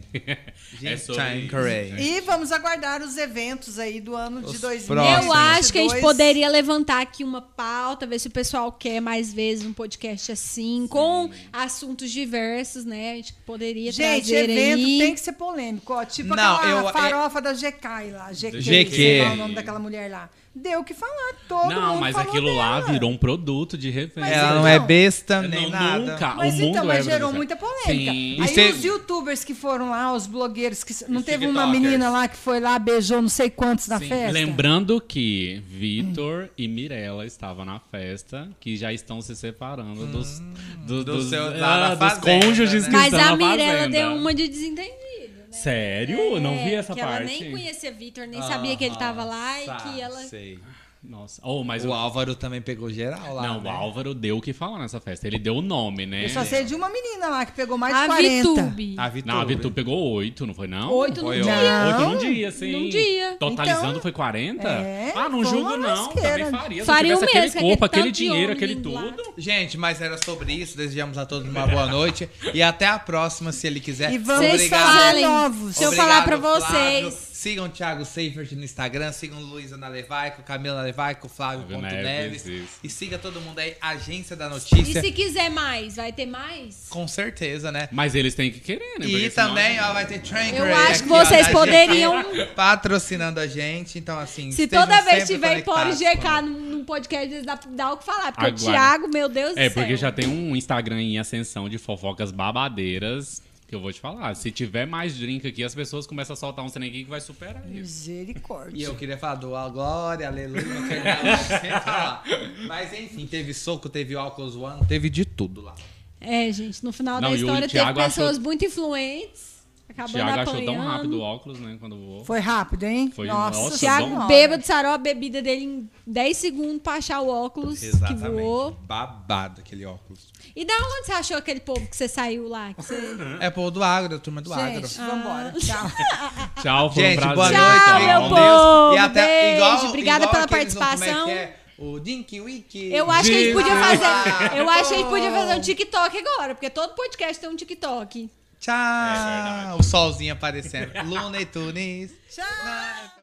S3: É sobre
S4: Gin
S3: isso.
S4: Tanqueray.
S1: E vamos aguardar os eventos aí do ano de
S4: Os
S1: 2022.
S4: próximos.
S2: Eu acho que a gente poderia levantar aqui uma pauta, ver se o pessoal quer mais vezes um podcast assim, com assuntos diversos, né? A gente poderia
S1: Gente,
S2: trazer
S1: evento
S2: aí.
S1: tem que ser polêmico, ó. Tipo
S4: Não,
S1: aquela
S4: eu-
S1: farofa da GK lá. GK,
S3: GK.
S1: sei lá o nome daquela mulher lá. Deu o que falar, todo
S3: Não,
S1: mundo
S3: mas
S1: falou
S3: aquilo lá
S1: dela.
S3: virou um produto de repente.
S1: Mas então,
S4: Ela não é besta nem
S3: Não,
S4: nada.
S3: Nunca.
S1: Mas
S3: o mundo
S1: então,
S3: é
S1: mas gerou
S3: brasileiro.
S1: muita polêmica.
S3: Sim.
S1: Aí
S4: E cê-
S1: os youtubers que foram lá, os blogueiros que. Não
S4: Os
S1: teve uma
S4: tiktokers.
S1: menina lá que foi lá, beijou não sei quantos na festa?
S3: Lembrando que Vitor e Mirella estavam na festa, que já estão se separando dos, do-
S4: Hum, Do
S3: dos,
S4: seu- lá
S3: ah,
S4: da
S3: dos
S4: fazenda,
S3: cônjuges
S4: né?
S3: que
S2: Mas
S3: estão
S2: a
S3: na
S2: Mirella
S3: fazenda.
S2: deu uma de desentendido, né?
S3: Sério? Eu
S2: É,
S3: não vi essa
S2: que
S3: parte. Ah,
S2: Ela nem conhecia Vitor, nem sabia que ele tava lá e
S3: Tá,
S2: que ela.
S4: Sei.
S3: Nossa. Oh, mas
S4: O
S3: o,
S4: Álvaro também pegou geral lá.
S3: não, o
S4: né?
S3: Álvaro deu o que falar nessa festa. Ele deu o nome, né?
S1: Eu só sei de uma menina lá que pegou mais de
S2: A
S1: 40.
S2: Vitube.
S4: A Vitor.
S3: Não, a Vitor pegou oito, não foi Ah, não?
S2: Oito no
S4: Foi
S2: dia.
S3: Oito
S1: Não.
S3: num dia, sim.
S2: Num dia.
S3: Totalizando
S1: Então,
S3: foi 40?
S1: é,
S3: ah, não
S1: foi
S3: julgo
S1: uma
S3: não.
S1: lasqueira.
S3: Também faria. Se
S2: Faria
S3: eu tivesse
S2: o mesmo, com
S3: aquele corpo,
S2: aquele
S3: aquele
S2: tanto de
S3: dinheiro,
S2: homem
S3: aquele
S2: lá.
S3: tudo.
S4: Gente, mas era sobre isso. Desejamos a todos uma boa noite. E até a próxima, se ele quiser.
S1: E vamos
S2: Vocês
S4: Obrigado.
S1: fazer
S2: falem.
S1: novos.
S2: Se eu falar pra
S4: Flávio.
S2: vocês.
S4: Sigam o Thiago Seifert no Instagram, sigam Luísa na Levaico, Camila na Levaico, Flávio
S3: Flávio
S4: Ponto
S3: Neves,
S4: Neves.
S3: isso.
S4: E siga todo mundo aí, Agência da
S2: E
S4: Notícia.
S2: se quiser mais, vai ter mais?
S4: Com certeza, né?
S3: Mas eles têm que querer, né?
S4: E
S3: Porque senão-
S4: também, ó, vai ter Trank
S2: Eu acho que vocês poderiam-
S4: Patrocinando a gente, então assim.
S2: Se
S4: estejam
S2: toda vez
S4: sempre
S2: tiver Empório
S4: conectados com
S2: GK num, num podcast, eles dá, dá o que falar. Porque o
S3: Agora.
S2: Thiago, meu Deus do
S3: É,
S2: céu.
S3: porque já tem um Instagram em ascensão de fofocas babadeiras. Que eu vou te falar. Se tiver mais drink aqui, as pessoas começam a soltar um trem aqui que vai superar isso.
S1: Misericórdia.
S4: E eu queria falar do Glória, Aleluia, não quero nada sem falar. Mas enfim, teve soco, teve álcool zoando, teve de tudo lá.
S2: É, gente, no final
S3: Não,
S2: da
S3: e o
S2: história teve
S3: Thiago
S2: pessoas
S3: achou-
S2: muito influentes.
S3: O
S2: Acabando
S3: Thiago
S2: apanhando.
S3: achou tão rápido o óculos, né? Quando voou.
S1: Foi rápido, hein?
S3: Foi-
S1: nossa,
S3: nossa,
S1: Thiago
S3: bom.
S1: bêbado.
S2: Bêbado, sarou a bebida dele em 10 segundos pra achar o óculos que voou.
S4: Babado aquele óculos.
S2: E da onde você achou aquele povo que você saiu lá? Que você...
S4: É povo do agro, da turma do agro.
S2: ah.
S1: Gente, vambora. Tchau.
S3: Tchau, foi um
S4: Gente,
S3: prazer.
S4: boa
S2: Tchau,
S4: noite,
S2: meu
S4: fiquem com
S2: povo,
S4: Deus. E
S2: Um beijo,
S4: até igual,
S2: obrigada
S4: igual
S2: pela
S4: aqueles no-
S2: participação.
S4: Como é que é? O Dinky Wiki.
S2: Eu acho que a gente podia
S4: Jesus.
S2: fazer. Eu acho que a gente podia fazer um TikTok agora, porque todo podcast tem um TikTok.
S4: É Tchau. o solzinho aparecendo. Luna e Tunis.
S1: Tchau.